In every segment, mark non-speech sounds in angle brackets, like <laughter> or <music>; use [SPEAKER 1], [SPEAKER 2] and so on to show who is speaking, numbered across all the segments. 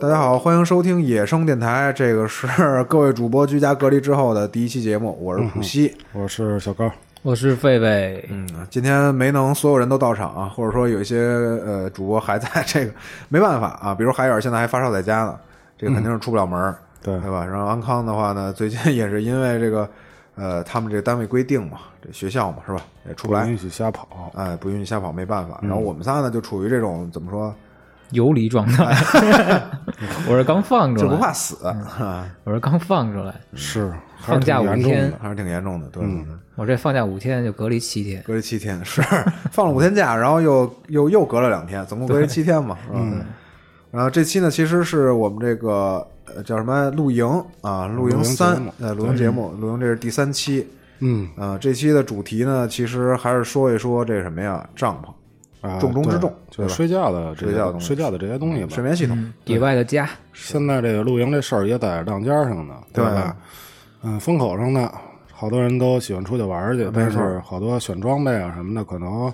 [SPEAKER 1] 大家好，欢迎收听野生电台，这个是各位主播居家隔离之后的第一期节目，我是普西。
[SPEAKER 2] 我是小高，
[SPEAKER 3] 我是狒狒，
[SPEAKER 1] 嗯，今天没能所有人都到场啊，或者说有一些呃主播还在这个，没办法啊，比如海尔现在还发烧在家呢，这个肯定是出不了门儿，
[SPEAKER 2] 嗯对
[SPEAKER 1] 对吧？然后安康的话呢，最近也是因为这个呃他们这个单位规定嘛，这学校嘛是吧，也出不
[SPEAKER 2] 不
[SPEAKER 1] 来
[SPEAKER 2] 允，许嗯瞎跑。
[SPEAKER 1] 哎，不允许瞎跑，没办法。然后我们仨呢就处于这种怎么说，
[SPEAKER 3] 游离状
[SPEAKER 2] <laughs>
[SPEAKER 3] 态。我是刚放出
[SPEAKER 1] 就不
[SPEAKER 3] 来，
[SPEAKER 1] 怕死，
[SPEAKER 2] 嗯
[SPEAKER 1] 啊，
[SPEAKER 3] 我是刚放出来，
[SPEAKER 1] 嗯
[SPEAKER 2] 是，还
[SPEAKER 3] 放
[SPEAKER 2] 是挺
[SPEAKER 3] 假五
[SPEAKER 2] 严重
[SPEAKER 3] 天
[SPEAKER 1] <laughs>
[SPEAKER 2] 的。，
[SPEAKER 1] 还是挺严重的，对对
[SPEAKER 2] 嗯
[SPEAKER 1] 嗯对。
[SPEAKER 3] 我这放假五天就隔离七天，
[SPEAKER 1] 隔离七天，是放了五天假，然后又又又隔了两天，总共隔离七天嘛，是吧？
[SPEAKER 2] 嗯
[SPEAKER 1] 然后这期呢，其实是我们这个呃叫什么露营啊，露营三
[SPEAKER 2] 露营节目
[SPEAKER 1] 呃露营节目，露营这是第三期，
[SPEAKER 2] 嗯
[SPEAKER 1] 呃这期的主题呢，其实还是说一说这什么呀，帐篷、
[SPEAKER 2] 啊，
[SPEAKER 1] 嗯重中之
[SPEAKER 2] 对
[SPEAKER 1] 重
[SPEAKER 2] 就
[SPEAKER 1] 对吧
[SPEAKER 2] 是睡觉的这
[SPEAKER 1] 睡
[SPEAKER 2] 些
[SPEAKER 1] 觉的东西
[SPEAKER 2] 睡觉的这些东西吧嗯
[SPEAKER 1] 睡。眠系统，
[SPEAKER 3] 野外的家，
[SPEAKER 2] 现在这个露营这事儿也在浪尖儿上呢，
[SPEAKER 1] 对
[SPEAKER 2] 吧？嗯，风口上呢，好多人都喜欢出去玩儿去，但是好多选装备啊什么的，可能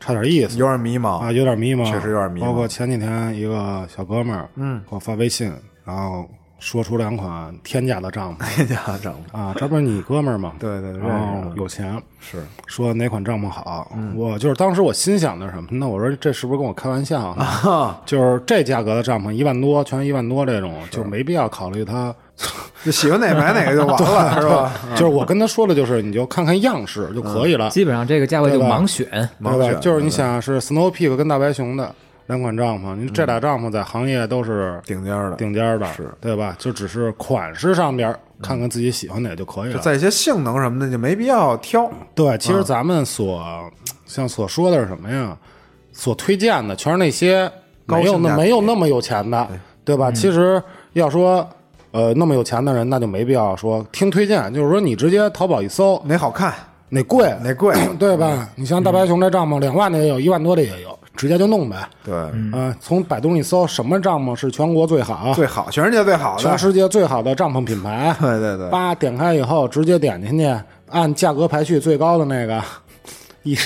[SPEAKER 2] 差点意思
[SPEAKER 1] 有点迷茫
[SPEAKER 2] 啊，有点迷茫，
[SPEAKER 1] 嗯确实有点迷茫
[SPEAKER 2] 包括前几天一个小哥们儿，嗯，给我发微信，然后说出两款天价的帐篷
[SPEAKER 1] 添加哎帐篷，
[SPEAKER 2] 啊，这不是你哥们儿吗？
[SPEAKER 1] 对对对，
[SPEAKER 2] 然后有钱，
[SPEAKER 1] 是嗯
[SPEAKER 2] 说哪款帐篷好，我就是当时我心想的是什么呢？我说这是不是跟我开玩笑呢？
[SPEAKER 1] 啊，
[SPEAKER 2] <laughs> 就是这价格的帐篷一万多，全一万多这种，就没必要考虑它。 <laughs>
[SPEAKER 1] 就喜欢哪个买哪个就完了，是吧？
[SPEAKER 2] 就是我跟他说的就是，你就看看样式就可以了，
[SPEAKER 3] 基本上这个价位就
[SPEAKER 2] 对吧
[SPEAKER 3] 盲选，
[SPEAKER 1] 嗯盲
[SPEAKER 2] 对吧？
[SPEAKER 1] 选嗯
[SPEAKER 2] 就是你想是 Snow Peak 跟大白熊的两款帐篷，你这俩帐篷在行业都是
[SPEAKER 1] 嗯顶尖儿的，
[SPEAKER 2] 顶尖儿的，对吧？就只是款式上边儿看看自己喜欢哪就可
[SPEAKER 1] 嗯
[SPEAKER 2] 以
[SPEAKER 1] 就
[SPEAKER 2] 了。
[SPEAKER 1] 在一些性能什么的就没必要挑，
[SPEAKER 2] 对，其实咱们所、像所说的是什么呀？所推荐的全是那些
[SPEAKER 1] 高
[SPEAKER 2] 没有
[SPEAKER 1] 性价
[SPEAKER 2] 那
[SPEAKER 1] 比
[SPEAKER 2] 没有那么有钱的，对嗯吧？其实要说呃那么有钱的人，那就没必要说听推荐，就是说你直接淘宝一搜
[SPEAKER 1] 哪好看
[SPEAKER 2] 哪贵嗯
[SPEAKER 1] 哪贵，
[SPEAKER 2] 对吧？你像大白熊这帐篷，两万的也有，一万多的也有，直接就弄呗。
[SPEAKER 1] 对。
[SPEAKER 2] 嗯、从百度上一搜什么帐篷是全国最好，
[SPEAKER 1] 最好，全世界最好的，
[SPEAKER 2] 全世界最好的帐篷品牌，
[SPEAKER 1] 对对对，
[SPEAKER 2] 八点开以后直接点进去，按价格排序最高的那个，一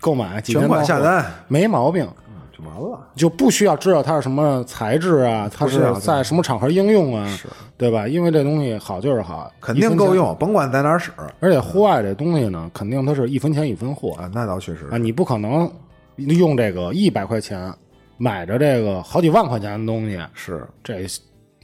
[SPEAKER 2] 购买几天
[SPEAKER 1] 全款
[SPEAKER 2] 到
[SPEAKER 1] 下
[SPEAKER 2] 货
[SPEAKER 1] 单
[SPEAKER 2] 没毛病，
[SPEAKER 1] 就完了。
[SPEAKER 2] 就不需要知道它是什么材质啊，它
[SPEAKER 1] 需要对
[SPEAKER 2] 是在什么场合应用啊，对吧？因为这东西好就是好，
[SPEAKER 1] 肯
[SPEAKER 2] 一
[SPEAKER 1] 定
[SPEAKER 2] 分
[SPEAKER 1] 够
[SPEAKER 2] 钱。
[SPEAKER 1] 用，甭管在哪儿使啊，
[SPEAKER 2] 而且户外这东西呢，肯定它是一分钱一分货
[SPEAKER 1] 那倒确实
[SPEAKER 2] 啊，你不可能用这个一百块钱买着这个好几万块钱的东西，
[SPEAKER 1] 是
[SPEAKER 2] 这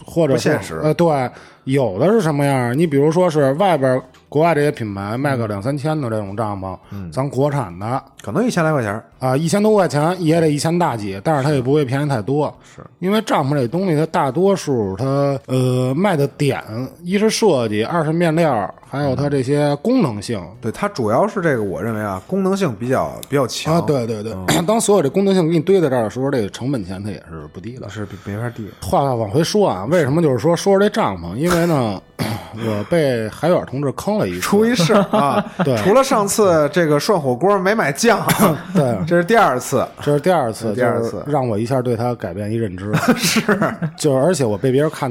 [SPEAKER 2] 或者
[SPEAKER 1] 不现
[SPEAKER 2] 是
[SPEAKER 1] 实
[SPEAKER 2] 呃，对，有的是什么样儿？你比如说是外边儿国外这些品牌卖个两三千的这种帐篷，
[SPEAKER 1] 嗯
[SPEAKER 2] 咱国产的
[SPEAKER 1] 可能一千来块钱儿，
[SPEAKER 2] 啊，一千多块钱也得一千大几，但是它也不会便宜太多，是因为帐篷这东西它大多数它呃卖的点，一是设计，二是面料儿，还有
[SPEAKER 1] 嗯
[SPEAKER 2] 它这些功能性。
[SPEAKER 1] 对它主要是这个，我认为啊，功能性比较比较
[SPEAKER 2] 啊，
[SPEAKER 1] 强，，
[SPEAKER 2] 对对对，
[SPEAKER 1] 嗯
[SPEAKER 2] 当所有这功能性给你堆在这儿的时候，这个成本钱它也是不低的。
[SPEAKER 1] 是比没法低，
[SPEAKER 2] 话往回说啊，为什么就是说说这帐篷？因为呢，我被海远同志坑了一
[SPEAKER 1] 出
[SPEAKER 2] 次。
[SPEAKER 1] 一事儿啊。
[SPEAKER 2] 对
[SPEAKER 1] <laughs> 除了上次这个涮火锅没买酱，
[SPEAKER 2] <laughs> 对，
[SPEAKER 1] <laughs> 这是第二次，
[SPEAKER 2] 这是第二次，
[SPEAKER 1] 第二次
[SPEAKER 2] 就是让我一下对他改变一认知，
[SPEAKER 1] <laughs> 是，
[SPEAKER 2] 就是而且我被别人看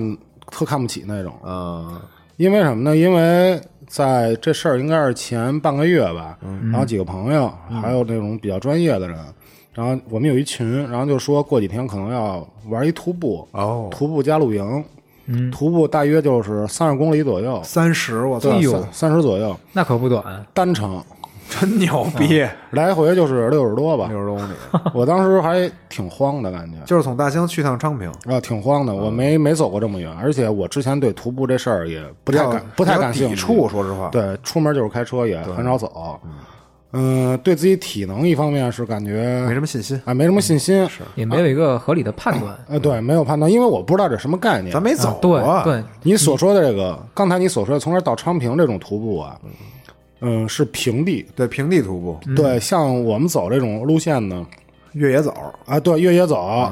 [SPEAKER 2] 特看不起那种。
[SPEAKER 1] 嗯，
[SPEAKER 2] 因为什么呢？因为在这事儿应该是前半个月吧，
[SPEAKER 1] 嗯
[SPEAKER 2] 然后几个朋友，还有那种比较专业的人，然后我们有一群，然后就说过几天可能要玩一徒步，
[SPEAKER 1] 哦，
[SPEAKER 2] 徒步加露营，徒步大约就是三十公里左右，
[SPEAKER 1] 三十，我
[SPEAKER 2] 哎
[SPEAKER 1] 操，
[SPEAKER 2] 三十左右。
[SPEAKER 3] 那可不短，
[SPEAKER 2] 单程，
[SPEAKER 1] 真牛逼，
[SPEAKER 2] 来回啊就是六十多吧
[SPEAKER 1] 六。十多公里，
[SPEAKER 2] <laughs> 我当时还挺慌的感觉，
[SPEAKER 1] 就是从大兴去趟昌平，
[SPEAKER 2] 啊，挺
[SPEAKER 1] 嗯
[SPEAKER 2] 慌的。我没没走过这么远，而且我之前对徒步这事儿也不太感
[SPEAKER 1] 比较
[SPEAKER 2] 不太
[SPEAKER 1] 比较
[SPEAKER 2] 感兴
[SPEAKER 1] 抵
[SPEAKER 2] 趣。
[SPEAKER 1] 触，说实话，
[SPEAKER 2] 对，出门就是开车，也很少走。嗯，对自己体能一方面是感
[SPEAKER 1] 没
[SPEAKER 2] 觉
[SPEAKER 1] 什么信心，嗯
[SPEAKER 2] 啊没什么信心，是
[SPEAKER 3] 也没有一个合理的判断。
[SPEAKER 2] 呃对，没有判断，因为我不知道这什么概念
[SPEAKER 1] 咱。嗯没走啊
[SPEAKER 3] 对
[SPEAKER 2] 啊
[SPEAKER 1] 过，
[SPEAKER 3] 对，
[SPEAKER 2] 你所说的这个，刚才你所说的从这儿到昌平这种徒步啊，嗯，是平地。
[SPEAKER 1] 对，平地徒步，
[SPEAKER 2] 对，像我们走这种路线呢，
[SPEAKER 1] 越野走，
[SPEAKER 2] 啊，对，越野走、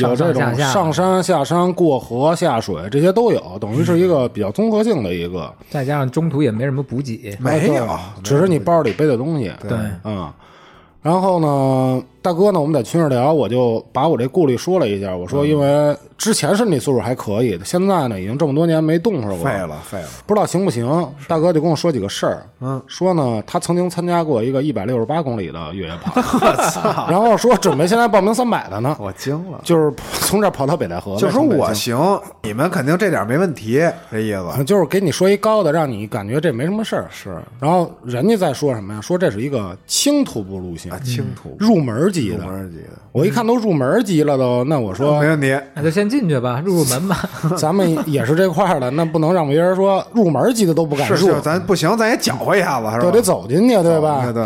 [SPEAKER 2] 有
[SPEAKER 3] 上
[SPEAKER 2] 这
[SPEAKER 3] 上
[SPEAKER 2] 种
[SPEAKER 3] 下下
[SPEAKER 2] 上山下山、过河下水，这些都有，等于是一个比较综合性的一个。
[SPEAKER 3] 再加上中途也没什么补给，
[SPEAKER 1] 哎啊没有
[SPEAKER 2] 对，只是你包里背的东西。啊
[SPEAKER 3] 对，
[SPEAKER 2] 嗯，然后呢，大哥呢，我们在群上聊，我就把我这顾虑说了一下，我说因为之前身体素质还可以，现在呢已经这么多年没动上过，
[SPEAKER 1] 废了废了，
[SPEAKER 2] 不知道行不行。大哥就跟我说几个事儿，嗯，说呢，他曾经参加过一个一百六十八公里的越野跑，
[SPEAKER 1] 我操，
[SPEAKER 2] 然后说准备现在报名三百的呢，
[SPEAKER 1] 我惊了。
[SPEAKER 2] 就是 <laughs> 从这儿跑到北戴河，
[SPEAKER 1] 就说
[SPEAKER 2] 再从北
[SPEAKER 1] 我
[SPEAKER 2] 京
[SPEAKER 1] 行，你们肯定这点没问题，这意思。
[SPEAKER 2] 啊就是给你说一高的，让你感觉这没什么事儿。
[SPEAKER 1] 是，
[SPEAKER 2] 然后人家在说什么呀？说这是一个轻徒步路线，
[SPEAKER 1] 啊，轻徒
[SPEAKER 2] 入门级
[SPEAKER 1] 入
[SPEAKER 2] 的。
[SPEAKER 1] 门级的，
[SPEAKER 2] 我一看都入门级了都，那我说
[SPEAKER 1] 没问题。
[SPEAKER 3] 那就先进去吧，入入
[SPEAKER 2] <laughs>
[SPEAKER 3] 门吧。
[SPEAKER 2] 咱们也是这块儿的，那不能让别人说入门级的都不敢
[SPEAKER 1] 是
[SPEAKER 2] 入
[SPEAKER 1] 是，，咱不行，咱也搅和一下子，是吧？
[SPEAKER 2] 就得走进去，对吧？
[SPEAKER 1] 对对，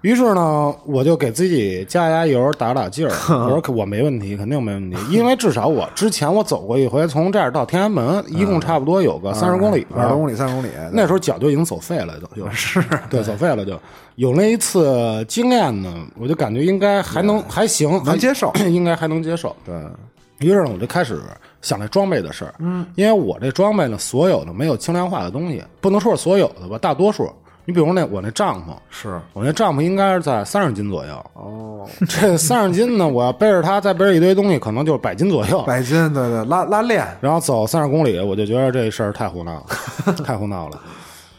[SPEAKER 2] 于是呢，我就给自己加加油，打打 <laughs> 劲儿。我说可我没问题，肯定没问题，因为至少我之前我走过一回，从这儿到天安门，一共差不多有个嗯三十公里吧，
[SPEAKER 1] 二十公里、三十公里，
[SPEAKER 2] 那时候脚就已经走废了，就就是 <laughs> 对走废了就。有那一次经验呢，我就感觉应该还能还行，
[SPEAKER 1] 能
[SPEAKER 2] 还 <clears throat>
[SPEAKER 1] 接受
[SPEAKER 2] 应该还能接受。
[SPEAKER 1] 对，
[SPEAKER 2] 于是呢，我就开始想这装备的事儿。嗯，因为我这装备呢，所有的没有轻量化的东西，不能说是所有的吧，大多数。你比如那我那帐篷，
[SPEAKER 1] 是
[SPEAKER 2] 我那帐篷应该是在三十斤左右。
[SPEAKER 1] 哦，
[SPEAKER 2] 这三十斤呢，我要背着它，再背着一堆东西，可能就是百斤左右。
[SPEAKER 1] 百斤，对对，拉拉练，
[SPEAKER 2] 然后走三十公里，我就觉得这事儿太胡闹了，太胡闹了。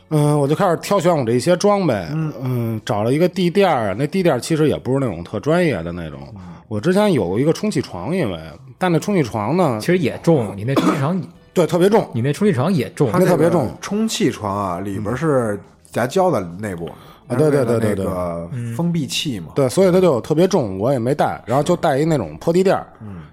[SPEAKER 2] 嗯，我就开始挑选我这一些装备，嗯，找了一个地垫儿，那地垫儿其实也不是那种特专业的那种。我之前有一个充气床，因为但那充气床呢
[SPEAKER 3] 其，实也重，你那充气床，
[SPEAKER 2] 对，特别重。
[SPEAKER 3] 你那充气床也重
[SPEAKER 1] 它。
[SPEAKER 2] 那
[SPEAKER 1] 个嗯
[SPEAKER 2] 特别重
[SPEAKER 1] 充气床啊，里边是夹胶的内部
[SPEAKER 2] 啊对对对对
[SPEAKER 1] 那个封闭器嘛，
[SPEAKER 2] 对，所以它就特别重，我也没带，然后就带一那种破地垫儿，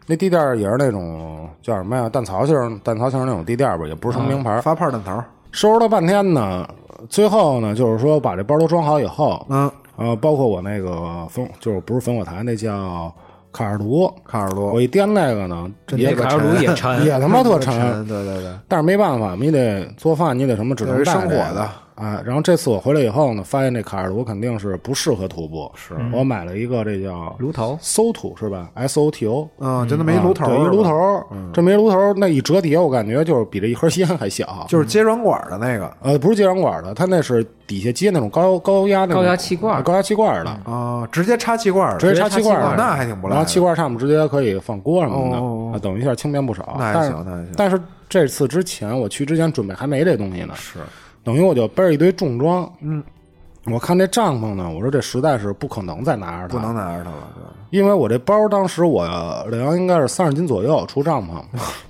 [SPEAKER 2] 那地垫儿也是那种叫什么呀，蛋槽型、蛋槽型那种地垫儿吧，也不是什么名牌儿。
[SPEAKER 1] 发泡弹头，
[SPEAKER 2] 收拾了半天呢，最后呢，就是说把这包都装好以后，
[SPEAKER 1] 嗯，
[SPEAKER 2] 呃，包括我那个烽，就是不是烽火台，那叫卡尔图，
[SPEAKER 1] 卡尔多
[SPEAKER 2] 我一掂那个呢，也
[SPEAKER 3] 那卡尔鲁也沉，
[SPEAKER 2] 也他妈特
[SPEAKER 1] 沉，
[SPEAKER 2] 沉，
[SPEAKER 1] 对对对，
[SPEAKER 2] 但是没办法，你得做饭，你得什么，只能带
[SPEAKER 1] 生火
[SPEAKER 2] 这个
[SPEAKER 1] 的。
[SPEAKER 2] 啊，然后这次我回来以后呢，发现这卡尔图肯定是不适合徒步，是我买了一个这叫
[SPEAKER 3] 炉头。
[SPEAKER 2] 搜土是吧？S O T O，
[SPEAKER 1] 嗯，真的没炉头，
[SPEAKER 2] 对，一炉，头，
[SPEAKER 3] 嗯
[SPEAKER 2] 这没炉头，那一折叠，我感觉就是比这一盒烟还小，
[SPEAKER 1] 就是接软管的那个
[SPEAKER 2] 呃，不是接软管的，它那是底下接那种高高压那种
[SPEAKER 3] 高压气罐嗯
[SPEAKER 2] 高压气罐的，
[SPEAKER 1] 啊，直接插气罐，
[SPEAKER 2] 直接插
[SPEAKER 3] 插
[SPEAKER 2] 气
[SPEAKER 3] 气
[SPEAKER 2] 罐
[SPEAKER 3] 罐
[SPEAKER 2] 的
[SPEAKER 1] 哦，那还挺不赖
[SPEAKER 2] 然后
[SPEAKER 1] 的，
[SPEAKER 2] 气罐上面直接可以放锅什么的，
[SPEAKER 1] 哦哦哦
[SPEAKER 2] 啊等于一下轻便不少。
[SPEAKER 1] 那还
[SPEAKER 2] 但是
[SPEAKER 1] 行那还行
[SPEAKER 2] 但是这次之前我去之前准备还没这东西呢，是等于我就背着一堆重装，嗯。我看这帐篷呢，我说这实在是不可能再拿着
[SPEAKER 1] 不
[SPEAKER 2] 它，
[SPEAKER 1] 能拿着它了，对
[SPEAKER 2] 因为我这包当时我量应该是三十斤左右，出帐
[SPEAKER 1] <laughs>
[SPEAKER 2] 篷，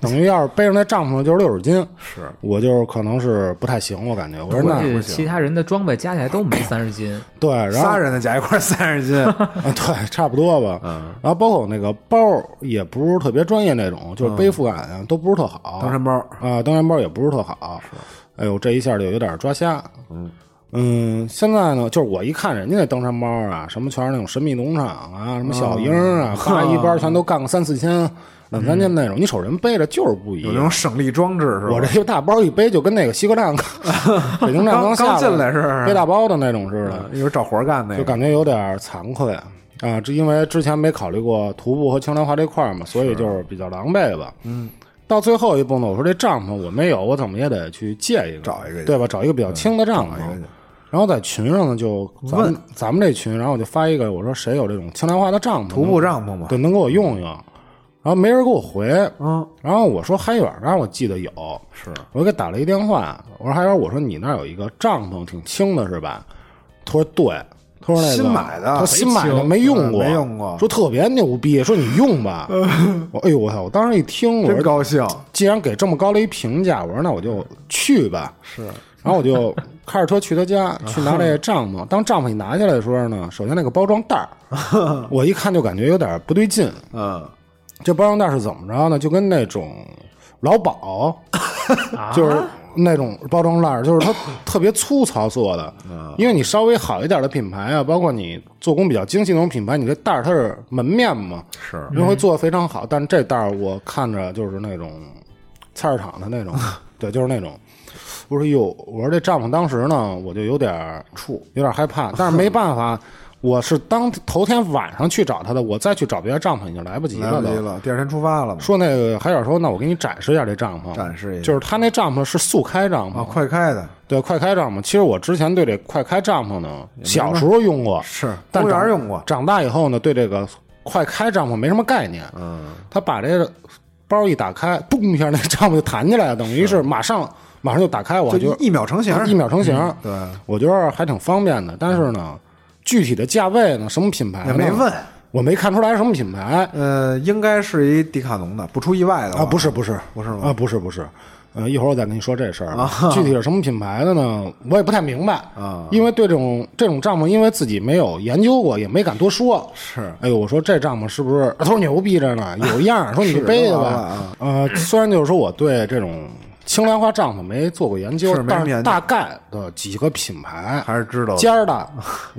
[SPEAKER 2] 等于要是背着那帐篷就是六十斤，
[SPEAKER 1] 是
[SPEAKER 2] 我就是可能是不太行，我感觉，我说
[SPEAKER 3] 关
[SPEAKER 2] 那
[SPEAKER 3] 键是其他人的装备加起来都没三十斤，
[SPEAKER 2] 对，然后
[SPEAKER 1] 仨人的加一块三十斤，
[SPEAKER 2] <laughs> 啊，对，差不多吧。
[SPEAKER 1] 嗯
[SPEAKER 2] 然后包括我那个包儿也不是特别专业那种，就是背负感啊都不是特
[SPEAKER 1] 嗯
[SPEAKER 2] 好。
[SPEAKER 1] 登山包，
[SPEAKER 2] 啊，登山包也不是特好。哎呦，这一下就有点抓瞎。嗯现在呢，就是我一看人家那登山包啊，什么全是那种神秘农场啊，什么小
[SPEAKER 1] 嗯 <laughs>
[SPEAKER 2] 鹰啊，啪、一包全都干个三四千、两三千那种。你瞅人背着就是不一
[SPEAKER 1] 嗯有
[SPEAKER 2] 样。
[SPEAKER 1] 那种省力装置是吧？
[SPEAKER 2] 我这一大包一背就跟那个西
[SPEAKER 1] <laughs>
[SPEAKER 2] 客站、北京站
[SPEAKER 1] 刚
[SPEAKER 2] 下
[SPEAKER 1] 刚进来是嗯
[SPEAKER 2] 背大包的那种似的。
[SPEAKER 1] 一会儿找活儿干那
[SPEAKER 2] 就
[SPEAKER 1] 个，
[SPEAKER 2] 感觉有点惭愧啊，这因为之前没考虑过徒步和轻量化这块儿嘛，所以就是比较狼狈吧。嗯，到最后一步呢，我说这帐篷我没有，我怎么也得去借一个，
[SPEAKER 1] 找一个去
[SPEAKER 2] 对吧？找一个比较轻的帐篷。然后在群上呢，就咱们咱们这群，然后我就发一个，我说谁有这种轻量化的帐篷，
[SPEAKER 1] 徒步帐篷嘛，
[SPEAKER 2] 对，能给我用用。然后没人给我回，
[SPEAKER 1] 嗯，
[SPEAKER 2] 然后我说海远那儿我记得有，
[SPEAKER 1] 是
[SPEAKER 2] 我就给打了一电话，我说海远，我说你那儿有一个帐篷挺轻的是吧？他说对，他说那个
[SPEAKER 1] 新买的哎
[SPEAKER 2] 他新买的
[SPEAKER 3] 轻
[SPEAKER 2] 没用过，
[SPEAKER 1] 没用过
[SPEAKER 2] 说特别牛逼，说你
[SPEAKER 1] <laughs>
[SPEAKER 2] 用吧。我哎呦我操！我当时一听，我
[SPEAKER 1] 真
[SPEAKER 2] 说
[SPEAKER 1] 高兴，
[SPEAKER 2] 既然给这么高的一评价，我说那我就去吧。
[SPEAKER 1] 是
[SPEAKER 2] 然后我就开着车去他
[SPEAKER 1] <laughs>
[SPEAKER 2] 家，去拿这帐篷。当帐篷一拿下来的时候呢，首先那个包装袋
[SPEAKER 1] <laughs>
[SPEAKER 2] 儿，我一看就感觉有点不对劲。
[SPEAKER 1] 嗯，
[SPEAKER 2] 这包装袋是怎么着呢？就跟那种劳保，就是那种包装袋，就是它特别粗糙做的。
[SPEAKER 1] 嗯
[SPEAKER 2] 因为你稍微好一点的品牌啊，包括你做工比较精细那种品牌，你这袋儿它是门面嘛，
[SPEAKER 1] 是
[SPEAKER 2] 因为会做的非常好。但是这袋儿我看着就是那种菜市场的
[SPEAKER 1] <laughs>
[SPEAKER 2] 那种，对，就是那种。我说哟，我说这帐篷当时呢，我就有点怵，有点害怕，但是没办法，我是当头天晚上去找他的，我再去找别的帐篷已经来不及
[SPEAKER 1] 来不
[SPEAKER 2] 了
[SPEAKER 1] 及
[SPEAKER 2] 都。
[SPEAKER 1] 了，第二天出发了嘛，
[SPEAKER 2] 说那个海远说，那我给你展示一下这帐篷，
[SPEAKER 1] 展示一下
[SPEAKER 2] 就是他那帐篷是速开帐篷，
[SPEAKER 1] 啊，快开的
[SPEAKER 2] 对，快开帐篷。其实我之前对这快开帐篷呢，小时候用过，
[SPEAKER 1] 是
[SPEAKER 2] 但
[SPEAKER 1] 公园
[SPEAKER 2] 长
[SPEAKER 1] 用过，
[SPEAKER 2] 长大以后呢，对这个快开帐篷没什么概念。
[SPEAKER 1] 嗯，
[SPEAKER 2] 他把这个包一打开，嘣一下，那帐篷就弹起来了，等于是马上马上就打开，我
[SPEAKER 1] 就
[SPEAKER 2] 就啊
[SPEAKER 1] 一一嗯秒成型，
[SPEAKER 2] 一秒成型。
[SPEAKER 1] 对，
[SPEAKER 2] 我觉得还挺方便的。但是呢，具体的价位呢，什么品牌
[SPEAKER 1] 也
[SPEAKER 2] 呢
[SPEAKER 1] 没问，
[SPEAKER 2] 我没看出来什么品牌
[SPEAKER 1] 呃，应该是一迪卡侬的，不出意外的
[SPEAKER 2] 啊，不
[SPEAKER 1] 是
[SPEAKER 2] 是不是
[SPEAKER 1] 不是吗
[SPEAKER 2] 啊，不是不是。呃，一会儿我再跟你说这事儿。啊 <laughs> 具体是什么品牌的呢？我也不太明白
[SPEAKER 1] 啊
[SPEAKER 2] 因为对这种这种帐篷，因为自己没有研究过，也没敢多说。
[SPEAKER 1] 是
[SPEAKER 2] 哎呦，我说这帐篷是不是？他说牛逼着呢，有样儿。说你
[SPEAKER 1] 是啊
[SPEAKER 2] 就背
[SPEAKER 1] 都
[SPEAKER 2] 的
[SPEAKER 1] 完了
[SPEAKER 2] 吧。呃，虽然就是说我对这种轻量化帐篷没做过研究
[SPEAKER 1] 是，没什
[SPEAKER 2] 但
[SPEAKER 1] 么研
[SPEAKER 2] 是
[SPEAKER 1] 究
[SPEAKER 2] 大概的几个品牌
[SPEAKER 1] 还是知道的，
[SPEAKER 2] 尖儿的，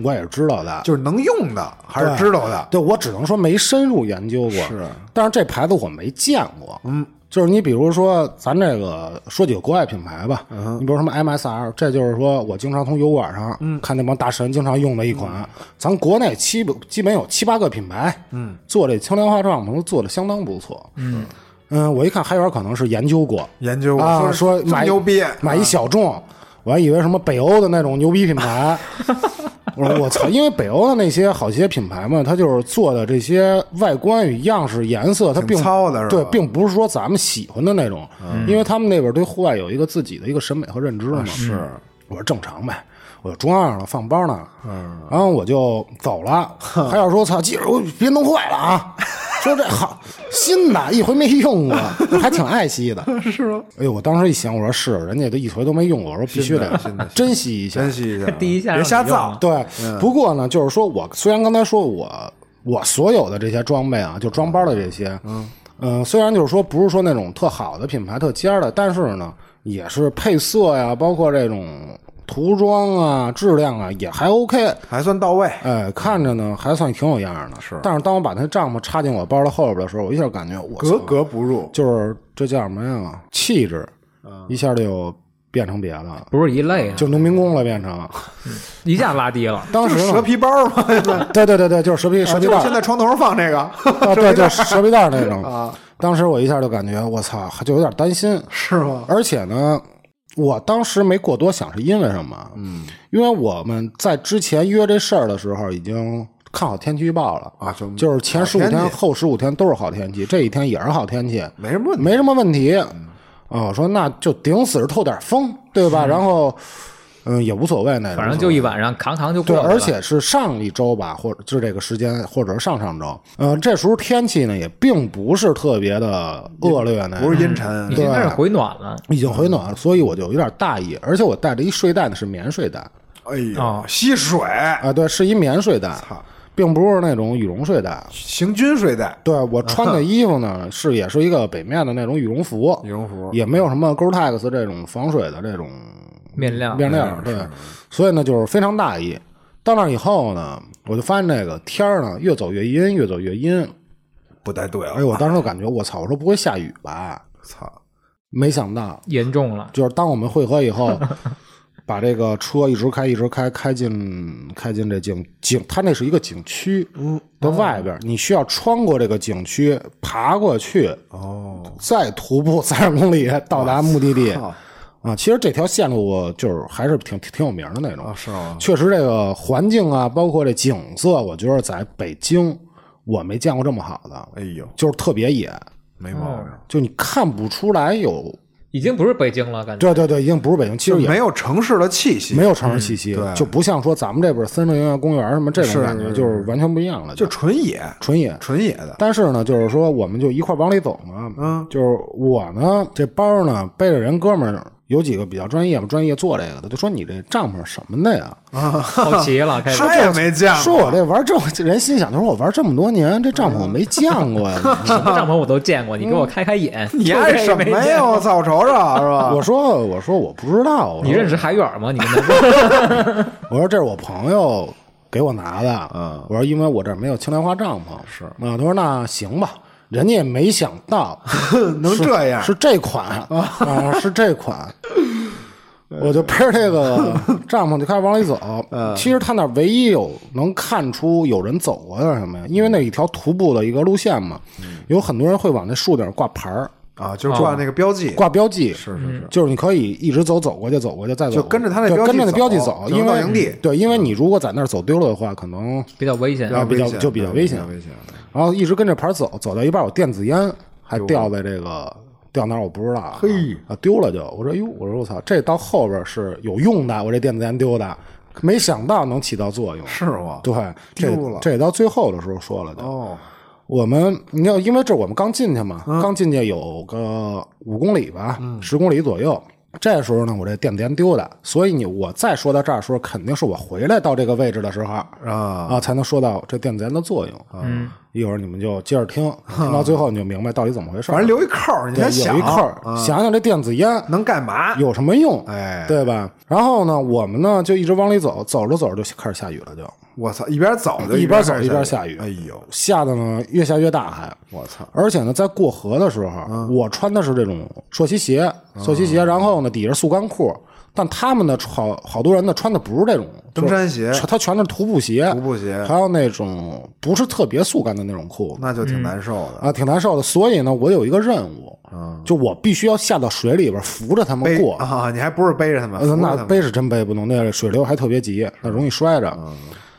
[SPEAKER 2] 我也是知
[SPEAKER 1] <laughs>
[SPEAKER 2] 道的。
[SPEAKER 1] 就是能用的，还是知道的，
[SPEAKER 2] 对我只能说没深入研究过，
[SPEAKER 1] 是。
[SPEAKER 2] 但是这牌子我没见过，嗯，就是你比如说咱这个说几个国外品牌吧，嗯，你比如什么 MSR，这就是说我经常从油管上看那帮大神经常用的一款，咱国内七不基本有七八个品牌，嗯，做这轻量化帐篷都做的相当不错，嗯。嗯，我一看海远可能是研究过，
[SPEAKER 1] 研究过
[SPEAKER 2] 啊，
[SPEAKER 1] 说这么
[SPEAKER 2] 买
[SPEAKER 1] 牛逼，
[SPEAKER 2] 买一小众，我还以为什么北欧的那种牛逼品
[SPEAKER 1] <laughs>
[SPEAKER 2] 牌。我说我操，因为北欧的那些好些品牌嘛，它就是做的这些外观与样式、颜色，它
[SPEAKER 1] 挺
[SPEAKER 2] 并
[SPEAKER 1] 糙的是吧
[SPEAKER 2] 对，并不是说咱们喜欢的那种，因为他们那边对户外有一个自己的一个审美和认知嘛。啊是，我说正常呗。我就装上了，放包呢，嗯，然后我就走了。还要说操，记着我别弄坏了 <laughs> 啊！说这好新的，一回没用过，还挺爱惜 <laughs> 的。哎呦，我当时一想，我说是，人家都一回都没用过，我说必须得珍惜一下
[SPEAKER 1] 珍。惜一下，
[SPEAKER 3] <laughs> 第一下
[SPEAKER 1] 别瞎
[SPEAKER 3] 让你用
[SPEAKER 1] 造
[SPEAKER 3] 啊，
[SPEAKER 2] 对，
[SPEAKER 1] 嗯
[SPEAKER 2] 不过呢，就是说我虽然刚才说我我所有的这些装备啊，就装包的这些，嗯虽然就是说不是说那种特好的品牌、特尖儿的，但是呢，也是配色呀，包括这种涂装啊、质量啊，也还 OK。
[SPEAKER 1] 还算到位，
[SPEAKER 2] 哎，看着呢还算挺有样儿的，
[SPEAKER 1] 是
[SPEAKER 2] 但是当我把那帐篷插进我包的后边的时候，我一下感觉我
[SPEAKER 1] 格
[SPEAKER 2] 操
[SPEAKER 1] 格不入，
[SPEAKER 2] 就是这叫什么呀？气质，
[SPEAKER 1] 嗯
[SPEAKER 2] 一下就有变成别的了，
[SPEAKER 3] 不是一类啊，
[SPEAKER 2] 就农民工了，变成。
[SPEAKER 3] 一下拉低了。
[SPEAKER 2] 当
[SPEAKER 1] <laughs> 就
[SPEAKER 2] 时
[SPEAKER 1] 是
[SPEAKER 2] 呢
[SPEAKER 1] 蛇皮包嘛，现在
[SPEAKER 2] 对对对对，就是蛇皮 <laughs> 蛇皮
[SPEAKER 1] 就是
[SPEAKER 2] 袋
[SPEAKER 1] 现
[SPEAKER 2] 儿，
[SPEAKER 1] 在床头上放这个，
[SPEAKER 2] <laughs> 啊对，就是蛇皮袋儿那种。
[SPEAKER 1] 啊，
[SPEAKER 2] 当时我一下就感觉我操，就有点担心。
[SPEAKER 1] 是吗？
[SPEAKER 2] 而且呢，我当时没过多想，是因为什么？嗯，因为我们在之前约这事儿的时候，已经看好天气预报了
[SPEAKER 1] 啊就
[SPEAKER 2] 就是前十五
[SPEAKER 1] 好天
[SPEAKER 2] 天、
[SPEAKER 1] 气嗯
[SPEAKER 2] 后十五天都是好天气，这一天也是好天气。
[SPEAKER 1] 没什么问题，嗯
[SPEAKER 2] 没什么问题。啊，我说那就顶死是透点风，对吧？然后，嗯，也无所谓那种。
[SPEAKER 3] 反正就一晚上扛扛就过
[SPEAKER 2] 对，
[SPEAKER 3] 去了。
[SPEAKER 2] 而且是上一周吧，或者就是这个时间，或者是上上周。嗯、这时候天气呢也并不是特别的恶劣呢，
[SPEAKER 1] 不是阴
[SPEAKER 2] 嗯
[SPEAKER 1] 沉
[SPEAKER 3] 你，现在是回暖了，
[SPEAKER 2] 已经回暖了，所以我就有点大意。而且我带着一睡袋呢，是棉睡袋
[SPEAKER 1] 哎呦
[SPEAKER 3] 哦，
[SPEAKER 1] 吸水，
[SPEAKER 2] 啊，对，是一棉睡袋，并不是那种羽绒睡袋。
[SPEAKER 1] 行军睡袋，
[SPEAKER 2] 对我穿的衣服呢，是也是一个北面的那种羽绒服，
[SPEAKER 1] 啊羽绒服，
[SPEAKER 2] 也没有什么 GoTex 这种防水的这种
[SPEAKER 3] 面料
[SPEAKER 2] 面
[SPEAKER 1] 啊
[SPEAKER 2] 料，对，所以呢就是非常大意。到那儿以后呢，我就发现这个天儿呢越走越阴，越走越阴。
[SPEAKER 1] 不太对
[SPEAKER 2] 哎呦，
[SPEAKER 1] 了，
[SPEAKER 2] 我当时就感觉我操，我说不会下雨吧？
[SPEAKER 1] 操，
[SPEAKER 2] 没想到，
[SPEAKER 3] 严重了。
[SPEAKER 2] 就是当我们汇合
[SPEAKER 1] <laughs>
[SPEAKER 2] 以后，把这个车一直开，一直开，开进开进这景景，它那是一个景区
[SPEAKER 1] 嗯
[SPEAKER 2] 的
[SPEAKER 1] 哦
[SPEAKER 2] 外边儿，你需要穿过这个景区，爬过去，
[SPEAKER 1] 哦，
[SPEAKER 2] 再徒步三十公里到达目的地。
[SPEAKER 1] 操
[SPEAKER 2] 啊，其实这条线路我就是还是挺挺有名的那种
[SPEAKER 1] 啊，，是吗？
[SPEAKER 2] 确实，这个环境啊，包括这景色，我觉得在北京我没见过这么好的，
[SPEAKER 1] 哎呦，
[SPEAKER 2] 就是特别野，
[SPEAKER 1] 没毛病，
[SPEAKER 2] 就你看不出来有。
[SPEAKER 3] 已经不是北京了，感
[SPEAKER 2] 对
[SPEAKER 3] 觉
[SPEAKER 2] 对对，已经不是北京，其
[SPEAKER 1] 就
[SPEAKER 2] 实也
[SPEAKER 1] 没有城市的气息，
[SPEAKER 2] 嗯没有城市气息，
[SPEAKER 1] 对
[SPEAKER 2] 就不像说咱们这边儿森林啊、公园儿什么这种感觉，就是完全不一样了，
[SPEAKER 1] 就纯野，
[SPEAKER 2] 纯野。
[SPEAKER 1] 纯野的，
[SPEAKER 2] 但是呢，就是说我们就一块儿往里走嘛，
[SPEAKER 1] 嗯，
[SPEAKER 2] 就是我呢这包呢背着人哥们儿有几个比较专业嘛，专业做这个的，就说你这帐篷什么的呀？
[SPEAKER 3] 好奇了，开始
[SPEAKER 1] 他
[SPEAKER 2] 啊
[SPEAKER 1] 也没见
[SPEAKER 2] 说
[SPEAKER 1] 过，
[SPEAKER 2] 我这玩这么，人心想，他说我玩这么多年，这帐篷我没见过呀。
[SPEAKER 3] 什么帐篷我都见过，你给
[SPEAKER 2] 嗯
[SPEAKER 3] 我开开眼。
[SPEAKER 1] 你爱什么
[SPEAKER 3] 这个也没见
[SPEAKER 1] 呀？
[SPEAKER 3] 过？
[SPEAKER 1] 我操，我瞅瞅 <laughs> 是吧？
[SPEAKER 2] 我说我说我不知道，我
[SPEAKER 3] 你
[SPEAKER 2] 说
[SPEAKER 3] 认识海远吗？你跟他说
[SPEAKER 2] 我说这是我朋友给我拿的，
[SPEAKER 1] 嗯
[SPEAKER 2] 我说因为我这儿没有青莲花帐篷，是啊，他说那行吧，人家也没想到
[SPEAKER 1] <laughs> 能这样 <laughs>
[SPEAKER 2] 啊是这款啊，是这款。我
[SPEAKER 1] 呃
[SPEAKER 2] 就背着这个帐篷就开始往里走。
[SPEAKER 1] 嗯
[SPEAKER 2] 其实他那儿唯一有能看出有人走过的是什么呀？因为那一条徒步的一个路线嘛，
[SPEAKER 1] 嗯
[SPEAKER 2] 有很多人会往那树顶挂牌儿、
[SPEAKER 1] 啊，就是挂那个标记，
[SPEAKER 2] 挂标记，
[SPEAKER 1] 是是是，
[SPEAKER 2] 就是你可以一直走，走过去，走过去，再走过去，
[SPEAKER 1] 就跟着他那
[SPEAKER 2] 就
[SPEAKER 1] 标记
[SPEAKER 2] 跟着那
[SPEAKER 1] 走
[SPEAKER 2] 标记走，
[SPEAKER 1] 就
[SPEAKER 2] 因
[SPEAKER 1] 能到
[SPEAKER 2] 为
[SPEAKER 1] 营地嗯
[SPEAKER 2] 对，因为你如果在那儿走丢了的话，可能
[SPEAKER 3] 比较
[SPEAKER 2] <laughs>
[SPEAKER 3] 危险。
[SPEAKER 1] 然后
[SPEAKER 2] 嗯啊比较
[SPEAKER 1] 危险
[SPEAKER 2] 就比较
[SPEAKER 1] 对
[SPEAKER 2] 危险
[SPEAKER 1] 啊危险。
[SPEAKER 2] 然后一直跟着牌儿走，走到一半，我电子烟还掉在这个掉哪儿我不知道啊，
[SPEAKER 1] 嘿
[SPEAKER 2] 啊丢了就我说哟，我说我操，这到后边是有用的，我这电子烟丢的，没想到能起到作用，
[SPEAKER 1] 是吗？
[SPEAKER 2] 对，这
[SPEAKER 1] 丢了
[SPEAKER 2] 这也到最后的时候说了的。
[SPEAKER 1] 哦，
[SPEAKER 2] 我们你要因为这我们刚进去嘛，
[SPEAKER 1] 嗯
[SPEAKER 2] 刚进去有个五公里吧，十、公里左右。这时候呢，我这电子烟丢的，所以你我再说到这儿的时候，肯定是我回来到这个位置的时候
[SPEAKER 1] 啊，
[SPEAKER 2] 啊，才能说到这电子烟的作用。嗯，一会儿你们就接着听，听到最后你就明白到底怎么回事儿。
[SPEAKER 1] 啊反正留一扣儿，你
[SPEAKER 2] 对
[SPEAKER 1] 先想
[SPEAKER 2] 有一扣儿，想想这电子烟
[SPEAKER 1] 能干嘛？
[SPEAKER 2] 有什么用，
[SPEAKER 1] 哎，
[SPEAKER 2] 对吧？然后呢，我们呢就一直往里走，走着走着就开始下雨了就，
[SPEAKER 1] 我操，一边走就
[SPEAKER 2] 一边
[SPEAKER 1] 边
[SPEAKER 2] 走一边
[SPEAKER 1] 边
[SPEAKER 2] 下雨
[SPEAKER 1] 哎呦，
[SPEAKER 2] 下的呢越下越大还。
[SPEAKER 1] 我操，
[SPEAKER 2] 而且呢，在过河的时候，
[SPEAKER 1] 啊
[SPEAKER 2] 我穿的是这种溯溪鞋，溯溪鞋，然后呢底下是速干裤，但他们呢好好多人呢穿的不是这种
[SPEAKER 1] 登山鞋
[SPEAKER 2] 就是他全是徒步鞋，
[SPEAKER 1] 徒步鞋
[SPEAKER 2] 还有那种不是特别速干的那种裤子
[SPEAKER 1] 那就挺难受的。
[SPEAKER 2] 啊，挺难受的。所以呢，我有一个任务，就我必须要下到水里边扶着他们
[SPEAKER 1] 背
[SPEAKER 2] 过。
[SPEAKER 1] 啊，你还不是背着他们，扶
[SPEAKER 2] 呃
[SPEAKER 1] 着他
[SPEAKER 2] 那
[SPEAKER 1] 们
[SPEAKER 2] 背是真背不动，那水流还特别急，那容易摔着。
[SPEAKER 1] 嗯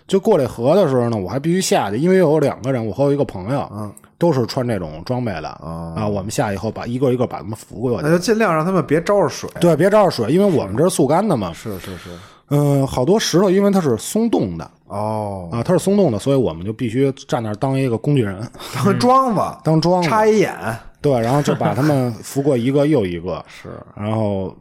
[SPEAKER 2] 就过这河的时候呢，我还必须下去，因为有两个人，我和我一个朋友，
[SPEAKER 1] 嗯
[SPEAKER 2] 都是穿这种装备的
[SPEAKER 1] 哦
[SPEAKER 2] 啊。我们下以后把一个一个把他们扶过去
[SPEAKER 1] 那，就尽量让他们别招着水。
[SPEAKER 2] 对，别着着水，因为我们这是速干的嘛。
[SPEAKER 1] 是是是，
[SPEAKER 2] 嗯，好多石头，因为它是松动的
[SPEAKER 1] 哦，
[SPEAKER 2] 啊，它是松动的，所以我们就必须站那儿当一个工具人， <laughs>
[SPEAKER 1] 当桩子，
[SPEAKER 2] 当桩子。
[SPEAKER 1] 插一眼，
[SPEAKER 2] 对，然后就把他们扶过一个又一个，
[SPEAKER 1] 是，
[SPEAKER 2] 然后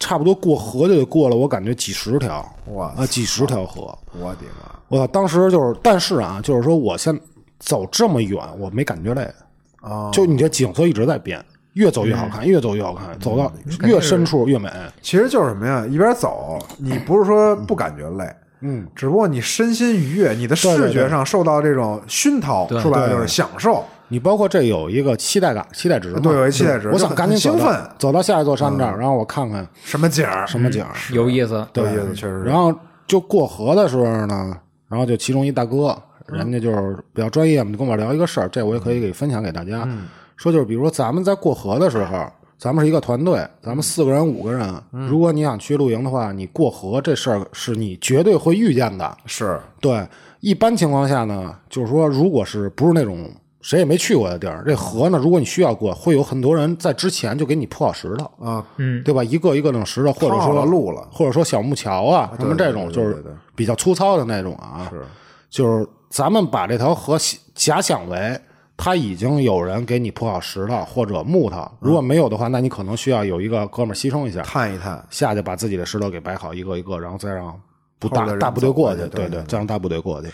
[SPEAKER 2] 差不多过河就得过了，我感觉几十条，
[SPEAKER 1] 哇
[SPEAKER 2] 啊，几十条河，
[SPEAKER 1] 我的妈！
[SPEAKER 2] 我当时就是，但是啊，就是说我先走这么远，我没感觉累，
[SPEAKER 1] 哦，嗯
[SPEAKER 2] 就你这景色一直在变，越走越好看，越走越好看，走到越深处越美，
[SPEAKER 1] 其实就是什么呀？一边走，你不是说不感觉累，
[SPEAKER 2] 嗯，
[SPEAKER 1] 只不过你身心愉悦，你的视觉上受到这种熏陶，
[SPEAKER 3] 对
[SPEAKER 1] 说白了就是享受。
[SPEAKER 2] 你包括这有一个期待感、期待值嘛，
[SPEAKER 1] 对有一期待值
[SPEAKER 2] 我想
[SPEAKER 1] 就很
[SPEAKER 2] 赶紧走
[SPEAKER 1] 很
[SPEAKER 2] 到
[SPEAKER 1] 兴奋嗯
[SPEAKER 2] 走到下一座山这儿，然后我看看
[SPEAKER 1] 什么景儿？
[SPEAKER 2] 什么景儿，
[SPEAKER 3] 有意思，
[SPEAKER 1] 有意思，确实是。
[SPEAKER 2] 然后就过河的时候呢，然后就其中一大哥，人家就是比较专业嘛，就跟我聊一个事儿，这我也可以给分享给大家，说就是比如说咱们在过河的时候，咱们是一个团队，咱们四个人五个人，如果你想去露营的话，你过河这事儿是你绝对会遇见的。
[SPEAKER 1] 是
[SPEAKER 2] 对，一般情况下呢，就是说如果是不是那种。谁也没去过的地儿，这河呢，如果你需要过，会有很多人在之前就给你铺好石头，
[SPEAKER 1] 啊，
[SPEAKER 3] 嗯，
[SPEAKER 2] 对吧？一个一个那种石头，或者
[SPEAKER 1] 套
[SPEAKER 2] 说
[SPEAKER 1] 了路了
[SPEAKER 2] 或者说小木桥啊，什么这种
[SPEAKER 1] 对
[SPEAKER 2] 就
[SPEAKER 1] 对对
[SPEAKER 2] 是比较粗糙的那种啊。
[SPEAKER 1] 是，
[SPEAKER 2] 就是咱们把这条河想假想为它已经有人给你铺好石头或者木头，如果没有的话，那你可能需要有一个哥们儿牺牲一下，
[SPEAKER 1] 探一探，
[SPEAKER 2] 下去把自己的石头给摆好一个一个，然后再让不
[SPEAKER 1] 后
[SPEAKER 2] 大
[SPEAKER 1] 边人
[SPEAKER 2] 大部队过去
[SPEAKER 1] 走，过
[SPEAKER 2] 对
[SPEAKER 1] 去对
[SPEAKER 2] 对，再让大部队过去。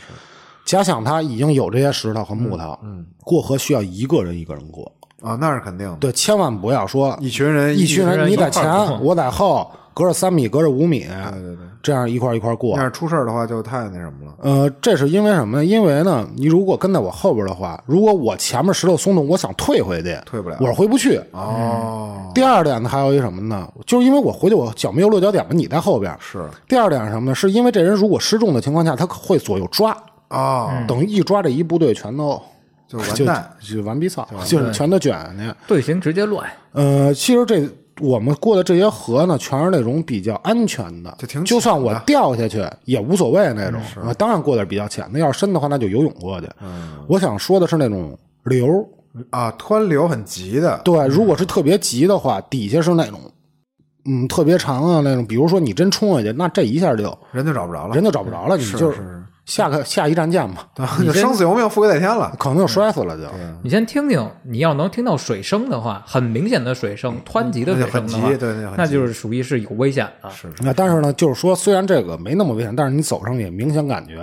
[SPEAKER 2] 假想他已经有这些石头和木头，嗯，过河需要一个人一个人过，
[SPEAKER 1] 啊，那是肯定的。
[SPEAKER 2] 对，千万不要说
[SPEAKER 1] 一群人，
[SPEAKER 2] 一群人，
[SPEAKER 3] 人
[SPEAKER 2] 你
[SPEAKER 3] 一块
[SPEAKER 2] 在
[SPEAKER 3] 儿
[SPEAKER 2] 前
[SPEAKER 3] 过，
[SPEAKER 2] 我在后，隔着三米，隔着五米，
[SPEAKER 1] 对对对，
[SPEAKER 2] 这样一块儿一块儿过
[SPEAKER 1] 要。是出事儿的话，就太那什么了。
[SPEAKER 2] 呃，这是因为什么呢？因为呢，你如果跟在我后边的话，如果我前面石头松动，我想退回去，
[SPEAKER 1] 退不了
[SPEAKER 2] 我是回不去。
[SPEAKER 1] 哦，
[SPEAKER 2] 第二点呢，还有一什么呢？就是因为我回去，我脚没有落脚点嘛，你在后边。
[SPEAKER 1] 是
[SPEAKER 2] 第二点是什么呢？是因为这人如果失重的情况下，他会左右抓，
[SPEAKER 1] 哦，
[SPEAKER 2] 等于一抓这一部队全都
[SPEAKER 1] 就完
[SPEAKER 2] 嗯就
[SPEAKER 1] 蛋。
[SPEAKER 2] 就完逼操，就是全都卷下去。
[SPEAKER 3] 队形直接乱，
[SPEAKER 2] 呃，其实这我们过的这些河呢，全是那种比较安全的，
[SPEAKER 1] 就挺浅的
[SPEAKER 2] 算我掉下去也无所谓那种。啊，当然过得比较浅，那要是深的话，那就游泳过去。
[SPEAKER 1] 嗯
[SPEAKER 2] 我想说的是那种流，
[SPEAKER 1] 啊，湍流很急的，
[SPEAKER 2] 对，如果是特别急的话，底下是那种，嗯，特别长啊那种。比如说你真冲下去，那这一下就
[SPEAKER 1] 人就找不着了，
[SPEAKER 2] 人就找不着了，你就是下个下一站见吧，
[SPEAKER 1] 就生死由命，富贵在天了。
[SPEAKER 2] 可能就摔死了就。
[SPEAKER 3] 你先听听，你要能听到水声的话，很明显的水声，湍急的水
[SPEAKER 1] 那
[SPEAKER 3] 声的话，
[SPEAKER 1] 就很急对那就很急
[SPEAKER 3] 那就是属于是有危险的。
[SPEAKER 2] 那但是呢，就是说，虽然这个没那么危险，但是你走上去，明显感觉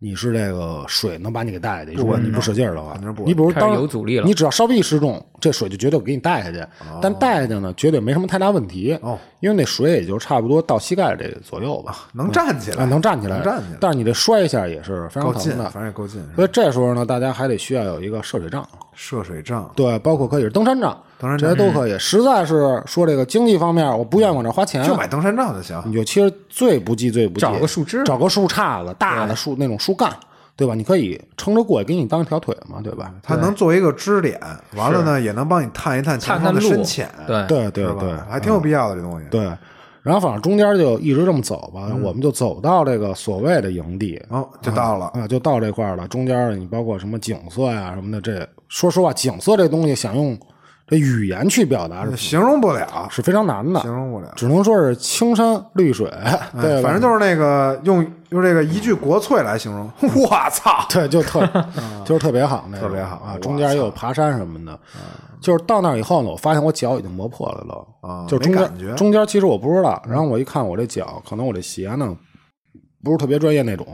[SPEAKER 2] 你是这个水能把你给带下去。如果
[SPEAKER 1] 嗯
[SPEAKER 2] 你不使劲儿的话，你比如
[SPEAKER 3] 开
[SPEAKER 2] 当
[SPEAKER 3] 始有阻力了
[SPEAKER 2] 你只要稍微一失重，这水就绝对给你带下去。但带下去呢，绝对没什么太大问题，
[SPEAKER 1] 哦
[SPEAKER 2] 因为那水也就差不多到膝盖这个左右吧，
[SPEAKER 1] 能站起
[SPEAKER 2] 啊，
[SPEAKER 1] 来，
[SPEAKER 2] 能站起来，
[SPEAKER 1] 能站起来
[SPEAKER 2] 但是你这摔一下也是非常
[SPEAKER 1] 够
[SPEAKER 2] 疼嗯
[SPEAKER 1] 近，
[SPEAKER 2] 的
[SPEAKER 1] 反。正也够近。是吧
[SPEAKER 2] 所以这时候呢，大家还得需要有一个涉水杖。
[SPEAKER 1] 涉水账，
[SPEAKER 2] 对，包括可以是登山杖，
[SPEAKER 1] 登山
[SPEAKER 2] 这些都可以。实在是说这个经济方面，我不愿意往这花钱，
[SPEAKER 1] 就买登山杖就行。
[SPEAKER 2] 你就其实最不济最不济，
[SPEAKER 3] 找个树枝
[SPEAKER 2] 找个树杈子，大的树那种树干，对吧？你可以撑着过，给你当一条腿嘛，对吧？
[SPEAKER 1] 它能做一个支点，完了呢，也能帮你探一探前
[SPEAKER 3] 探
[SPEAKER 1] 方
[SPEAKER 3] 探
[SPEAKER 1] 的
[SPEAKER 3] 路，
[SPEAKER 1] 深浅，
[SPEAKER 3] 对，
[SPEAKER 2] 对对
[SPEAKER 1] 是吧
[SPEAKER 2] 对嗯
[SPEAKER 1] 还挺有必要的这东西。
[SPEAKER 2] 对。然后反正中间就一直这么走吧，
[SPEAKER 3] 嗯
[SPEAKER 2] 我们就走到这个所谓的营地，
[SPEAKER 1] 哦，就到了，
[SPEAKER 2] 啊，就到这块儿了。中间你包括什么景色呀、什么的，这说实话，景色这东西想用这语言去表达
[SPEAKER 3] 嗯
[SPEAKER 2] 是
[SPEAKER 1] 形容不了，
[SPEAKER 2] 嗯是非常难的
[SPEAKER 1] 形，容不了。
[SPEAKER 2] 只能说是青山绿水，
[SPEAKER 3] 嗯
[SPEAKER 2] 对吧，
[SPEAKER 1] 哎反正就是那个用用这个一句国粹来形容， <laughs> 我操！
[SPEAKER 2] <laughs>
[SPEAKER 1] 嗯
[SPEAKER 2] 对，就
[SPEAKER 1] <laughs>
[SPEAKER 2] 特就是特别好那种，
[SPEAKER 1] 特别好
[SPEAKER 2] 啊
[SPEAKER 1] 我！嗯
[SPEAKER 2] 中间也有爬山什么的，就是到那儿以后呢，我发现我脚已经磨破了都，
[SPEAKER 1] 啊
[SPEAKER 2] 就
[SPEAKER 1] 没
[SPEAKER 2] 中
[SPEAKER 1] 感觉
[SPEAKER 2] 间中间其实我不知道，然后我一看我这脚，可能我这鞋呢不是特别专业那种，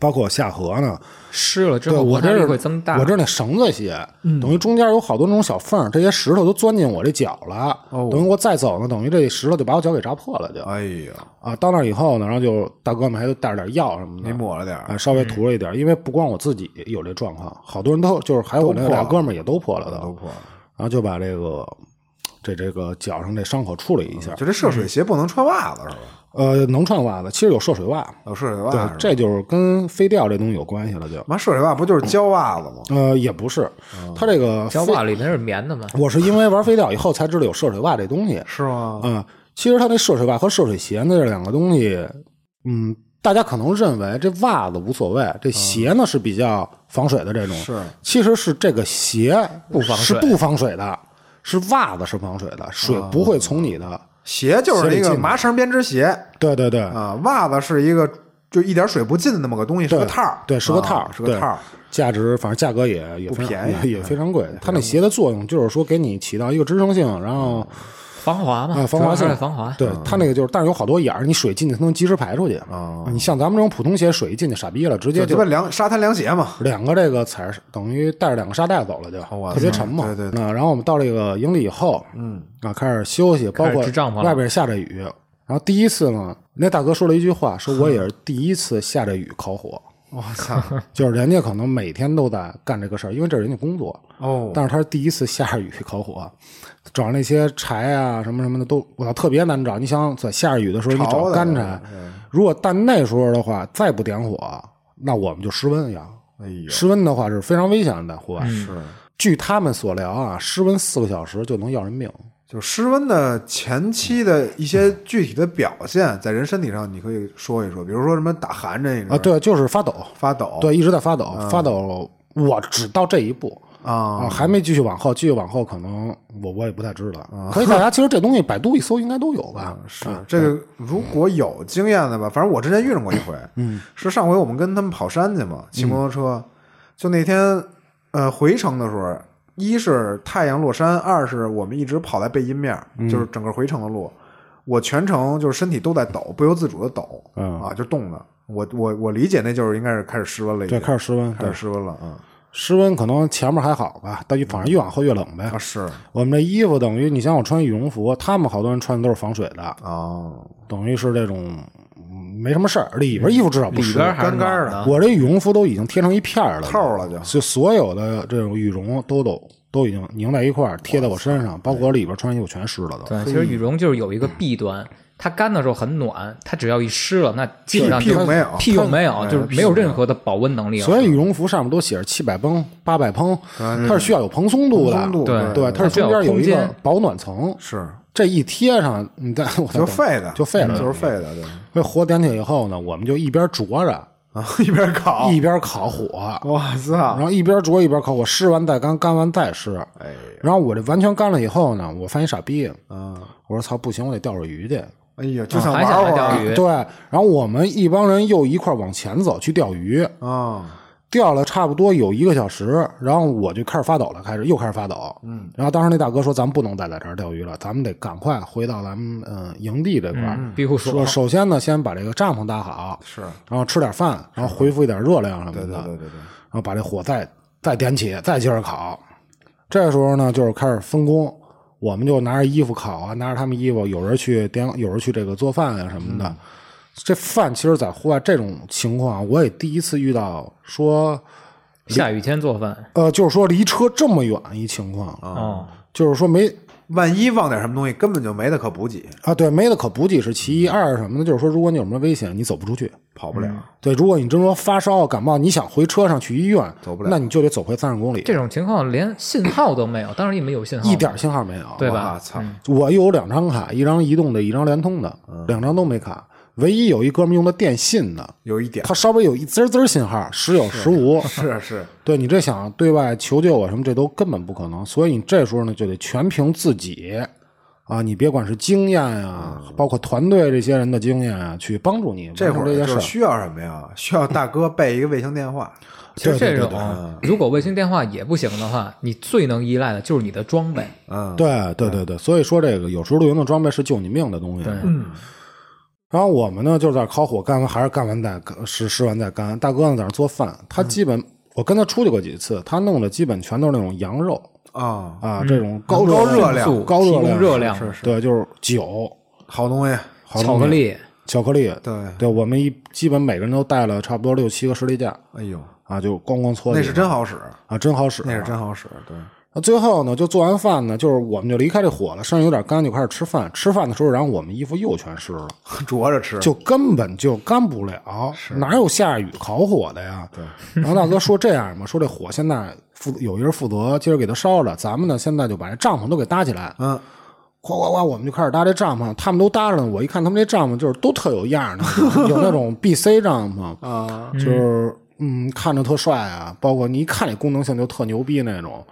[SPEAKER 2] 包括我下河呢，
[SPEAKER 3] 湿了之
[SPEAKER 2] 对
[SPEAKER 3] 后
[SPEAKER 2] 我
[SPEAKER 3] 摩擦
[SPEAKER 2] 这
[SPEAKER 3] 力
[SPEAKER 2] 是
[SPEAKER 3] 会增大。
[SPEAKER 2] 我这那绳子鞋，
[SPEAKER 1] 嗯
[SPEAKER 2] 等于中间有好多那种小缝儿，这些石头都钻进我这脚了，
[SPEAKER 1] 哦
[SPEAKER 2] 等于我再走呢，等于这石头就把我脚给扎破了就，
[SPEAKER 1] 哎呦，
[SPEAKER 2] 啊，到那儿以后呢，然后就大哥们还带着点药什么的，
[SPEAKER 1] 你抹了点儿
[SPEAKER 2] 啊，稍微涂了一点儿，因为不光我自己有这状况，好多人都就是还有我那
[SPEAKER 1] 都破了嗯
[SPEAKER 2] 俩哥们儿也都破了都，
[SPEAKER 1] 都破了。
[SPEAKER 2] 然后就把这个这这个脚上这伤口处理一下，
[SPEAKER 1] 嗯就这涉水鞋不能穿袜子是吧？
[SPEAKER 2] 呃，能穿袜子，其实有涉水袜，
[SPEAKER 1] 有涉水袜
[SPEAKER 2] 对
[SPEAKER 1] 是，吧？
[SPEAKER 2] 这就是跟飞钓这东西有关系了就，
[SPEAKER 1] 妈涉水袜不就是胶袜子吗？
[SPEAKER 2] 呃，也不是，
[SPEAKER 1] 嗯
[SPEAKER 2] 它这个
[SPEAKER 3] 胶
[SPEAKER 2] 飞
[SPEAKER 3] 袜里面是棉的嘛？
[SPEAKER 2] 我是因为玩飞钓以后才知道有涉水袜这东西，
[SPEAKER 1] 是吗？
[SPEAKER 2] 啊，其实它那涉水袜和涉水鞋呢这两个东西，嗯，大家可能认为这袜子无所谓，这鞋呢是比较防水的这种，
[SPEAKER 1] 嗯是，
[SPEAKER 2] 其实是这个鞋
[SPEAKER 3] 不防
[SPEAKER 2] 是
[SPEAKER 3] 水
[SPEAKER 2] 不防水的，是袜子是防水
[SPEAKER 1] 啊
[SPEAKER 2] 的，水不会从你的，
[SPEAKER 1] 鞋就是一个麻绳编织鞋
[SPEAKER 2] 对对对，
[SPEAKER 1] 啊，袜子是一个就一点水不进的那么个东西，是
[SPEAKER 2] 对
[SPEAKER 1] 个套儿，
[SPEAKER 2] 对，是个套
[SPEAKER 1] 啊
[SPEAKER 2] 儿，
[SPEAKER 1] 是个套儿。
[SPEAKER 2] 价值反正价格也也
[SPEAKER 1] 不
[SPEAKER 2] 非常
[SPEAKER 1] 便宜
[SPEAKER 2] 也也非常贵。它那鞋的作用就是说给你起到一个支撑性，然后
[SPEAKER 3] 防滑嘛，
[SPEAKER 2] 啊，防滑
[SPEAKER 3] 主要还
[SPEAKER 2] 性
[SPEAKER 3] 是防滑。
[SPEAKER 2] 对，
[SPEAKER 1] 啊
[SPEAKER 2] 它那个就是，但是有好多眼儿，你水进去它能及时排出去。
[SPEAKER 1] 哦
[SPEAKER 2] 你像咱们这种普通鞋，水一进去傻逼了，直接
[SPEAKER 1] 就鸡
[SPEAKER 2] 就
[SPEAKER 1] 巴凉沙滩凉鞋
[SPEAKER 2] <laughs>
[SPEAKER 1] 嘛，
[SPEAKER 2] 两个这个踩，等于带着两个沙袋走了就，
[SPEAKER 1] 我操
[SPEAKER 2] 特别沉嘛。
[SPEAKER 1] 对对
[SPEAKER 2] 啊，然后我们到这个营地以后，嗯，啊，开始休息，包
[SPEAKER 3] 开
[SPEAKER 2] 括
[SPEAKER 3] 始支帐篷了
[SPEAKER 2] 外边下着雨。然后第一次呢，那大哥说了一句话，说我也是第一次下着雨烤火，
[SPEAKER 1] 我 <laughs> 操！
[SPEAKER 2] 就是人家可能每天都在干这个事儿，因为这是人家工作。
[SPEAKER 1] 哦，
[SPEAKER 2] 但是他是第一次下着雨烤火，找那些柴啊什么什么的都，我操，特别难找。你想想，在下着雨的时候，你
[SPEAKER 1] 潮
[SPEAKER 2] 找
[SPEAKER 1] 的嗯
[SPEAKER 2] 干柴，如果但那时候的话，再不点火，那我们就失温呀。
[SPEAKER 1] 哎呦，
[SPEAKER 2] 失温的话是非常危险的，户外。
[SPEAKER 1] 是
[SPEAKER 2] 据他们所聊啊，失温四个小时就能要人命。
[SPEAKER 1] 就失温的前期的一些具体的表现，在人身体上你可以说一说，比如说什么打寒这个
[SPEAKER 2] 啊，，对，就是发抖，
[SPEAKER 1] 发抖，
[SPEAKER 2] 对，一直在发抖，
[SPEAKER 1] 嗯
[SPEAKER 2] 发抖。我只到这一步
[SPEAKER 1] 啊，
[SPEAKER 2] 啊，还没继续往后，继续往后可能我我也不太知道。
[SPEAKER 1] 嗯 <laughs>
[SPEAKER 2] 可以，大家其实这东西百度一搜应该都有吧？
[SPEAKER 1] 是这
[SPEAKER 2] 哎
[SPEAKER 1] 个，如果有经验的吧，反正我之前遇上过一回，嗯，是上回我们跟他们跑山去嘛，骑摩托车，
[SPEAKER 2] 嗯
[SPEAKER 1] 就那天，呃，回程的时候，一是太阳落山，二是我们一直跑在背阴面，
[SPEAKER 2] 嗯
[SPEAKER 1] 就是整个回程的路，我全程就是身体都在抖，不由自主的抖，
[SPEAKER 2] 嗯
[SPEAKER 1] 啊，就冻的，我我我理解那就是应该是开始失温了已经，
[SPEAKER 2] 对，开始失温，
[SPEAKER 1] 开
[SPEAKER 2] 对
[SPEAKER 1] 始，失温了，嗯
[SPEAKER 2] 湿温可能前面还好吧，但越反正越往后越冷呗
[SPEAKER 1] 啊。是
[SPEAKER 2] 我们这衣服等于你像我穿羽绒服，他们好多人穿的都是防水的，
[SPEAKER 1] 哦，
[SPEAKER 2] 等于是这种嗯没什么事儿，里边衣服至少不
[SPEAKER 3] 里
[SPEAKER 2] 湿。
[SPEAKER 3] 边还是
[SPEAKER 1] 干干儿
[SPEAKER 3] 暖
[SPEAKER 1] 的
[SPEAKER 3] 的，
[SPEAKER 2] 我这羽绒服都已经贴成一片儿了，
[SPEAKER 1] 透儿了就
[SPEAKER 2] 就所有的这种羽绒都都都已经拧在一块儿贴在我身上，包括里边穿衣服全湿了都。
[SPEAKER 3] 对，其实羽绒就是有一个
[SPEAKER 2] 嗯
[SPEAKER 3] 弊端，它干的时候很暖，它只要一湿了，那基本上
[SPEAKER 1] 屁屁用
[SPEAKER 3] 它
[SPEAKER 1] 没有
[SPEAKER 3] 屁用没有，就是没有任何的保温能力了。
[SPEAKER 2] 哎所以羽绒服上面都写着七百绷、八百绷，它是需要有蓬松度的，
[SPEAKER 1] 蓬松度
[SPEAKER 3] 对
[SPEAKER 2] 对，它是中间有一
[SPEAKER 3] 它需要
[SPEAKER 2] 个
[SPEAKER 3] 空间
[SPEAKER 2] 保暖层，
[SPEAKER 1] 是
[SPEAKER 2] 这一贴上，你再我
[SPEAKER 1] 就
[SPEAKER 2] 再等
[SPEAKER 1] 废嗯的，
[SPEAKER 2] 就废了，
[SPEAKER 1] 就是废的，对。
[SPEAKER 2] 这火点起以后呢，我们就一边灼着，
[SPEAKER 1] 啊， <laughs> 一边烤，
[SPEAKER 2] 一边烤火，
[SPEAKER 1] 我操
[SPEAKER 2] 然！后一边灼一边烤火，湿完再干，干完再湿。
[SPEAKER 1] 哎呀，
[SPEAKER 2] 然后我这完全干了以后呢，我发现傻逼，
[SPEAKER 1] 啊，
[SPEAKER 2] 我说操，不行，我得钓会儿鱼去。
[SPEAKER 1] 哎呀，就想
[SPEAKER 3] 还
[SPEAKER 1] 玩
[SPEAKER 3] 想来
[SPEAKER 1] 会
[SPEAKER 3] 钓
[SPEAKER 1] 儿
[SPEAKER 3] 鱼，
[SPEAKER 2] 对，然后我们一帮人又一块儿往前走去钓鱼，
[SPEAKER 1] 啊，
[SPEAKER 2] 钓了差不多有一个小时，然后我就开始发抖了，开始又开始发抖。嗯，然后当时那大哥说，咱们不能再在这儿钓鱼了，咱们得赶快回到咱们嗯、呃营地这块儿。
[SPEAKER 3] 庇护
[SPEAKER 1] 嗯
[SPEAKER 2] 说
[SPEAKER 3] 所
[SPEAKER 2] 首先呢，先把这个帐篷搭好，
[SPEAKER 1] 是，
[SPEAKER 2] 然后吃点饭，然后恢复一点热量什么的。
[SPEAKER 1] 对对对对对，
[SPEAKER 2] 然后把这火再再点起，再接着烤。这时候呢，就是开始分工，我们就拿着衣服烤啊，拿着他们衣服，有人去点，有人去这个做饭啊什么
[SPEAKER 1] 嗯
[SPEAKER 2] 的。啊这饭其实，在户外这种情况，我也第一次遇到说
[SPEAKER 3] 下雨天做饭
[SPEAKER 2] 呃，就是说离车这么远一情况，
[SPEAKER 1] 啊
[SPEAKER 3] 哦，
[SPEAKER 2] 就是说没
[SPEAKER 1] 万一忘点什么东西，根本就没得可补给，
[SPEAKER 2] 啊，对，没得可补给是其
[SPEAKER 1] 嗯
[SPEAKER 2] 一，二是什么呢？就是说，如果你有什么危险，你走不出去。
[SPEAKER 1] 跑不了。
[SPEAKER 2] 对，如果你真说发烧啊感冒，你想回车上去医院，
[SPEAKER 1] 走不了
[SPEAKER 2] 那你就得走回三十公里，
[SPEAKER 3] 这种情况连信号都没有，当然也没有信号，
[SPEAKER 2] 一点信号没有。
[SPEAKER 3] 对
[SPEAKER 1] 我
[SPEAKER 3] 吧？
[SPEAKER 1] 操！
[SPEAKER 2] 我有两张卡，一张移动的，一张联通的，
[SPEAKER 1] 嗯
[SPEAKER 2] 两张都没卡。唯一有一哥们用的电信的，
[SPEAKER 1] 有一
[SPEAKER 2] <laughs>
[SPEAKER 1] 点
[SPEAKER 2] 他稍微有一滋儿滋儿信号，时有时无。
[SPEAKER 1] 是是，
[SPEAKER 2] 对你这想对外求救啊什么，这都根本不可能。所以你这时候呢，就得全凭自己啊，你别管是经验啊，包括团队这些人的经验啊，去帮助你完
[SPEAKER 1] 嗯这
[SPEAKER 2] 成
[SPEAKER 1] 会儿就
[SPEAKER 2] 件
[SPEAKER 1] 是
[SPEAKER 2] 事儿。
[SPEAKER 1] 需要什么呀？ <laughs> 需要大哥备一个卫星电话，
[SPEAKER 3] 其实
[SPEAKER 2] 对
[SPEAKER 3] 这
[SPEAKER 2] 对对啊
[SPEAKER 3] 种如果卫星电话也不行的话，你最能依赖的就是你的装备。
[SPEAKER 1] 嗯，
[SPEAKER 2] 对对对对，所以说这个有时候露营的装备是救你命的东西。啊
[SPEAKER 3] 对，
[SPEAKER 2] 然后我们呢，就是在烤火干完，还是干完再湿湿完再干。大哥呢在那儿做饭，他基本、我跟他出去过几次，他弄的基本全都是那种羊肉
[SPEAKER 1] 啊，
[SPEAKER 2] 啊，这种高
[SPEAKER 1] 高
[SPEAKER 2] 热
[SPEAKER 1] 热量
[SPEAKER 3] 素
[SPEAKER 2] 高
[SPEAKER 3] 提
[SPEAKER 2] 热
[SPEAKER 3] 供
[SPEAKER 2] 量
[SPEAKER 3] 热量，
[SPEAKER 2] 对，就是酒、
[SPEAKER 1] 好东西，
[SPEAKER 2] 好
[SPEAKER 3] 巧
[SPEAKER 2] 东
[SPEAKER 3] 克
[SPEAKER 2] 西、
[SPEAKER 3] 力，
[SPEAKER 2] 巧克力，
[SPEAKER 1] 对，
[SPEAKER 2] 对，我们一基本每个人都带了差不多六七个士力架
[SPEAKER 1] 哎呦，
[SPEAKER 2] 啊，就咣咣搓起来。
[SPEAKER 1] 那是真好使，
[SPEAKER 2] 啊，真好使、
[SPEAKER 1] 那是真好使，对， <laughs>
[SPEAKER 2] 那最后呢，就做完饭呢，就是我们就离开这火了，身上有点干，就开始吃饭。吃饭的时候，然后我们衣服又全湿了，
[SPEAKER 1] 灼着吃，
[SPEAKER 2] 就根本就干不了，哪有下雨烤火的呀？对。 <laughs> 然后大哥说这样吧，说这火现在负有一人负责，今儿给他烧了，咱们呢现在就把这帐篷都给搭起来。
[SPEAKER 1] 嗯，
[SPEAKER 2] 哗哗哗，我们就开始搭这帐篷，他们都搭着呢。我一看他们这帐篷就是都特有样儿呢，有那种 B C 帐篷，
[SPEAKER 1] 啊，
[SPEAKER 2] 就是嗯，看着特帅啊，包括你一看这功能性就特牛逼那种。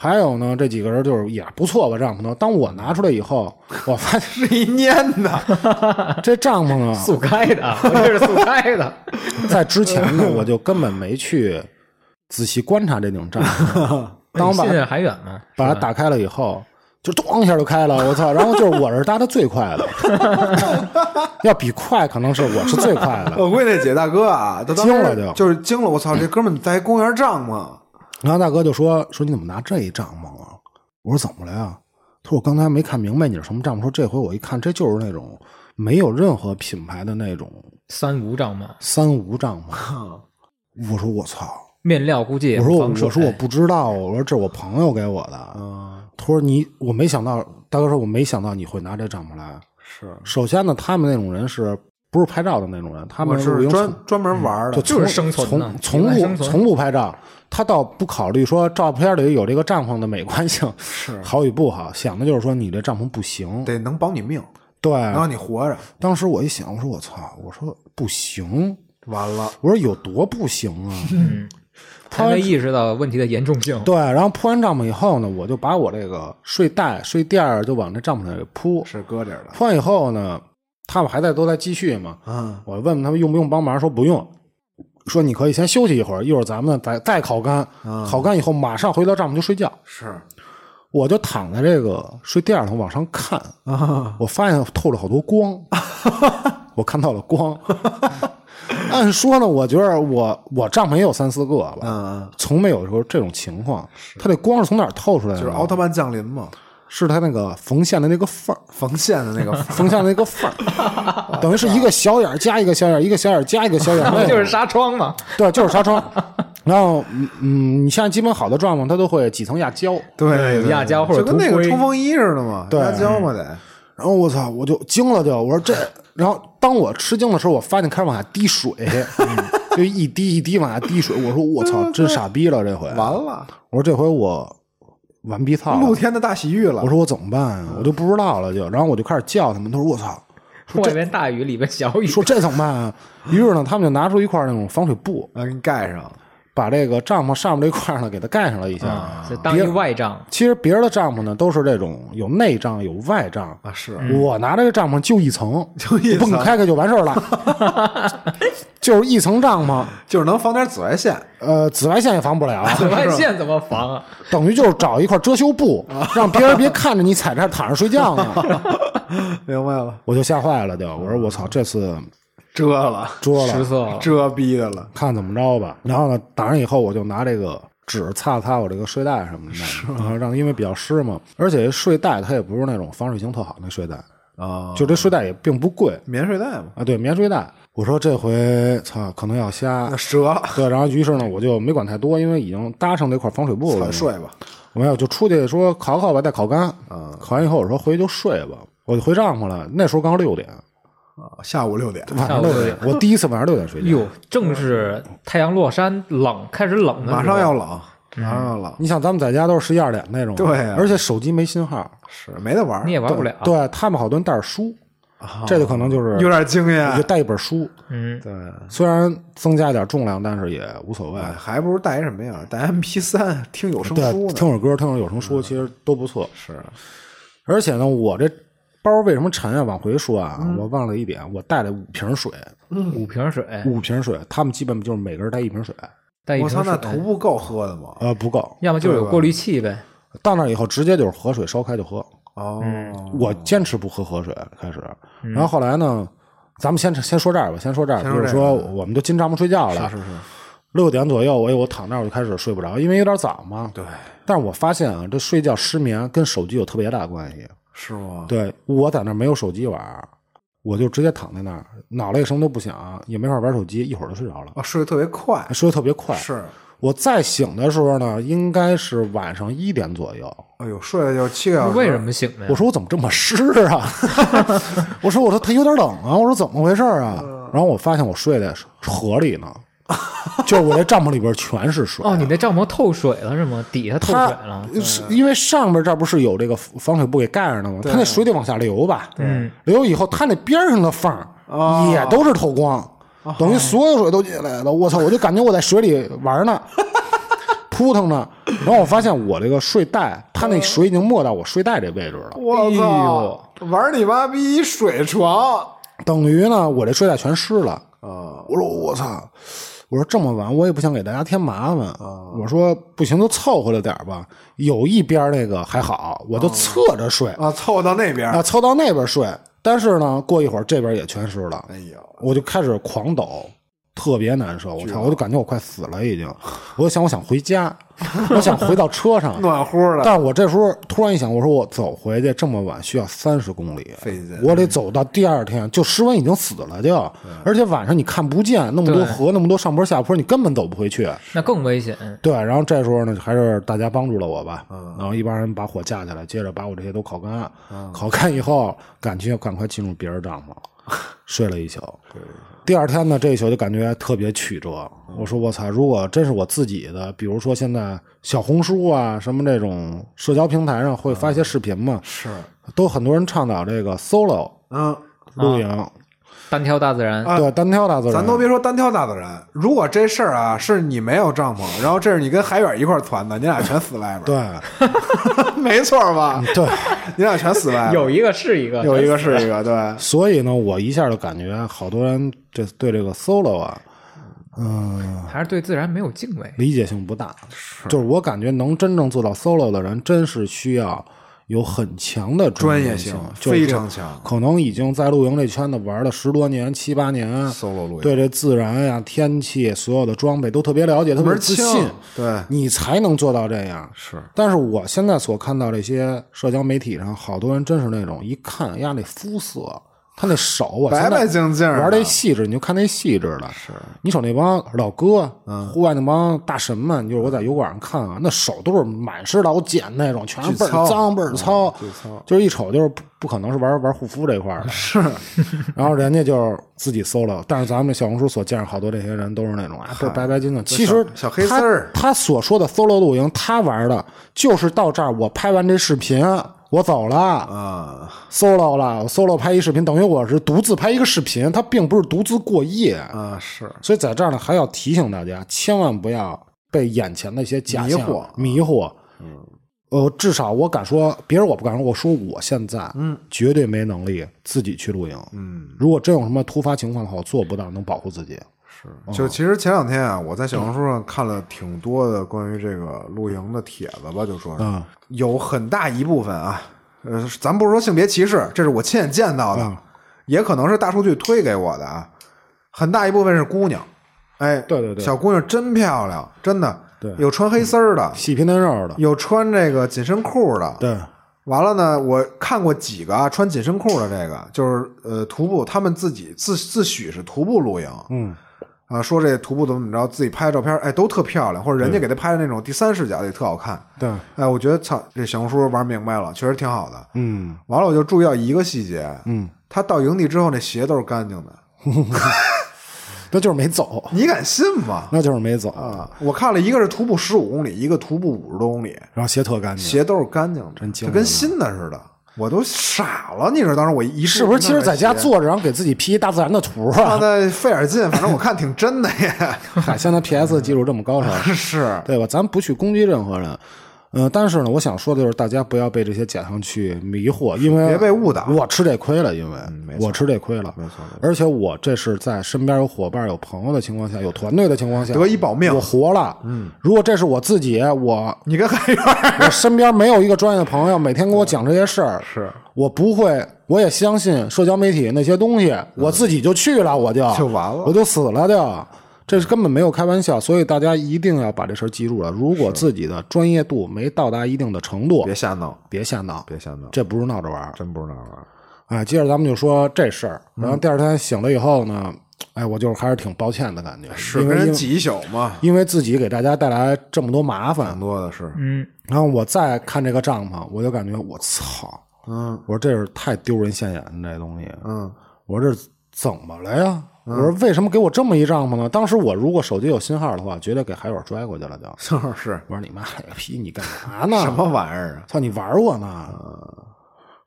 [SPEAKER 2] 还有呢，这几个人就是也不错吧，帐篷头。当我拿出来以后，我发现
[SPEAKER 1] 是 <laughs> 一粘的，
[SPEAKER 2] 这帐篷啊，
[SPEAKER 3] 速开的，我这是速开的。
[SPEAKER 2] 在之前呢，我就根本没去仔细观察这种帐篷。 <laughs> 当我把
[SPEAKER 3] 现在还远吗？
[SPEAKER 2] 把它打开了以后，就咣一下就开了，我操！然后就是我是搭的最快的， <laughs> 要比快可能是我是最快的。
[SPEAKER 1] 我估计那姐大哥啊，都当时
[SPEAKER 2] 惊了就是
[SPEAKER 1] 惊了，我操，这哥们儿在公园帐篷，
[SPEAKER 2] 然后大哥就说：“说你怎么拿这一帐篷啊？”我说：“怎么了呀？”他说：“我刚才没看明白你是什么帐篷。”说：“这回我一看，这就是那种没有任何品牌的那种
[SPEAKER 3] 三无帐篷，
[SPEAKER 2] 三无帐篷。”我说：“我操！”
[SPEAKER 3] 面料估计也
[SPEAKER 2] 我说
[SPEAKER 3] 不
[SPEAKER 2] 我
[SPEAKER 3] 防水。嗯
[SPEAKER 2] 我说我不知道，我说这我朋友给我的。他说你我没想到，大哥说我没想到你会拿这帐篷来。
[SPEAKER 1] 是，
[SPEAKER 2] 首先呢，他们那种人是不是拍照的那种人？他
[SPEAKER 1] 我
[SPEAKER 2] 们
[SPEAKER 1] 是
[SPEAKER 2] 用
[SPEAKER 1] 专专门玩的，
[SPEAKER 3] 就是生存
[SPEAKER 2] 从
[SPEAKER 3] 呢
[SPEAKER 2] 从
[SPEAKER 3] 野外
[SPEAKER 2] 不
[SPEAKER 3] 生存
[SPEAKER 2] 从不拍照，他倒不考虑说照片里有这个帐篷的美观
[SPEAKER 3] <laughs>
[SPEAKER 2] 性好与不好，想的就是说你这帐篷不行。
[SPEAKER 1] 得能保你命，
[SPEAKER 2] 对，
[SPEAKER 1] 能让你活着，
[SPEAKER 2] 当时我一想，我说我操，我说不行，
[SPEAKER 1] 完了，
[SPEAKER 2] 我说有多不行啊？
[SPEAKER 3] 还没意识到问题的严重性。
[SPEAKER 2] 对，然后铺完帐篷以后呢，我就把我这个睡袋、睡垫儿就往这帐篷上给铺。
[SPEAKER 1] 是搁这儿的，
[SPEAKER 2] 铺完以后呢，他们还在都在继续嘛。
[SPEAKER 1] 嗯，
[SPEAKER 2] 我问问他们用不用帮忙，说不用，说你可以先休息一会儿，一会儿咱们再再烤干，
[SPEAKER 1] 啊
[SPEAKER 2] 烤干以后马上回到帐篷就睡觉。
[SPEAKER 1] 是
[SPEAKER 2] 我就躺在这个睡垫上往上看，
[SPEAKER 1] 啊，
[SPEAKER 2] 我发现透着好
[SPEAKER 1] <laughs>
[SPEAKER 2] 多光，我看到了光。按说呢，我觉得我我帐篷也有三四个吧，
[SPEAKER 1] 嗯，
[SPEAKER 2] 从没有说这种情况。它这光是从哪儿透出来的
[SPEAKER 1] 就
[SPEAKER 2] 呢？
[SPEAKER 1] 是奥特曼降临嘛，
[SPEAKER 2] 是它那个缝线的那个缝儿， <laughs>
[SPEAKER 1] 缝线的那 <laughs> 个缝，
[SPEAKER 2] 缝线的那个缝儿， <laughs> 等于是一个小眼儿加一个小眼儿，一个小眼儿加一个小眼 <laughs> 儿，那种
[SPEAKER 3] <laughs> 就是纱窗嘛，
[SPEAKER 2] 对，就是纱窗。然后，嗯嗯，你像基本好的帐篷，它都会几层压胶。
[SPEAKER 1] 对，
[SPEAKER 3] 有
[SPEAKER 1] 对
[SPEAKER 3] 亚胶或者
[SPEAKER 1] 就跟那
[SPEAKER 3] 涂
[SPEAKER 1] 个
[SPEAKER 3] 灰
[SPEAKER 1] 冲锋衣似的嘛，
[SPEAKER 2] 对
[SPEAKER 1] 压胶嘛得，
[SPEAKER 2] 然后我操，我就惊了就，我说这。然后当我吃惊的时候，我发现开始往下滴水， <laughs> 就一滴一滴往下滴水。我说我操，真傻逼了这回。
[SPEAKER 1] 完了，
[SPEAKER 2] 我说这回我完逼操
[SPEAKER 1] 露
[SPEAKER 2] 了。
[SPEAKER 1] 天的大洗浴了
[SPEAKER 2] 我，说我怎么办啊？我就不知道了就。然后我就开始叫他们，他说我操，
[SPEAKER 3] 外边大雨，里边小雨，
[SPEAKER 2] 说这怎么办啊？于是呢，他们就拿出一块那种防水布，
[SPEAKER 1] 啊，给你盖上，
[SPEAKER 2] 把这个帐篷上面这块呢给它盖上了一下。
[SPEAKER 1] 啊
[SPEAKER 3] 这当一外帐，
[SPEAKER 2] 其实别人的帐篷呢都是这种有内帐有外帐
[SPEAKER 1] 啊是
[SPEAKER 2] 我拿这个帐篷就一层，
[SPEAKER 1] <laughs> 就一层
[SPEAKER 2] 蹦开开就完事儿了，
[SPEAKER 1] <laughs>
[SPEAKER 2] 就是一层帐篷，
[SPEAKER 1] 就是能防点紫外线，
[SPEAKER 2] 呃，紫外线也防不了，
[SPEAKER 3] 紫 <laughs> 外线怎么防啊？
[SPEAKER 2] 等于就是找一块遮羞布，让别人别看着你踩这儿躺着睡
[SPEAKER 1] <laughs>
[SPEAKER 2] 觉呢。
[SPEAKER 1] 明白了，
[SPEAKER 2] 我就吓坏了，就我说我操，这次
[SPEAKER 1] 遮了，
[SPEAKER 2] 遮
[SPEAKER 3] 失
[SPEAKER 2] 了，
[SPEAKER 3] 色了，
[SPEAKER 1] 遮逼的了，
[SPEAKER 2] 看怎么着吧。然后呢，打上以后我就拿这个。纸擦擦我这个睡袋什么的，然后让因为比较湿嘛，而且睡袋它也不是那种防水性特好那睡袋，
[SPEAKER 1] 啊，
[SPEAKER 2] 就这睡袋也并不贵
[SPEAKER 1] 棉睡袋嘛，
[SPEAKER 2] 啊，对，棉睡袋。我说这回操可能要瞎
[SPEAKER 1] 那，折了，
[SPEAKER 2] 对，然后于是呢我就没管太多，因为已经搭上这块防水布了
[SPEAKER 1] 咱
[SPEAKER 2] 嘛，
[SPEAKER 1] 睡吧。
[SPEAKER 2] 没有，就出去说烤烤吧，再烤干。
[SPEAKER 1] 啊
[SPEAKER 2] 烤完以后我说回去就睡吧，我就回帐篷了。那时候刚六点，
[SPEAKER 1] 啊下午六点，
[SPEAKER 2] 晚上六点，我第一次晚上六点睡觉。
[SPEAKER 3] 哟，正是太阳落山，冷开始冷的时候
[SPEAKER 1] 马上要冷，马上要冷，
[SPEAKER 2] 你想咱们在家都是十一二点那种，
[SPEAKER 1] 对啊
[SPEAKER 2] 而且手机没信号，
[SPEAKER 1] 是没得玩儿
[SPEAKER 3] 你，也玩不了。
[SPEAKER 2] 呃对他们好多人带着书，这就可能就是
[SPEAKER 1] 啊有点经
[SPEAKER 2] 我就
[SPEAKER 1] 验，
[SPEAKER 2] 带一本书，
[SPEAKER 3] 嗯，
[SPEAKER 1] 对，
[SPEAKER 2] 虽然增加一点重量，但是也无所谓。
[SPEAKER 1] 哎还不如带一什么呀？带 MP 三 <laughs> 听有声
[SPEAKER 2] 对啊
[SPEAKER 1] 书，呢，
[SPEAKER 2] 听会儿歌，听会儿有声书，其实都不错。是，而且呢，我这包为什么沉啊？往回说啊，
[SPEAKER 1] 嗯
[SPEAKER 2] 我忘了一点，我带了五瓶水，
[SPEAKER 3] 五瓶水，
[SPEAKER 1] 嗯
[SPEAKER 2] 五瓶水，他们基本就是每个人带一瓶水，
[SPEAKER 3] 带一
[SPEAKER 1] 我
[SPEAKER 3] 瓶
[SPEAKER 1] 操，
[SPEAKER 3] 水
[SPEAKER 1] 那，徒步够喝的吗？
[SPEAKER 2] 呃，不够。
[SPEAKER 3] 要么就是有过滤器呗。
[SPEAKER 2] 到那以后，直接就是河水烧开就喝。
[SPEAKER 1] 哦，
[SPEAKER 2] 我坚持不喝河水开始，然后后来呢，咱们先先说这儿吧，先说这儿，
[SPEAKER 1] 嗯先说这
[SPEAKER 2] 就
[SPEAKER 1] 个
[SPEAKER 2] 是说我们都进帐篷睡觉了，
[SPEAKER 1] 是是是，
[SPEAKER 2] 六点左右，哎我我躺那儿我就开始睡不着，因为有点早嘛。
[SPEAKER 1] 对，
[SPEAKER 2] 但是我发现啊，这睡觉失眠跟手机有特别大的关系。
[SPEAKER 1] 是吗？
[SPEAKER 2] 对，我在那儿没有手机玩儿，我就直接躺在那儿，脑袋也什么都不想，也没法玩手机，一会儿就睡着了，
[SPEAKER 1] 啊，睡得特别快，
[SPEAKER 2] 睡得特别快。
[SPEAKER 1] 是，
[SPEAKER 2] 我再醒的时候呢，应该是晚上一点左右。
[SPEAKER 1] 哎呦，睡了就七个小时，
[SPEAKER 3] 为什？么醒的
[SPEAKER 1] 啊
[SPEAKER 3] 呀？
[SPEAKER 2] 我说我怎么这么湿啊？ <laughs> 我说我说它有点冷啊，我说怎么回事儿啊？
[SPEAKER 1] 嗯
[SPEAKER 2] 然后我发现我睡在河里
[SPEAKER 1] <laughs>
[SPEAKER 2] 呢，就是我这帐篷里边全是水。
[SPEAKER 3] 哦，你那帐篷透水了是吗？底下透水
[SPEAKER 2] 它呃
[SPEAKER 3] 了。
[SPEAKER 2] 是因为上面这儿不是有这个防水布给盖着呢吗？它那水得往下流吧，
[SPEAKER 3] 嗯，
[SPEAKER 2] 流以后它那边上的缝儿
[SPEAKER 1] 哦
[SPEAKER 2] 也都是透光，等于
[SPEAKER 1] 哎
[SPEAKER 2] 所有水都进来了。我操，我就感觉我在水里
[SPEAKER 1] <laughs>
[SPEAKER 2] 玩呢，扑腾呢。然后我发现我这个睡袋，它那水已经没到我睡袋这位置了，
[SPEAKER 1] 我
[SPEAKER 3] 哎
[SPEAKER 1] 操！玩你妈逼一水床
[SPEAKER 2] 等于呢我这睡袋全湿了。
[SPEAKER 1] 啊！
[SPEAKER 2] 我说我操，我说这么晚我也不想给大家添麻烦，我说不行就凑合着点儿吧。有一边儿那个还好，我就侧着睡
[SPEAKER 1] 啊，凑到那边儿，
[SPEAKER 2] 啊，凑到那边睡。但是呢，过一会儿这边也全湿了，
[SPEAKER 1] 哎呦，
[SPEAKER 2] 我就开始狂抖，特别难受。我操，我就感觉我快死了已经。我就想，我想回家，我想回到车上。
[SPEAKER 1] 暖乎的，
[SPEAKER 2] 但是我这时候突然一想，我说我走回去这么晚需要三十公里，
[SPEAKER 1] 费劲嗯
[SPEAKER 2] 我得走到第二天，就湿温已经死了就，而且晚上你看不见那么多
[SPEAKER 3] 对
[SPEAKER 2] 河，那么多上坡下坡，你根本走不回去。
[SPEAKER 3] 那更危险。
[SPEAKER 2] 对，然后这时候呢，还是大家帮助了我吧，
[SPEAKER 1] 嗯
[SPEAKER 2] 然后一帮人把火架起来，接着把我这些都烤干，烤干以后，赶去赶快进入别人帐
[SPEAKER 1] <laughs>
[SPEAKER 2] 篷，睡了一宿。第二天呢，这一宿就感觉特别曲折。
[SPEAKER 1] 嗯
[SPEAKER 2] 我说我操，如果真是我自己的，比如说现在小红书啊，什么这种社交平台上会发一
[SPEAKER 1] 嗯
[SPEAKER 2] 些视频嘛，
[SPEAKER 1] 是，
[SPEAKER 2] 都很多人倡导这个 solo
[SPEAKER 1] 嗯，
[SPEAKER 2] 露营，
[SPEAKER 3] 单挑大自然，
[SPEAKER 2] 对，单挑大自然
[SPEAKER 1] 啊咱。都别说单挑大自然，如果这事儿啊是你没有帐篷，然后这是你跟海远一块儿团的，你俩全死外边儿，
[SPEAKER 2] 对
[SPEAKER 1] <laughs> 没错吧？
[SPEAKER 2] 对，
[SPEAKER 1] 你俩全死外边儿，
[SPEAKER 3] 有一个是一个，
[SPEAKER 1] 有一个是一个，对，
[SPEAKER 2] 所以呢，我一下就感觉好多人这对这个 solo 啊，嗯，
[SPEAKER 3] 还是对自然没有敬畏。
[SPEAKER 2] 理解性不大。就是我感觉能真正做到 solo 的人，真是需要有很强的
[SPEAKER 1] 专业
[SPEAKER 2] 性
[SPEAKER 1] 性，
[SPEAKER 2] 嗯就是
[SPEAKER 1] 非常强
[SPEAKER 2] 可能已经在露营这圈子玩了十多年、七八年
[SPEAKER 1] ，solo 露营，
[SPEAKER 2] 对这自然呀、天气、所有的装备都特别了解，特别
[SPEAKER 1] 门儿
[SPEAKER 2] 自
[SPEAKER 1] 清
[SPEAKER 2] 信，
[SPEAKER 1] 对，
[SPEAKER 2] 你才能做到这样。
[SPEAKER 1] 是，
[SPEAKER 2] 但是我现在所看到这些社交媒体上，好多人真是那种一看呀，那肤色，他那手啊，
[SPEAKER 1] 白白净净的
[SPEAKER 2] 玩那细致，你就看那细致的。是你瞅那帮老哥，
[SPEAKER 1] 嗯
[SPEAKER 2] 户外那帮大神们，就是我在油管上看啊，那手都是满是老茧那种，全是倍
[SPEAKER 1] 巨糙
[SPEAKER 2] 儿脏，倍儿糙，
[SPEAKER 1] 糙
[SPEAKER 2] 就是一瞅就是不不可能是玩玩护肤这
[SPEAKER 1] <laughs>
[SPEAKER 2] 块儿的。是， <laughs> 然后人家就是自己搜了，但是咱们小红书所见着好多这些人都是那种啊，倍儿白白净净。其实
[SPEAKER 1] 小黑丝儿
[SPEAKER 2] 他他所说的 solo 露营，他玩的就是到这儿，我拍完这视频。我走了
[SPEAKER 1] 啊，
[SPEAKER 2] ，solo 了，我 solo 拍一视频，等于我是独自拍一个视频，他并不是独自过夜。
[SPEAKER 1] 啊是，
[SPEAKER 2] 所以在这儿呢，还要提醒大家，千万不要被眼前的一些假象
[SPEAKER 1] 迷惑
[SPEAKER 2] 迷惑。呃，至少我敢说，别人我不敢说，我说我现在，嗯，绝对没能力自己去露营。嗯，如果真有什么突发情况的话，我做不到能保护自己。嗯
[SPEAKER 1] 就其实前两天啊，我在小红书上看了挺多的关于这个露营的帖子吧，就说是、
[SPEAKER 2] 嗯
[SPEAKER 1] 有很大一部分啊，呃，咱不是说性别歧视，这是我亲眼见到的，
[SPEAKER 2] 嗯
[SPEAKER 1] 也可能是大数据推给我的啊，很大一部分是姑娘，哎，
[SPEAKER 2] 对对对
[SPEAKER 1] 小姑娘真漂亮，真的，
[SPEAKER 2] 对
[SPEAKER 1] 有穿黑丝儿的，
[SPEAKER 2] 细皮嫩肉的，
[SPEAKER 1] 有穿这个紧身裤的，
[SPEAKER 2] 对，
[SPEAKER 1] 完了呢，我看过几个啊，穿紧身裤的这个，就是呃徒步，他们自己自自诩是徒步露营，
[SPEAKER 2] 嗯
[SPEAKER 1] 啊，说这徒步怎么怎么着，自己拍照片，哎，都特漂亮，或者人家给他拍的那种第三视角也特好看，
[SPEAKER 2] 对，
[SPEAKER 1] 哎，我觉得操，这小红书玩明白了，确实挺好的。
[SPEAKER 2] 嗯
[SPEAKER 1] 完了，我就注意到一个细节，
[SPEAKER 2] 嗯，
[SPEAKER 1] 他到营地之后，那鞋都是干净的，
[SPEAKER 2] 那就是没走，
[SPEAKER 1] 你敢信吗？
[SPEAKER 2] 那就是没走，
[SPEAKER 1] 啊，我看了一个是徒步十五公里，一个徒步五十多公里，
[SPEAKER 2] 然后鞋特干净。
[SPEAKER 1] 鞋都是干净的，
[SPEAKER 2] 真惊
[SPEAKER 1] 它跟新的似的，我都傻了。你知道当时我一
[SPEAKER 2] 是不是？其实在家坐着，然后给自己 P 一大自然的图
[SPEAKER 1] 放
[SPEAKER 2] 啊！
[SPEAKER 1] 在费点劲，反正我看挺真的耶。
[SPEAKER 2] 嗨，现在 PS 技术这么高 <laughs> 超，
[SPEAKER 1] <laughs> 是，
[SPEAKER 2] 对吧？咱不去攻击任何人，呃，但是呢，我想说的就是，大家不要被这些假象去迷惑，因 <laughs> 为
[SPEAKER 1] 别被误导
[SPEAKER 2] 我吃这亏了，因为、我吃这亏嗯了，没错。而且我这是在身边有伙伴、有朋友的情况下，有团队的情况下，
[SPEAKER 1] 得以保命
[SPEAKER 2] 我活了。嗯，如果这是我自己，我
[SPEAKER 1] 你跟海源
[SPEAKER 2] <laughs> 我身边没有一个专业的朋友每天跟我讲这些
[SPEAKER 1] <laughs>
[SPEAKER 2] 事儿，是我不会，我也相信社交媒体那些东西，我自己就去了，我就
[SPEAKER 1] 嗯就完了
[SPEAKER 2] 我就死了就。这是根本没有开玩笑，所以大家一定要把这事儿记住了。如果自己的专业度没到达一定的程度，
[SPEAKER 1] 别瞎弄，
[SPEAKER 2] 别瞎闹，
[SPEAKER 1] 别瞎弄，
[SPEAKER 2] 这不是闹着玩儿。
[SPEAKER 1] 真不知道啊。
[SPEAKER 2] 哎，接着咱们就说这事儿。
[SPEAKER 1] 嗯
[SPEAKER 2] 然后第二天醒了以后呢，哎，我就是还是挺抱歉的感觉，
[SPEAKER 1] 是
[SPEAKER 2] 因
[SPEAKER 1] 跟
[SPEAKER 2] 为
[SPEAKER 1] 人
[SPEAKER 2] 因为
[SPEAKER 1] 挤一宿嘛，
[SPEAKER 2] 因为自己给大家带来这么多麻烦
[SPEAKER 1] 很，多的是，
[SPEAKER 3] 嗯，
[SPEAKER 2] 然后我再看这个帐篷，我就感觉我操，
[SPEAKER 1] 嗯
[SPEAKER 2] 我说这是太丢人现眼了，这东西。
[SPEAKER 1] 嗯，
[SPEAKER 2] 我说这怎么了呀？我说为什么给我这么一帐篷呢？当时我如果手机有信号的话，绝对给海友拽过去了就。 <laughs>
[SPEAKER 1] 就是
[SPEAKER 2] 我说你妈了个屁，你干嘛呢？
[SPEAKER 1] 什么玩意 <laughs> 儿啊？
[SPEAKER 2] 操你玩我呢？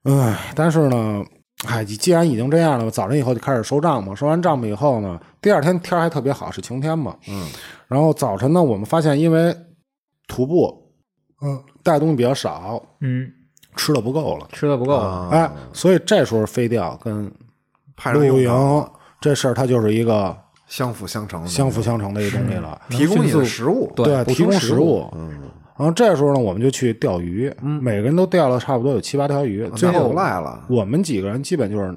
[SPEAKER 2] 唉，但是呢，哎，既然已经这样了，早晨以后就开始收帐篷。收完帐篷以后呢，第二天天儿还特别好，是晴天嘛。嗯。然后早晨呢，我们发现因为徒步，嗯，带东西比较少，
[SPEAKER 3] 嗯，
[SPEAKER 2] 吃的不够了。
[SPEAKER 3] 吃的
[SPEAKER 1] 哦
[SPEAKER 3] 不够，
[SPEAKER 1] 啊
[SPEAKER 2] 哎，所以这时候飞钓跟
[SPEAKER 1] 派上
[SPEAKER 2] 露
[SPEAKER 1] 用场，
[SPEAKER 2] 营这事儿，它就是一个
[SPEAKER 1] 相辅相成的，
[SPEAKER 2] 相辅相成的一东西了。
[SPEAKER 1] 提供你的食物，嗯
[SPEAKER 3] 对
[SPEAKER 2] 对，嗯
[SPEAKER 3] 补
[SPEAKER 2] 提
[SPEAKER 3] 充
[SPEAKER 2] 供
[SPEAKER 3] 食
[SPEAKER 2] 食物。然后这时候呢，我们就去钓鱼，每个人都钓了差不多有七八条鱼。最
[SPEAKER 1] 最
[SPEAKER 2] 后
[SPEAKER 1] 后赖了，
[SPEAKER 2] 我们几个人基本就是，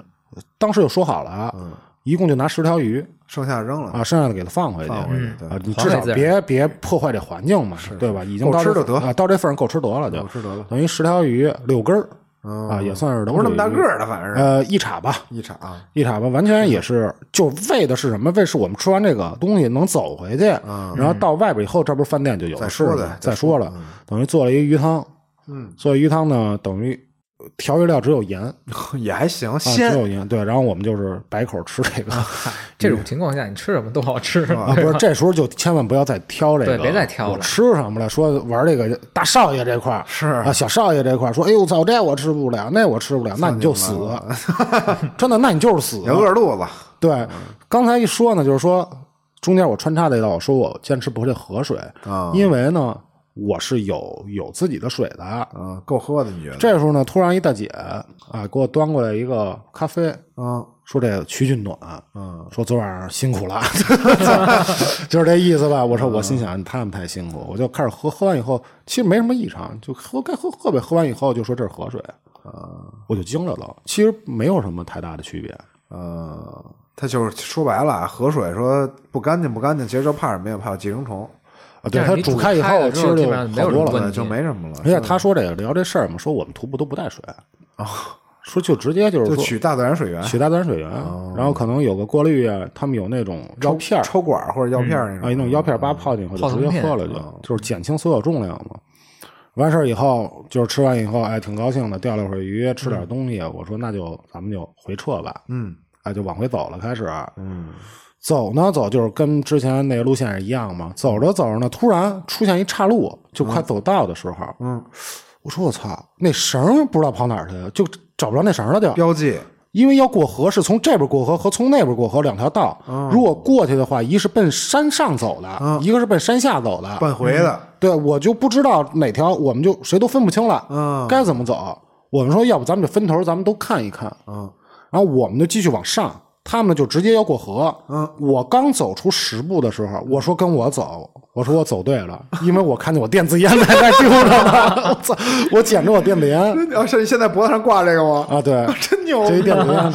[SPEAKER 2] 当时就说好了啊，
[SPEAKER 1] 嗯
[SPEAKER 2] 一共就拿十条鱼
[SPEAKER 1] 剩下扔了，
[SPEAKER 2] 啊，剩下的给它放回去。
[SPEAKER 1] 嗯放回去对
[SPEAKER 2] 啊，你
[SPEAKER 3] 还
[SPEAKER 2] 至少
[SPEAKER 3] 给自
[SPEAKER 2] 别
[SPEAKER 3] 然
[SPEAKER 2] 别破坏这环境嘛，对吧？已经到
[SPEAKER 1] 够吃
[SPEAKER 2] 这
[SPEAKER 1] 就得
[SPEAKER 2] 啊，到这份上够吃得了，就
[SPEAKER 1] 够吃得了，
[SPEAKER 2] 等于十条鱼六根儿啊，也算是
[SPEAKER 1] 嗯不是那么大个
[SPEAKER 2] 儿，
[SPEAKER 1] 儿的，反正是
[SPEAKER 2] 呃，一叉吧，
[SPEAKER 1] 一铲啊， <laughs>
[SPEAKER 2] 一塔吧，完全也是，就是为的是什么？为是我们吃完这个东西能走回去，然后到外边以后，这不是饭店就有
[SPEAKER 1] 啊再
[SPEAKER 2] 了是
[SPEAKER 1] 说
[SPEAKER 2] 了
[SPEAKER 1] 呗
[SPEAKER 2] 再说了，等于做了一鱼汤，
[SPEAKER 1] 嗯，
[SPEAKER 2] 做了鱼汤呢，等于调味料只有盐，啊，
[SPEAKER 1] 也还行，
[SPEAKER 2] 只
[SPEAKER 1] 鲜
[SPEAKER 2] 有盐，对，然后我们就是白口吃这个，
[SPEAKER 3] 啊这种情况下你吃什么都好吃，
[SPEAKER 2] <laughs> 啊，不是，这时候就千万不要再挑这个，
[SPEAKER 3] 对别再挑了
[SPEAKER 2] 我吃什么了？说玩这个大少爷这块儿
[SPEAKER 1] 是
[SPEAKER 2] 啊，小少爷这块儿说，哎呦操，这我吃不了，那我吃不了，那你就死， <laughs> 真的，那你就是死，
[SPEAKER 1] 也饿肚子，
[SPEAKER 2] 对，刚才一说呢，就是说中间我穿插了一道，我说我坚持不喝这河水，
[SPEAKER 1] 啊
[SPEAKER 2] 因为呢我是有有自己的水的。
[SPEAKER 1] 嗯，够喝的，你觉得？
[SPEAKER 2] 这时候呢，突然一大姐啊给我端过来一个咖啡，
[SPEAKER 1] 嗯
[SPEAKER 2] 说这个曲俊暖，
[SPEAKER 1] 嗯，
[SPEAKER 2] 说昨晚上辛苦了， <laughs> 就是这意思吧。我说我心
[SPEAKER 1] 嗯
[SPEAKER 2] 想他们太辛苦，我就开始喝，喝完以后其实没什么异常，就喝该喝喝呗。喝完以后就说这是河水，
[SPEAKER 1] 啊
[SPEAKER 2] 我就惊着了。其实没有什么太大的区别，
[SPEAKER 1] 呃，他就是说白了，啊河水说不干净不干净，其实就怕什么呀？怕有寄生虫，
[SPEAKER 2] 啊，对
[SPEAKER 3] 但是
[SPEAKER 2] 它
[SPEAKER 3] 你
[SPEAKER 2] 煮
[SPEAKER 3] 煮
[SPEAKER 2] 开以
[SPEAKER 3] 开
[SPEAKER 2] 后
[SPEAKER 3] 了
[SPEAKER 2] 其
[SPEAKER 3] 之
[SPEAKER 2] 实
[SPEAKER 3] 后
[SPEAKER 2] 就
[SPEAKER 3] 基本
[SPEAKER 2] 好
[SPEAKER 3] 上没有
[SPEAKER 2] 多
[SPEAKER 3] 人
[SPEAKER 2] 了
[SPEAKER 3] 问。
[SPEAKER 1] 对，
[SPEAKER 3] 你
[SPEAKER 1] 就没什么了
[SPEAKER 2] 而。且哎他说这个聊这事儿嘛，说我们徒步都不带水啊，说就直接就是
[SPEAKER 1] 哦就
[SPEAKER 2] 说
[SPEAKER 1] 取大自然水源，
[SPEAKER 2] 取大自然水源，然后可能有个过滤啊，他们有那种药片儿
[SPEAKER 1] 抽管儿或者药片儿那
[SPEAKER 2] 啊，
[SPEAKER 1] 种，
[SPEAKER 2] 一弄药片儿叭泡进去就
[SPEAKER 3] 泡
[SPEAKER 2] 直
[SPEAKER 3] 腾
[SPEAKER 2] 接
[SPEAKER 3] 片
[SPEAKER 2] 喝了就，就是减轻所有重量嘛。完事儿以后，就是吃完以后，哎，挺高兴的，钓了会儿鱼，吃点东西。我说那就咱们就回撤吧，
[SPEAKER 1] 嗯
[SPEAKER 2] 哎，就往回走了，开始。啊
[SPEAKER 1] 嗯，
[SPEAKER 2] 走呢走就是跟之前那个路线是一样嘛，走着走着呢，突然出现一岔路，就快走到的时候，
[SPEAKER 1] 嗯，
[SPEAKER 2] 我说我操，那绳儿不知道跑哪儿去了，就找不着那绳儿了就，
[SPEAKER 1] 标记
[SPEAKER 2] 因为要过河是从这边过河和从那边过河两条道，
[SPEAKER 1] 嗯
[SPEAKER 2] 如果过去的话，一是奔山上走的，一个是奔山下走的，
[SPEAKER 1] 奔回的，
[SPEAKER 2] 对我就不知道哪条，我们就谁都分不清了，
[SPEAKER 1] 嗯
[SPEAKER 2] 该怎么走？我们说要不咱们就分头，咱们都看一看，
[SPEAKER 1] 嗯
[SPEAKER 2] 然后我们就继续往上，他们呢就直接要过河。
[SPEAKER 1] 嗯，
[SPEAKER 2] 我刚走出十步的时候，我说跟我走，我说我走对了，因为我看见我电子烟在那丢着呢，我操，我捡着我电子烟
[SPEAKER 1] <laughs> 啊，是你现在脖子上挂这个吗？
[SPEAKER 2] 嗯啊，对，
[SPEAKER 1] 真牛
[SPEAKER 2] 就一
[SPEAKER 1] 逼
[SPEAKER 2] 电！子烟，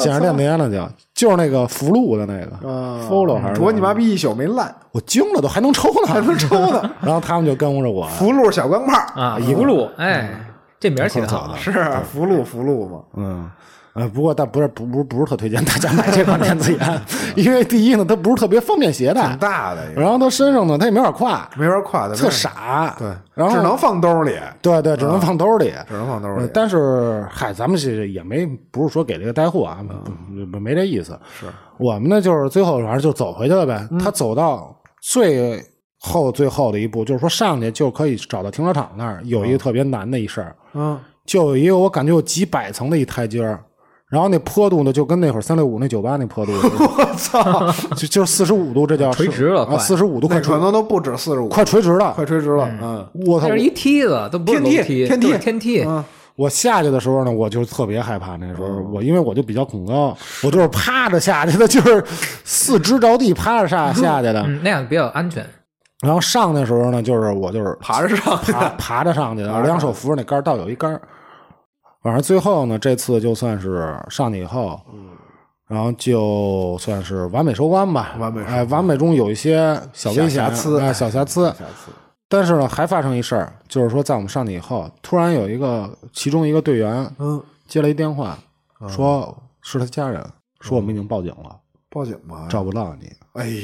[SPEAKER 2] 捡着电子烟了就，就是那个福禄的那个 follow 还是
[SPEAKER 1] 嗯我你妈逼一宿没
[SPEAKER 2] <laughs>
[SPEAKER 1] 烂，
[SPEAKER 2] 我惊了都还能抽呢，还能抽呢，然后他们就跟着我，啊
[SPEAKER 1] 福禄小钢炮，
[SPEAKER 3] 啊
[SPEAKER 2] 嗯
[SPEAKER 3] 啊，葫芦，哎，这名儿起得
[SPEAKER 2] 可
[SPEAKER 3] 好
[SPEAKER 2] 早，了
[SPEAKER 1] 是啊福禄福禄嘛，
[SPEAKER 2] 嗯，呃，不过但不是不不不是特推荐大家买这款电子
[SPEAKER 1] <laughs>
[SPEAKER 2] 烟，因为第一呢，它不是特别方便携带
[SPEAKER 1] 挺，大的一个，
[SPEAKER 2] 然后它身上呢，它也没法挎，
[SPEAKER 1] 没法挎的，
[SPEAKER 2] 特傻，
[SPEAKER 1] 对，
[SPEAKER 2] 然后
[SPEAKER 1] 只能放兜里，
[SPEAKER 2] 对对，只能放兜里。
[SPEAKER 1] 只能放兜
[SPEAKER 2] 呃
[SPEAKER 1] 里。
[SPEAKER 2] 但是，嗨，咱们是也没不是说给这个带货啊，不不没这意思。
[SPEAKER 1] 嗯是嗯
[SPEAKER 2] 我们呢，就是最后反正就走回去了呗。他走到最后最后的一步，就是说上去就可以找到停车场那儿，有一个特别难的一事儿，
[SPEAKER 1] 嗯，
[SPEAKER 2] 就有一个我感觉有几百层的一台阶儿，然后那坡度呢，就跟那会儿三六五那酒吧那坡度似的，
[SPEAKER 1] 我操，
[SPEAKER 2] <laughs> 就就四十五度，这叫啊
[SPEAKER 3] 垂直了快
[SPEAKER 2] 四十五度
[SPEAKER 1] 那
[SPEAKER 2] 快垂
[SPEAKER 1] 可能都不止四十五，
[SPEAKER 2] 快垂直了
[SPEAKER 1] 快。垂直了，嗯，
[SPEAKER 2] 我操
[SPEAKER 3] 这！是一梯子，都不是楼
[SPEAKER 1] 天
[SPEAKER 3] 梯，
[SPEAKER 1] 梯天梯
[SPEAKER 3] 对天梯，
[SPEAKER 1] 嗯
[SPEAKER 2] 我下去的时候呢，我就特别害怕。那时候我因为我就比较恐高，我就是趴着下去的，就是四肢着地趴着下下去的。
[SPEAKER 3] 嗯，那样比较安全。
[SPEAKER 2] 然后上的时候呢，就是我就是
[SPEAKER 1] 爬着上去， <laughs>
[SPEAKER 2] 爬爬着上去的，两手扶着那杆儿，倒有一杆儿。反正最后呢，这次就算是上去以后，
[SPEAKER 1] 嗯
[SPEAKER 2] 然后就算是完美收官吧。
[SPEAKER 1] 完美收官
[SPEAKER 2] 哎，完美中有一些小危险、
[SPEAKER 1] 小瑕疵
[SPEAKER 2] 哎，小瑕疵。
[SPEAKER 1] 下次
[SPEAKER 2] 但是呢，还发生一事儿，就是说在我们上去以后，突然有一个其中一个队员，
[SPEAKER 1] 嗯，
[SPEAKER 2] 接了一电话，说是他家人，说我们已经报警了，
[SPEAKER 1] 报警吧。
[SPEAKER 2] 找不到你，
[SPEAKER 1] 哎呦，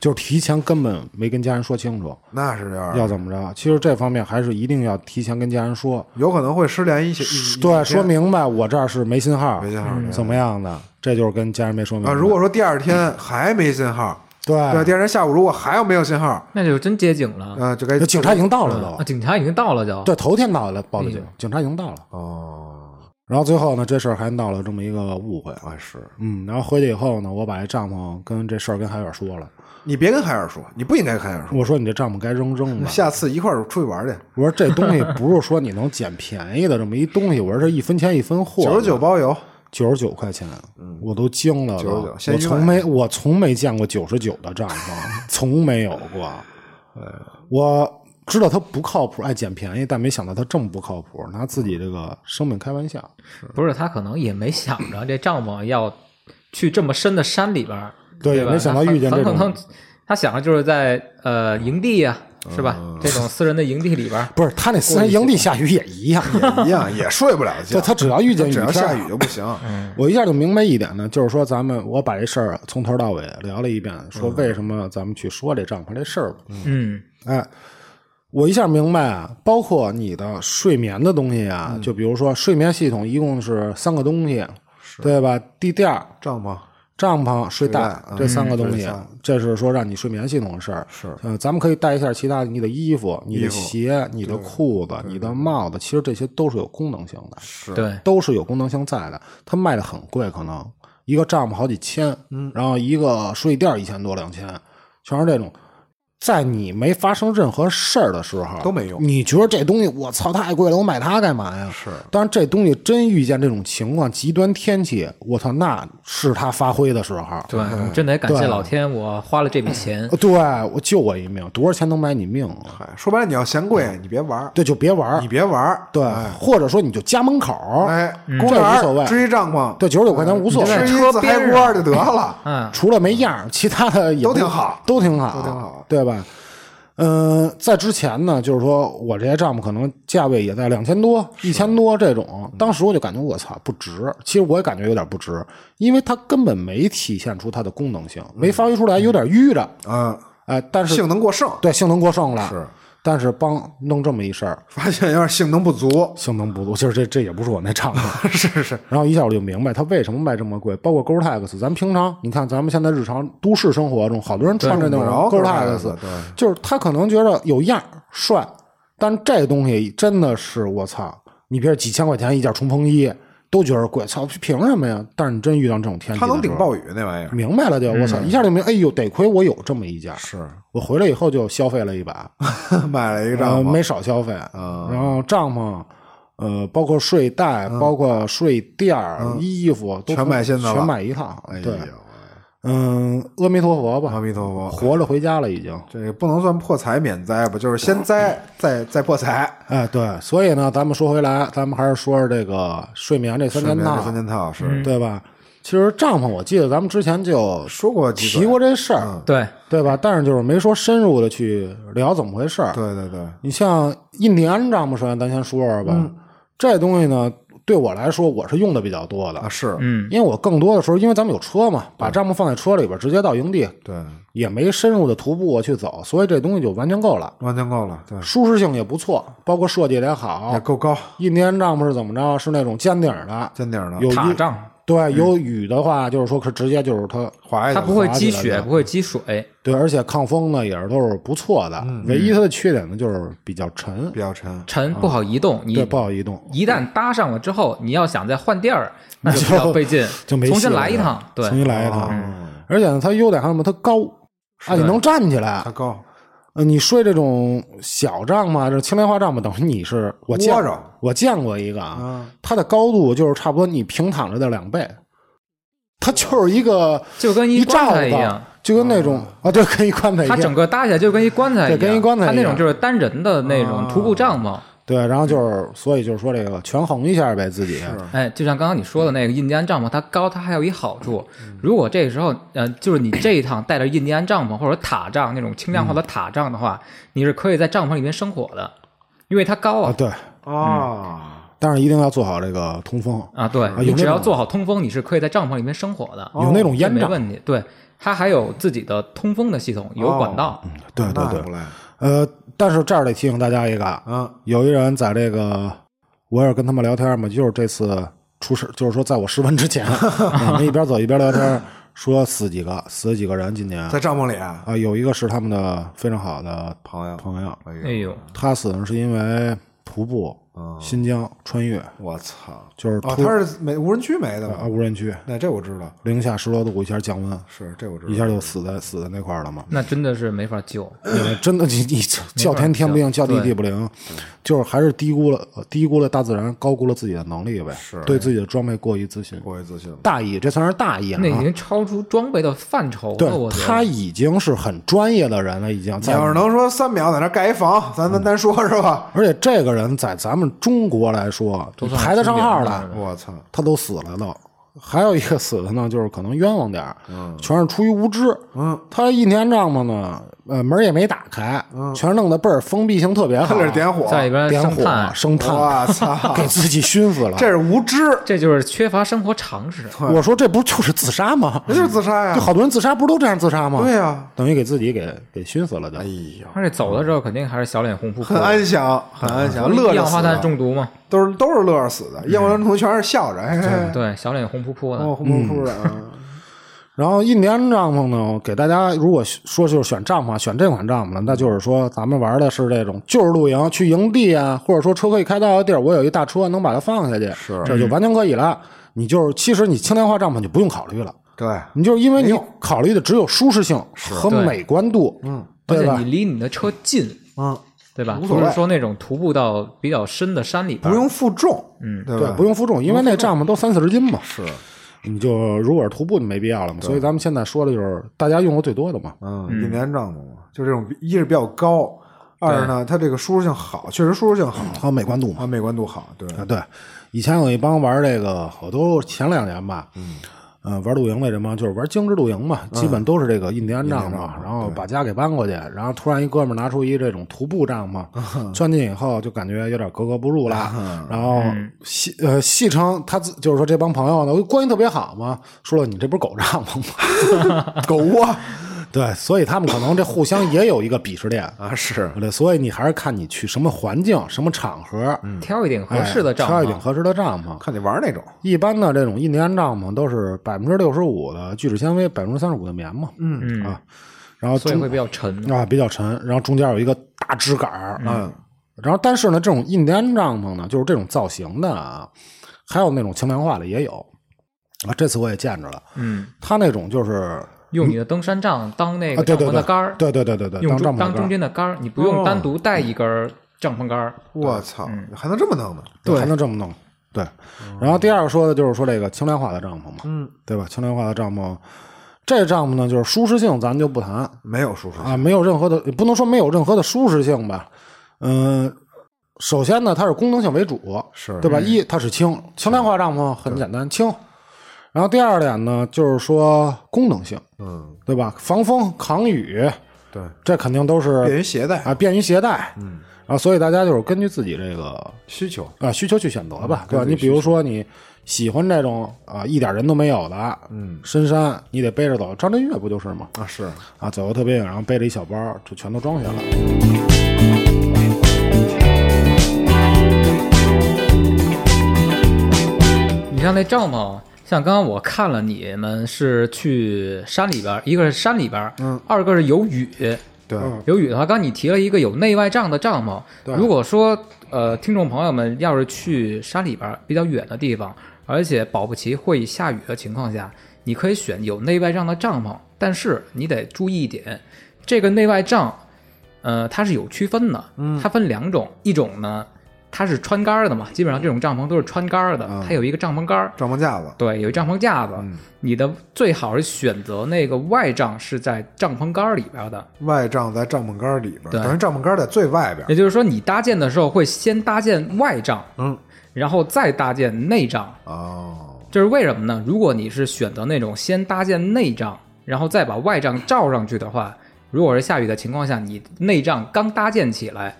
[SPEAKER 2] 就是提前根本没跟家人说清楚
[SPEAKER 1] 那是这样，
[SPEAKER 2] 要怎么着。其实这方面还是一定要提前跟家人说，
[SPEAKER 1] 有可能会失联一些，一
[SPEAKER 2] 对，说。
[SPEAKER 1] 嗯一天
[SPEAKER 2] 明白我这儿是没信号
[SPEAKER 1] 没信号对
[SPEAKER 2] 怎么样的，这就是跟家人没说明白。
[SPEAKER 1] 啊，如果说第二天还没信
[SPEAKER 2] <laughs>
[SPEAKER 1] 号，对，啊第
[SPEAKER 2] 对，
[SPEAKER 1] 二天下午如果还有没有信号，
[SPEAKER 3] 那就真接警了。
[SPEAKER 1] 呃，就该
[SPEAKER 2] 那警察已经到了
[SPEAKER 3] 啊，
[SPEAKER 1] 嗯
[SPEAKER 2] 都，
[SPEAKER 3] 警察已经到了就，
[SPEAKER 2] 嗯对，头天到了报的警，警察已经到了。
[SPEAKER 1] 哦，
[SPEAKER 2] 然后最后呢，这事儿还闹了这么一个误会。
[SPEAKER 1] 哎是，
[SPEAKER 2] 嗯，然后回去以后呢，我把这帐篷跟这事儿跟海远说了，
[SPEAKER 1] 你别跟海尔说，你不应该跟海尔说，
[SPEAKER 2] 我说你这帐篷该扔
[SPEAKER 1] <laughs>
[SPEAKER 2] 扔吧。
[SPEAKER 1] 下次一块儿出去玩去，
[SPEAKER 2] 我说这东西不是说你能捡便宜的这么一东西，我说这一分钱一分
[SPEAKER 1] <laughs>
[SPEAKER 2] 货，
[SPEAKER 1] 九十九
[SPEAKER 2] <laughs>
[SPEAKER 1] 包邮，
[SPEAKER 2] 九十九块钱，我都惊了都，
[SPEAKER 1] 99先
[SPEAKER 2] 我
[SPEAKER 1] 预
[SPEAKER 2] 从
[SPEAKER 1] 买
[SPEAKER 2] 没我从没见过九十九的帐篷，从没有 <laughs> 过。哎我知道他不靠谱，爱捡便宜，但没想到他这么不靠谱，拿自己这个生命开玩笑。
[SPEAKER 3] 不是他可能也没想着这帐篷要去这么深的山里边儿，
[SPEAKER 2] 对
[SPEAKER 3] 对吧
[SPEAKER 2] 也没想到
[SPEAKER 3] 他
[SPEAKER 2] 遇见
[SPEAKER 3] 很
[SPEAKER 2] 这种
[SPEAKER 3] 很可能他想的就是在呃营地呀、
[SPEAKER 2] 嗯
[SPEAKER 3] 是吧？这种私人的营地里边儿，
[SPEAKER 2] 不是他那私人营地下雨也一样，
[SPEAKER 1] 一样也睡不了
[SPEAKER 2] <laughs> 就
[SPEAKER 1] 觉，
[SPEAKER 2] 他只要遇见雨
[SPEAKER 1] 只
[SPEAKER 2] 天
[SPEAKER 1] 要
[SPEAKER 2] 儿嗯
[SPEAKER 1] 下雨就不
[SPEAKER 2] <laughs>
[SPEAKER 1] 行，
[SPEAKER 2] 我一下就明白一点呢，就是说咱们我把这事儿从头到尾聊了一遍，说为什么咱们去说这帐篷这事儿吧。
[SPEAKER 3] 嗯，
[SPEAKER 2] 哎，我一下明白啊，包括你的睡眠的东西啊，就比如说睡眠系统一共是三个东西，对吧？地垫儿、
[SPEAKER 1] 帐篷
[SPEAKER 2] 帐篷、睡
[SPEAKER 1] 袋
[SPEAKER 2] 袋这三个东西，这是说让你睡眠系统的事儿。
[SPEAKER 1] 是
[SPEAKER 2] 呃，咱们可以带一下其他的，你的衣服、你的鞋、你的裤子、你的帽子，其实这些都是有功能性的。
[SPEAKER 1] 是
[SPEAKER 3] 对，
[SPEAKER 2] 都是有功能性在的，它卖的很贵，可能一个帐篷好几千，
[SPEAKER 1] 嗯
[SPEAKER 2] 然后一个睡垫一千多两千，全是这种。在你没发生任何事儿的时候
[SPEAKER 1] 都没用
[SPEAKER 2] 你觉得这东西我操太贵了，我买它干嘛呀？
[SPEAKER 1] 是
[SPEAKER 2] 但是这东西真遇见这种情况，极端天气，我操，那是它发挥的时候。
[SPEAKER 3] 对，我真得感谢
[SPEAKER 2] 嗯对
[SPEAKER 3] 老天，我花了这笔钱，
[SPEAKER 2] 对，我救我一命，多少钱能买你命啊？
[SPEAKER 1] 嗨，哎说白了你要嫌贵，你别玩儿，
[SPEAKER 2] 对，就别玩儿
[SPEAKER 1] 你。别玩儿，
[SPEAKER 2] 对，或者说你就家门口儿，
[SPEAKER 1] 哎，公
[SPEAKER 2] 这
[SPEAKER 1] 园
[SPEAKER 2] 无所
[SPEAKER 1] 儿
[SPEAKER 2] 谓。
[SPEAKER 1] 支一帐篷，
[SPEAKER 2] 对，九十九块钱无所谓。
[SPEAKER 1] 吃一
[SPEAKER 3] 车
[SPEAKER 1] 自
[SPEAKER 3] 边
[SPEAKER 1] 嗨
[SPEAKER 3] 上
[SPEAKER 1] 锅就得
[SPEAKER 3] <laughs>
[SPEAKER 1] 了，
[SPEAKER 3] 嗯，
[SPEAKER 2] 除了没样儿，其他的也不
[SPEAKER 1] 都挺好
[SPEAKER 2] 都挺好，
[SPEAKER 1] 都挺好，
[SPEAKER 2] 对吧？嗯、在之前呢，就是说我这些帐篷可能价位也在两千多、一千多
[SPEAKER 1] 嗯
[SPEAKER 2] 这种，当时我就感觉我操不值，其实我也感觉有点不值，因为它根本没体现出它的功能性，没发挥出来，有点淤着，
[SPEAKER 1] 嗯，
[SPEAKER 2] 哎、但是
[SPEAKER 1] 性能过剩，
[SPEAKER 2] 对性能过剩了，
[SPEAKER 1] 是，
[SPEAKER 2] 但是帮弄这么一事儿，
[SPEAKER 1] <laughs> 发现有点性能不足，
[SPEAKER 2] 性能不足，就是这这也不 <laughs> 是我那帐篷，
[SPEAKER 1] 是是，
[SPEAKER 2] 然后一下我就明白它为什么卖这么贵，包括 GoTex，咱们平常你看咱们现在日常都市生活中，好多人穿着那种
[SPEAKER 1] 对用不着
[SPEAKER 2] GoTex，
[SPEAKER 1] 对
[SPEAKER 2] 就是他可能觉得有样儿帅，但这东西真的是我操，你别几千块钱一件冲锋衣都觉得贵，操，凭什么呀？但是你真遇到这种天气，
[SPEAKER 1] 它能顶，暴嗯雨那玩意
[SPEAKER 2] <laughs>
[SPEAKER 1] 儿，
[SPEAKER 2] 明白了就我操，一下就明，哎呦，得亏我有这么一件，
[SPEAKER 1] 是
[SPEAKER 2] 我回来以后就消费了一把，
[SPEAKER 1] 买了一个
[SPEAKER 2] 呃
[SPEAKER 1] 帐篷，
[SPEAKER 2] 没少消费。
[SPEAKER 1] 啊
[SPEAKER 2] 然后帐篷，呃，包括睡袋，包括睡垫儿、衣服，都
[SPEAKER 1] 嗯全买新的了
[SPEAKER 2] 全买一套。
[SPEAKER 1] 哎呦
[SPEAKER 2] 对，，嗯，阿弥陀佛吧，
[SPEAKER 1] 阿弥陀佛，
[SPEAKER 2] 活着回家了已经。
[SPEAKER 1] 这也不能算破财免灾吧，就是先灾再再破财。
[SPEAKER 2] 哎，对，所以呢，咱们说回来，咱们还是说说这个睡眠这三件
[SPEAKER 1] 免
[SPEAKER 2] 套嗯
[SPEAKER 1] 这，三件套是、嗯
[SPEAKER 2] 对吧？其实帐篷，我记得咱们之前就
[SPEAKER 1] 说过几嘴
[SPEAKER 2] 提过这事
[SPEAKER 1] 嗯
[SPEAKER 2] 儿，
[SPEAKER 3] 对，
[SPEAKER 2] 对吧？但是就是没说深入的去聊怎么回事儿。
[SPEAKER 1] 对对对，
[SPEAKER 3] 嗯
[SPEAKER 2] 你像印第安帐篷，首先咱先说说吧。这东西呢，对我来说我是用的比较多的
[SPEAKER 1] 啊，，是，
[SPEAKER 3] 嗯，
[SPEAKER 2] 因为我更多的时候，因为咱们有车嘛，把帐篷放在车里边，直接到营地，
[SPEAKER 1] 对，
[SPEAKER 2] 也没深入的徒步啊去走，所以这东西就完全够了，
[SPEAKER 1] 完全够了，对，
[SPEAKER 2] 舒适性也不错，包括设计得也好
[SPEAKER 3] 嗯
[SPEAKER 1] 也。够高，
[SPEAKER 2] 印第安帐篷是怎么着？是那种尖顶儿的，
[SPEAKER 1] 尖顶儿
[SPEAKER 2] 有
[SPEAKER 1] 的，
[SPEAKER 3] 嗯塔
[SPEAKER 2] 雨
[SPEAKER 3] 帐，嗯
[SPEAKER 2] 对，有雨的话，就是说可直接就是它
[SPEAKER 1] 滑一
[SPEAKER 3] 它
[SPEAKER 1] 点
[SPEAKER 3] 不会
[SPEAKER 2] 滑起
[SPEAKER 3] 积
[SPEAKER 2] 来
[SPEAKER 3] 雪，
[SPEAKER 2] 的
[SPEAKER 3] 不会积水，
[SPEAKER 2] 对，而且抗风呢也是都是不错的，
[SPEAKER 3] 嗯
[SPEAKER 2] 唯一它的缺点呢就是比较沉
[SPEAKER 1] 比，较沉，
[SPEAKER 3] 沉不好移动，
[SPEAKER 2] 嗯对，
[SPEAKER 3] 你
[SPEAKER 2] 不好移动。
[SPEAKER 3] 一旦搭上了之后，你要想再换
[SPEAKER 2] <laughs>
[SPEAKER 3] 地儿，那就比较费劲，
[SPEAKER 2] 就没戏了
[SPEAKER 3] 重新来一趟，对，哦
[SPEAKER 2] 重新来一趟。
[SPEAKER 1] 嗯
[SPEAKER 2] 而且呢，它优点还有什么？它高，啊，你能站起来
[SPEAKER 1] 它。高，
[SPEAKER 2] 呃，你睡这种小帐嘛，这青莲花帐嘛，等于你是我见
[SPEAKER 1] 窝着
[SPEAKER 2] 我见过一个啊，
[SPEAKER 1] 嗯，
[SPEAKER 2] 它的高度就是差不多你平躺着的两倍，它就是一个
[SPEAKER 3] 就跟
[SPEAKER 2] 一
[SPEAKER 3] 一棺
[SPEAKER 2] 罩
[SPEAKER 3] 材
[SPEAKER 2] 子
[SPEAKER 3] 一样。，哦
[SPEAKER 2] 就跟那种啊，对，跟一棺材一
[SPEAKER 3] 它整
[SPEAKER 2] 样。
[SPEAKER 3] 个搭起来就跟一棺材一样，
[SPEAKER 2] 对跟一棺材一
[SPEAKER 3] 它
[SPEAKER 2] 样啊
[SPEAKER 3] 那种就是单人的那种徒步帐篷。
[SPEAKER 2] 对，然后就是，所以就是说这个权衡一下呗，自己是
[SPEAKER 3] 哎，就像刚刚你说的那个印第安帐篷，它高，它还有一好处。
[SPEAKER 2] 嗯
[SPEAKER 3] 如果这时候，呃，就是你这一趟带着印第安帐篷或者塔帐那种轻量化
[SPEAKER 2] 嗯
[SPEAKER 3] 的塔帐的话，你是可以在帐篷里面生火的，因为它高
[SPEAKER 2] 啊，
[SPEAKER 3] 啊。
[SPEAKER 2] 对，
[SPEAKER 1] 啊，
[SPEAKER 2] 但是一定要做好这个通风。
[SPEAKER 3] 啊，对
[SPEAKER 2] 有
[SPEAKER 3] 你
[SPEAKER 2] 那
[SPEAKER 3] 只要
[SPEAKER 2] 种
[SPEAKER 3] 做好通风，你是可以在帐篷里面生火的，
[SPEAKER 2] 有那种
[SPEAKER 3] 这
[SPEAKER 2] 烟
[SPEAKER 3] 没
[SPEAKER 2] 瘴，
[SPEAKER 3] 问题。对，它还有自己的通风的系统，有
[SPEAKER 1] 哦
[SPEAKER 3] 管道。
[SPEAKER 2] 对对
[SPEAKER 1] 那
[SPEAKER 2] 对
[SPEAKER 1] 不，赖，
[SPEAKER 2] 呃，但是这儿得提醒大家一个，啊
[SPEAKER 1] 嗯，
[SPEAKER 2] 有一人在这个，我也是跟他们聊天嘛，就是这次出事，就是说在我失温
[SPEAKER 1] <laughs>
[SPEAKER 2] 之前，我们一边走一边聊天，说死几个，死几个人今年
[SPEAKER 1] 在
[SPEAKER 2] 啊、
[SPEAKER 1] 帐篷里，
[SPEAKER 2] 有一个是他们的非常好的
[SPEAKER 1] 朋友，
[SPEAKER 2] 朋友，
[SPEAKER 1] 哎
[SPEAKER 3] 哎
[SPEAKER 1] 呦，
[SPEAKER 3] 呦，
[SPEAKER 2] 他死的是因为徒步
[SPEAKER 1] 嗯
[SPEAKER 2] 新疆穿越，
[SPEAKER 1] 我操，
[SPEAKER 2] 就是
[SPEAKER 1] 哦，
[SPEAKER 2] 突
[SPEAKER 1] 他是没无人区没的
[SPEAKER 2] 啊
[SPEAKER 1] 吧？
[SPEAKER 2] 无人区，
[SPEAKER 1] 那这我知道，
[SPEAKER 2] 零下十多度一下降温，
[SPEAKER 1] 是这我知道，
[SPEAKER 2] 一下就死在死在那块儿了嘛。
[SPEAKER 3] 那真的是没法救。
[SPEAKER 2] 呃，真的，你你叫天天不应，叫地地不灵，就是还是低估了呃低估了大自然，高估了自己的能力呗。
[SPEAKER 1] 是
[SPEAKER 2] 对自己的装备过于自信，
[SPEAKER 1] 过于自信了，
[SPEAKER 2] 大意，这算是大意了
[SPEAKER 3] 那已
[SPEAKER 2] 啊。
[SPEAKER 3] 经超出装备的范畴
[SPEAKER 2] 对
[SPEAKER 3] 了，我，觉
[SPEAKER 2] 他
[SPEAKER 3] 得。
[SPEAKER 2] 已经是很专业的人了，已经
[SPEAKER 1] 你
[SPEAKER 2] 在。
[SPEAKER 1] 要是能说三秒在那儿盖一房，咱咱单说是吧？
[SPEAKER 2] 而且这个人在咱们中国来说，
[SPEAKER 3] 都算是
[SPEAKER 2] 排得上号
[SPEAKER 3] 知名的
[SPEAKER 2] 的，
[SPEAKER 1] 我操，
[SPEAKER 2] 他都死了都。还有一个死的呢，就是可能冤枉点儿，全是出于无知。嗯，他一年帐篷呢，呃，门儿也没打开，全弄得倍儿封闭性特别好，
[SPEAKER 1] 他这是点火，
[SPEAKER 3] 在里边
[SPEAKER 2] 点
[SPEAKER 3] 上
[SPEAKER 2] 火
[SPEAKER 3] 炭，
[SPEAKER 2] 生炭，
[SPEAKER 1] 我操，
[SPEAKER 2] <laughs> 给自己熏死了。
[SPEAKER 1] 这是无知，
[SPEAKER 3] 这就是缺乏生活常识。
[SPEAKER 2] 我说这不就是自杀吗？
[SPEAKER 1] 这 <laughs> 就是自杀呀
[SPEAKER 2] 就，好多人自杀不是都这样自杀吗？
[SPEAKER 1] 对呀，
[SPEAKER 2] 等于给自己给给熏死了就。
[SPEAKER 1] 哎呦，
[SPEAKER 3] 而且走了之后肯定还是小脸红扑扑
[SPEAKER 1] 很
[SPEAKER 3] 的，
[SPEAKER 1] 安详，很安详，乐
[SPEAKER 3] 啊
[SPEAKER 1] 着
[SPEAKER 3] 一氧
[SPEAKER 1] 死
[SPEAKER 3] 化碳
[SPEAKER 1] 的，
[SPEAKER 3] 中毒嘛，
[SPEAKER 1] 都是都是乐着死的，一氧化碳中毒全是笑着，哎哎，哎
[SPEAKER 3] 对，小脸红扑扑
[SPEAKER 1] 哦，
[SPEAKER 3] 的。
[SPEAKER 1] 红扑扑的，嗯
[SPEAKER 2] 然后印第安帐篷呢，给大家如果说就是选帐篷啊，选这款帐篷了，那就是说咱们玩的是这种就是露营，去营地啊，或者说车可以开到的地儿，我有一大车能把它放下去，
[SPEAKER 1] 是
[SPEAKER 2] 这就完全可以了。你就是其实你青莲花帐篷就不用考虑了，
[SPEAKER 1] 对，
[SPEAKER 2] 你就是因为你考虑的只有舒适性和
[SPEAKER 3] 对
[SPEAKER 2] 美观度，嗯，
[SPEAKER 3] 而
[SPEAKER 2] 对
[SPEAKER 3] 且
[SPEAKER 2] 吧
[SPEAKER 3] 你？离你的车近，
[SPEAKER 1] 嗯，
[SPEAKER 3] 对吧？
[SPEAKER 1] 无所谓
[SPEAKER 3] 不是说那种徒步到比较深的山里边
[SPEAKER 1] 不，用负重，
[SPEAKER 3] 嗯
[SPEAKER 1] 对
[SPEAKER 2] 对，
[SPEAKER 1] 吧
[SPEAKER 2] 不？用负重，因为那帐篷都三四十斤嘛。
[SPEAKER 1] 是，
[SPEAKER 2] 你就如果是徒步，你没必要了嘛。所以咱们现在说的就是大家用的最多的嘛。
[SPEAKER 1] 嗯，印第安帐篷嘛，就这种，一是比较高，二是呢，它这个舒适性好，确实舒适性好
[SPEAKER 2] 还有美观度嘛。
[SPEAKER 1] 啊，美观度好，对，
[SPEAKER 2] 啊，对，以前有一帮玩这个，我都前两年吧，嗯，呃，玩露营那人嘛，就是玩精致露营嘛，基本都是这个印第安帐篷，然后把家给搬过去，然后突然一哥们儿拿出一这种徒步帐篷，钻进以后就感觉有点格格不入了，然后戏呃戏称他自就是说这帮朋友呢关系特别好嘛，说了你这不是狗帐篷吗？ <laughs>
[SPEAKER 1] 狗窝
[SPEAKER 2] 对，所以他们可能这互相也有一个鄙视链。 <laughs>
[SPEAKER 1] 啊，是
[SPEAKER 2] 对，所以你还是看你去什么环境、什么场合，嗯，
[SPEAKER 3] 挑一顶合适的帐
[SPEAKER 2] 挑一顶
[SPEAKER 3] 篷，
[SPEAKER 2] 合适的帐篷。
[SPEAKER 1] 看你玩哪种，
[SPEAKER 2] 一般的这种印第安帐篷都是百分之六十五的聚酯纤维，百分之三十五的棉嘛，嗯啊，然后
[SPEAKER 3] 所以
[SPEAKER 2] 中
[SPEAKER 3] 会比较沉。
[SPEAKER 2] 啊比较沉，然后中间有一个大支杆儿，嗯，然后但是呢，这种印第安帐篷呢，就是这种造型的啊，还有那种轻量化的也有啊，这次我也见着了，
[SPEAKER 3] 嗯，
[SPEAKER 2] 它那种就是
[SPEAKER 3] 用你的登山杖当那
[SPEAKER 2] 嗯啊，
[SPEAKER 3] 个
[SPEAKER 2] 对
[SPEAKER 3] 帐
[SPEAKER 2] 对
[SPEAKER 3] 篷
[SPEAKER 2] 对
[SPEAKER 3] 的杆儿，
[SPEAKER 2] 对对对对对，
[SPEAKER 3] 用
[SPEAKER 2] 当帐篷
[SPEAKER 3] 中
[SPEAKER 2] 的
[SPEAKER 3] 当
[SPEAKER 2] 杆
[SPEAKER 3] 中
[SPEAKER 2] 儿
[SPEAKER 3] 间的杆儿，你不用
[SPEAKER 1] 哦
[SPEAKER 3] 单独带一根儿帐篷杆儿。
[SPEAKER 1] 我操，还能这么弄呢？
[SPEAKER 2] 对，还能这么弄。对，然后第二个说的就是说这个轻量化的帐篷嘛，嗯，对吧？轻量化的帐篷，这帐篷呢就是舒适性，咱就不谈
[SPEAKER 1] 没有舒适性，
[SPEAKER 2] 啊，没有任何的，也不能说没有任何的舒适性吧，嗯、首先呢，它是功能性为主，
[SPEAKER 1] 是
[SPEAKER 2] 对吧？一它是嗯轻，轻量化帐篷很简单，轻。然后第二点呢，就是说功能性，
[SPEAKER 1] 嗯，
[SPEAKER 2] 对吧？防风抗雨，
[SPEAKER 1] 对，
[SPEAKER 2] 这肯定都是
[SPEAKER 1] 便于携带，
[SPEAKER 2] 啊，便于携带。嗯，然后所以大家就是根据自己这个
[SPEAKER 1] 需求
[SPEAKER 2] 啊需求去选择
[SPEAKER 3] 嗯
[SPEAKER 2] 吧，对
[SPEAKER 1] 根
[SPEAKER 2] 吧？
[SPEAKER 1] 据
[SPEAKER 2] 你比如说你喜欢这种啊一点人都没有的，嗯，深山你得背着走，张震岳不就是吗？
[SPEAKER 1] 啊，是
[SPEAKER 2] 啊，走的特别远，然后背着一小包，就全都装下了。
[SPEAKER 3] 你像那帐篷，像刚刚我看了，你们是去山里边儿，一个是山里边儿，
[SPEAKER 1] 嗯
[SPEAKER 3] 二个是有雨，
[SPEAKER 1] 对，
[SPEAKER 3] 有雨的话，刚刚你提了一个有内外帐的帐篷。如果说呃，听众朋友们要是去山里边儿比较远的地方，而且保不齐会下雨的情况下，你可以选有内外帐的帐篷，但是你得注意一点，这个内外帐，呃，它是有区分的，它分两种，一种呢。它是穿杆儿的嘛，基本上这种帐篷都是穿杆儿的，它有一个帐篷杆儿，
[SPEAKER 1] 帐篷架子，
[SPEAKER 3] 对，有一帐篷架子，你的最好是选择那个外帐是在帐篷杆儿里边的，
[SPEAKER 1] 外帐在帐篷杆儿里边儿，
[SPEAKER 3] 对
[SPEAKER 1] 等于帐篷杆儿在最外边儿。
[SPEAKER 3] 也就是说你搭建的时候会先搭建外帐，
[SPEAKER 1] 嗯，
[SPEAKER 3] 然后再搭建内帐，
[SPEAKER 1] 哦，
[SPEAKER 3] 这是为什么呢？如果你是选择那种先搭建内帐，然后再把外帐罩上去的话，如果是下雨的情况下，你内帐刚搭建起来，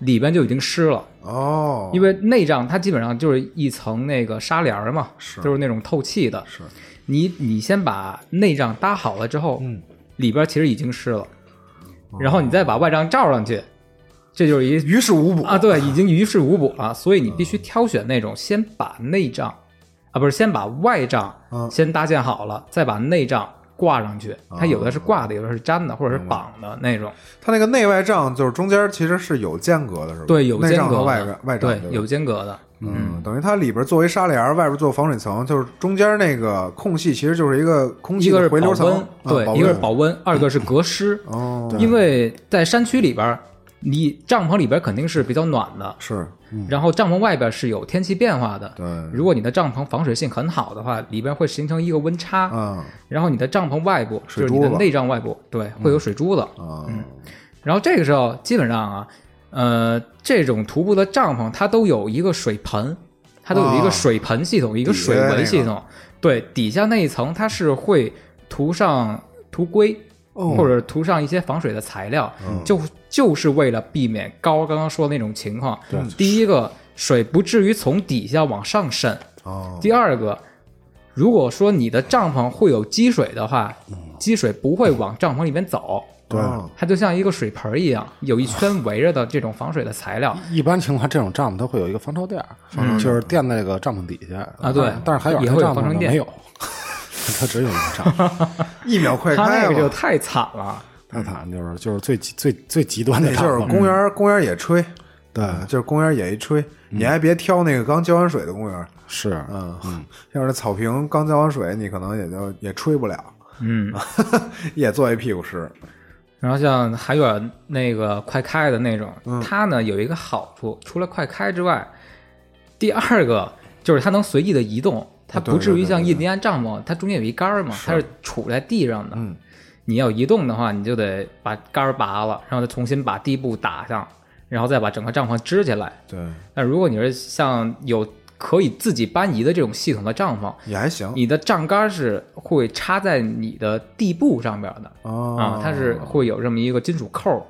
[SPEAKER 3] 里边就已经湿了。
[SPEAKER 1] 哦，
[SPEAKER 3] 因为内帐它基本上就是一层那个纱帘儿嘛，
[SPEAKER 1] 是
[SPEAKER 3] 就是那种透气的。
[SPEAKER 1] 是，
[SPEAKER 3] 你你先把内帐搭好了之后，
[SPEAKER 1] 嗯，哦
[SPEAKER 3] 里边其实已经湿了，然后你再把外帐罩上去，这就是一
[SPEAKER 1] 于事无补嗯
[SPEAKER 3] 啊，对，已经于事无补了。所以你必须挑选那种先把内帐啊，不是先把外帐
[SPEAKER 1] 嗯
[SPEAKER 3] 先搭建好了，再把内帐挂上去。它
[SPEAKER 1] 哦
[SPEAKER 3] 有的是挂的，有的是粘的，或者是绑的那种。
[SPEAKER 1] 它那个内外帐就是中间其实是有间隔的，是吧？
[SPEAKER 3] 对，有
[SPEAKER 1] 内
[SPEAKER 3] 间
[SPEAKER 1] 帐和
[SPEAKER 3] 隔的，
[SPEAKER 1] 外边外帐
[SPEAKER 3] 对，
[SPEAKER 1] 吧
[SPEAKER 3] 有间隔的。
[SPEAKER 1] 嗯，等于它里边作为纱帘儿，外边做防水层，就是中间那个空隙其实就是一个空
[SPEAKER 3] 一
[SPEAKER 1] 气
[SPEAKER 3] 个
[SPEAKER 1] 的
[SPEAKER 3] 是
[SPEAKER 1] 回
[SPEAKER 3] 保
[SPEAKER 1] 流层
[SPEAKER 3] 温，，
[SPEAKER 1] 啊
[SPEAKER 3] 对，一个是保温，二个是隔湿。
[SPEAKER 1] 哦，
[SPEAKER 3] 因为在山区里边儿，你帐篷里边儿肯定是比较暖的，
[SPEAKER 1] 是，
[SPEAKER 3] 然后帐篷外边儿是有天气变化的。
[SPEAKER 1] 对，
[SPEAKER 3] 如果你的帐篷防水性很好的话，里边会形成一个温差，
[SPEAKER 1] 嗯
[SPEAKER 3] 然后你的帐篷外部就
[SPEAKER 1] 水
[SPEAKER 3] 是你的
[SPEAKER 1] 珠子嗯
[SPEAKER 3] 内帐外部，对，会有水珠子。
[SPEAKER 1] 啊，
[SPEAKER 3] 然后这个时候基本上啊，呃，这种徒步的帐篷它都有一个水盆，它都有一
[SPEAKER 1] 啊
[SPEAKER 3] 个水盆系统，一个
[SPEAKER 1] 底下
[SPEAKER 3] 水
[SPEAKER 1] 那个
[SPEAKER 3] 文系统。对，底下那一层它是会涂上涂硅。
[SPEAKER 1] 哦嗯
[SPEAKER 3] 或者涂上一些防水的材料，就就是为了避免高刚刚说的那种情况。第一个，水不至于从底下往上渗，
[SPEAKER 1] 哦，
[SPEAKER 3] 第二个，如果说你的帐篷会有积水的话，积水不会往帐篷里面走，
[SPEAKER 1] 对，
[SPEAKER 3] 它就像一个水盆儿一样，有一圈围着的这种防水的材料。
[SPEAKER 2] 一般情况，这种帐篷它会有一个防潮垫儿，就是垫在这个帐篷底下
[SPEAKER 3] 嗯啊对
[SPEAKER 2] 但是还有
[SPEAKER 3] 也
[SPEAKER 2] 它
[SPEAKER 3] 会有
[SPEAKER 2] 帐
[SPEAKER 3] 防
[SPEAKER 2] 篷
[SPEAKER 3] 潮
[SPEAKER 2] 上
[SPEAKER 3] 垫
[SPEAKER 2] 没有， <laughs> 它只有一个帐
[SPEAKER 3] <laughs>
[SPEAKER 2] 篷。
[SPEAKER 1] 一秒快
[SPEAKER 3] 它
[SPEAKER 1] 开
[SPEAKER 3] 那个就
[SPEAKER 1] 吧，
[SPEAKER 3] 太惨了，
[SPEAKER 2] 太惨就是就是最极最最极端的
[SPEAKER 1] 那
[SPEAKER 2] 帐
[SPEAKER 1] 就是
[SPEAKER 2] 篷，
[SPEAKER 1] 公园儿公园儿也吹，
[SPEAKER 2] 对，
[SPEAKER 1] 啊就是公园儿也一吹，
[SPEAKER 3] 嗯
[SPEAKER 1] 你还别挑那个刚浇完水的公园儿，
[SPEAKER 2] 是
[SPEAKER 1] 嗯， <laughs> 要是草坪刚浇完水，你可能也就也吹不了， <laughs>
[SPEAKER 3] 嗯。
[SPEAKER 1] 也做一屁股湿，
[SPEAKER 3] 然后像海远那个快开的那种，它呢有一个好处，除了快开之外，第二个就是它能随意的移动，它不至于像印第安帐篷，它中间有一杆儿嘛，它是杵在地上的。你要移动的话，你就得把杆儿拔了，然后再重新把地布打上，然后再把整个帐篷支起来。
[SPEAKER 1] 对，
[SPEAKER 3] 但如果你是像有可以自己搬移的这种系统的帐篷，
[SPEAKER 1] 也还行，
[SPEAKER 3] 你的帐杆儿是会插在你的地布上边的。
[SPEAKER 1] 哦，
[SPEAKER 3] 啊，它是会有这么一个金属扣儿，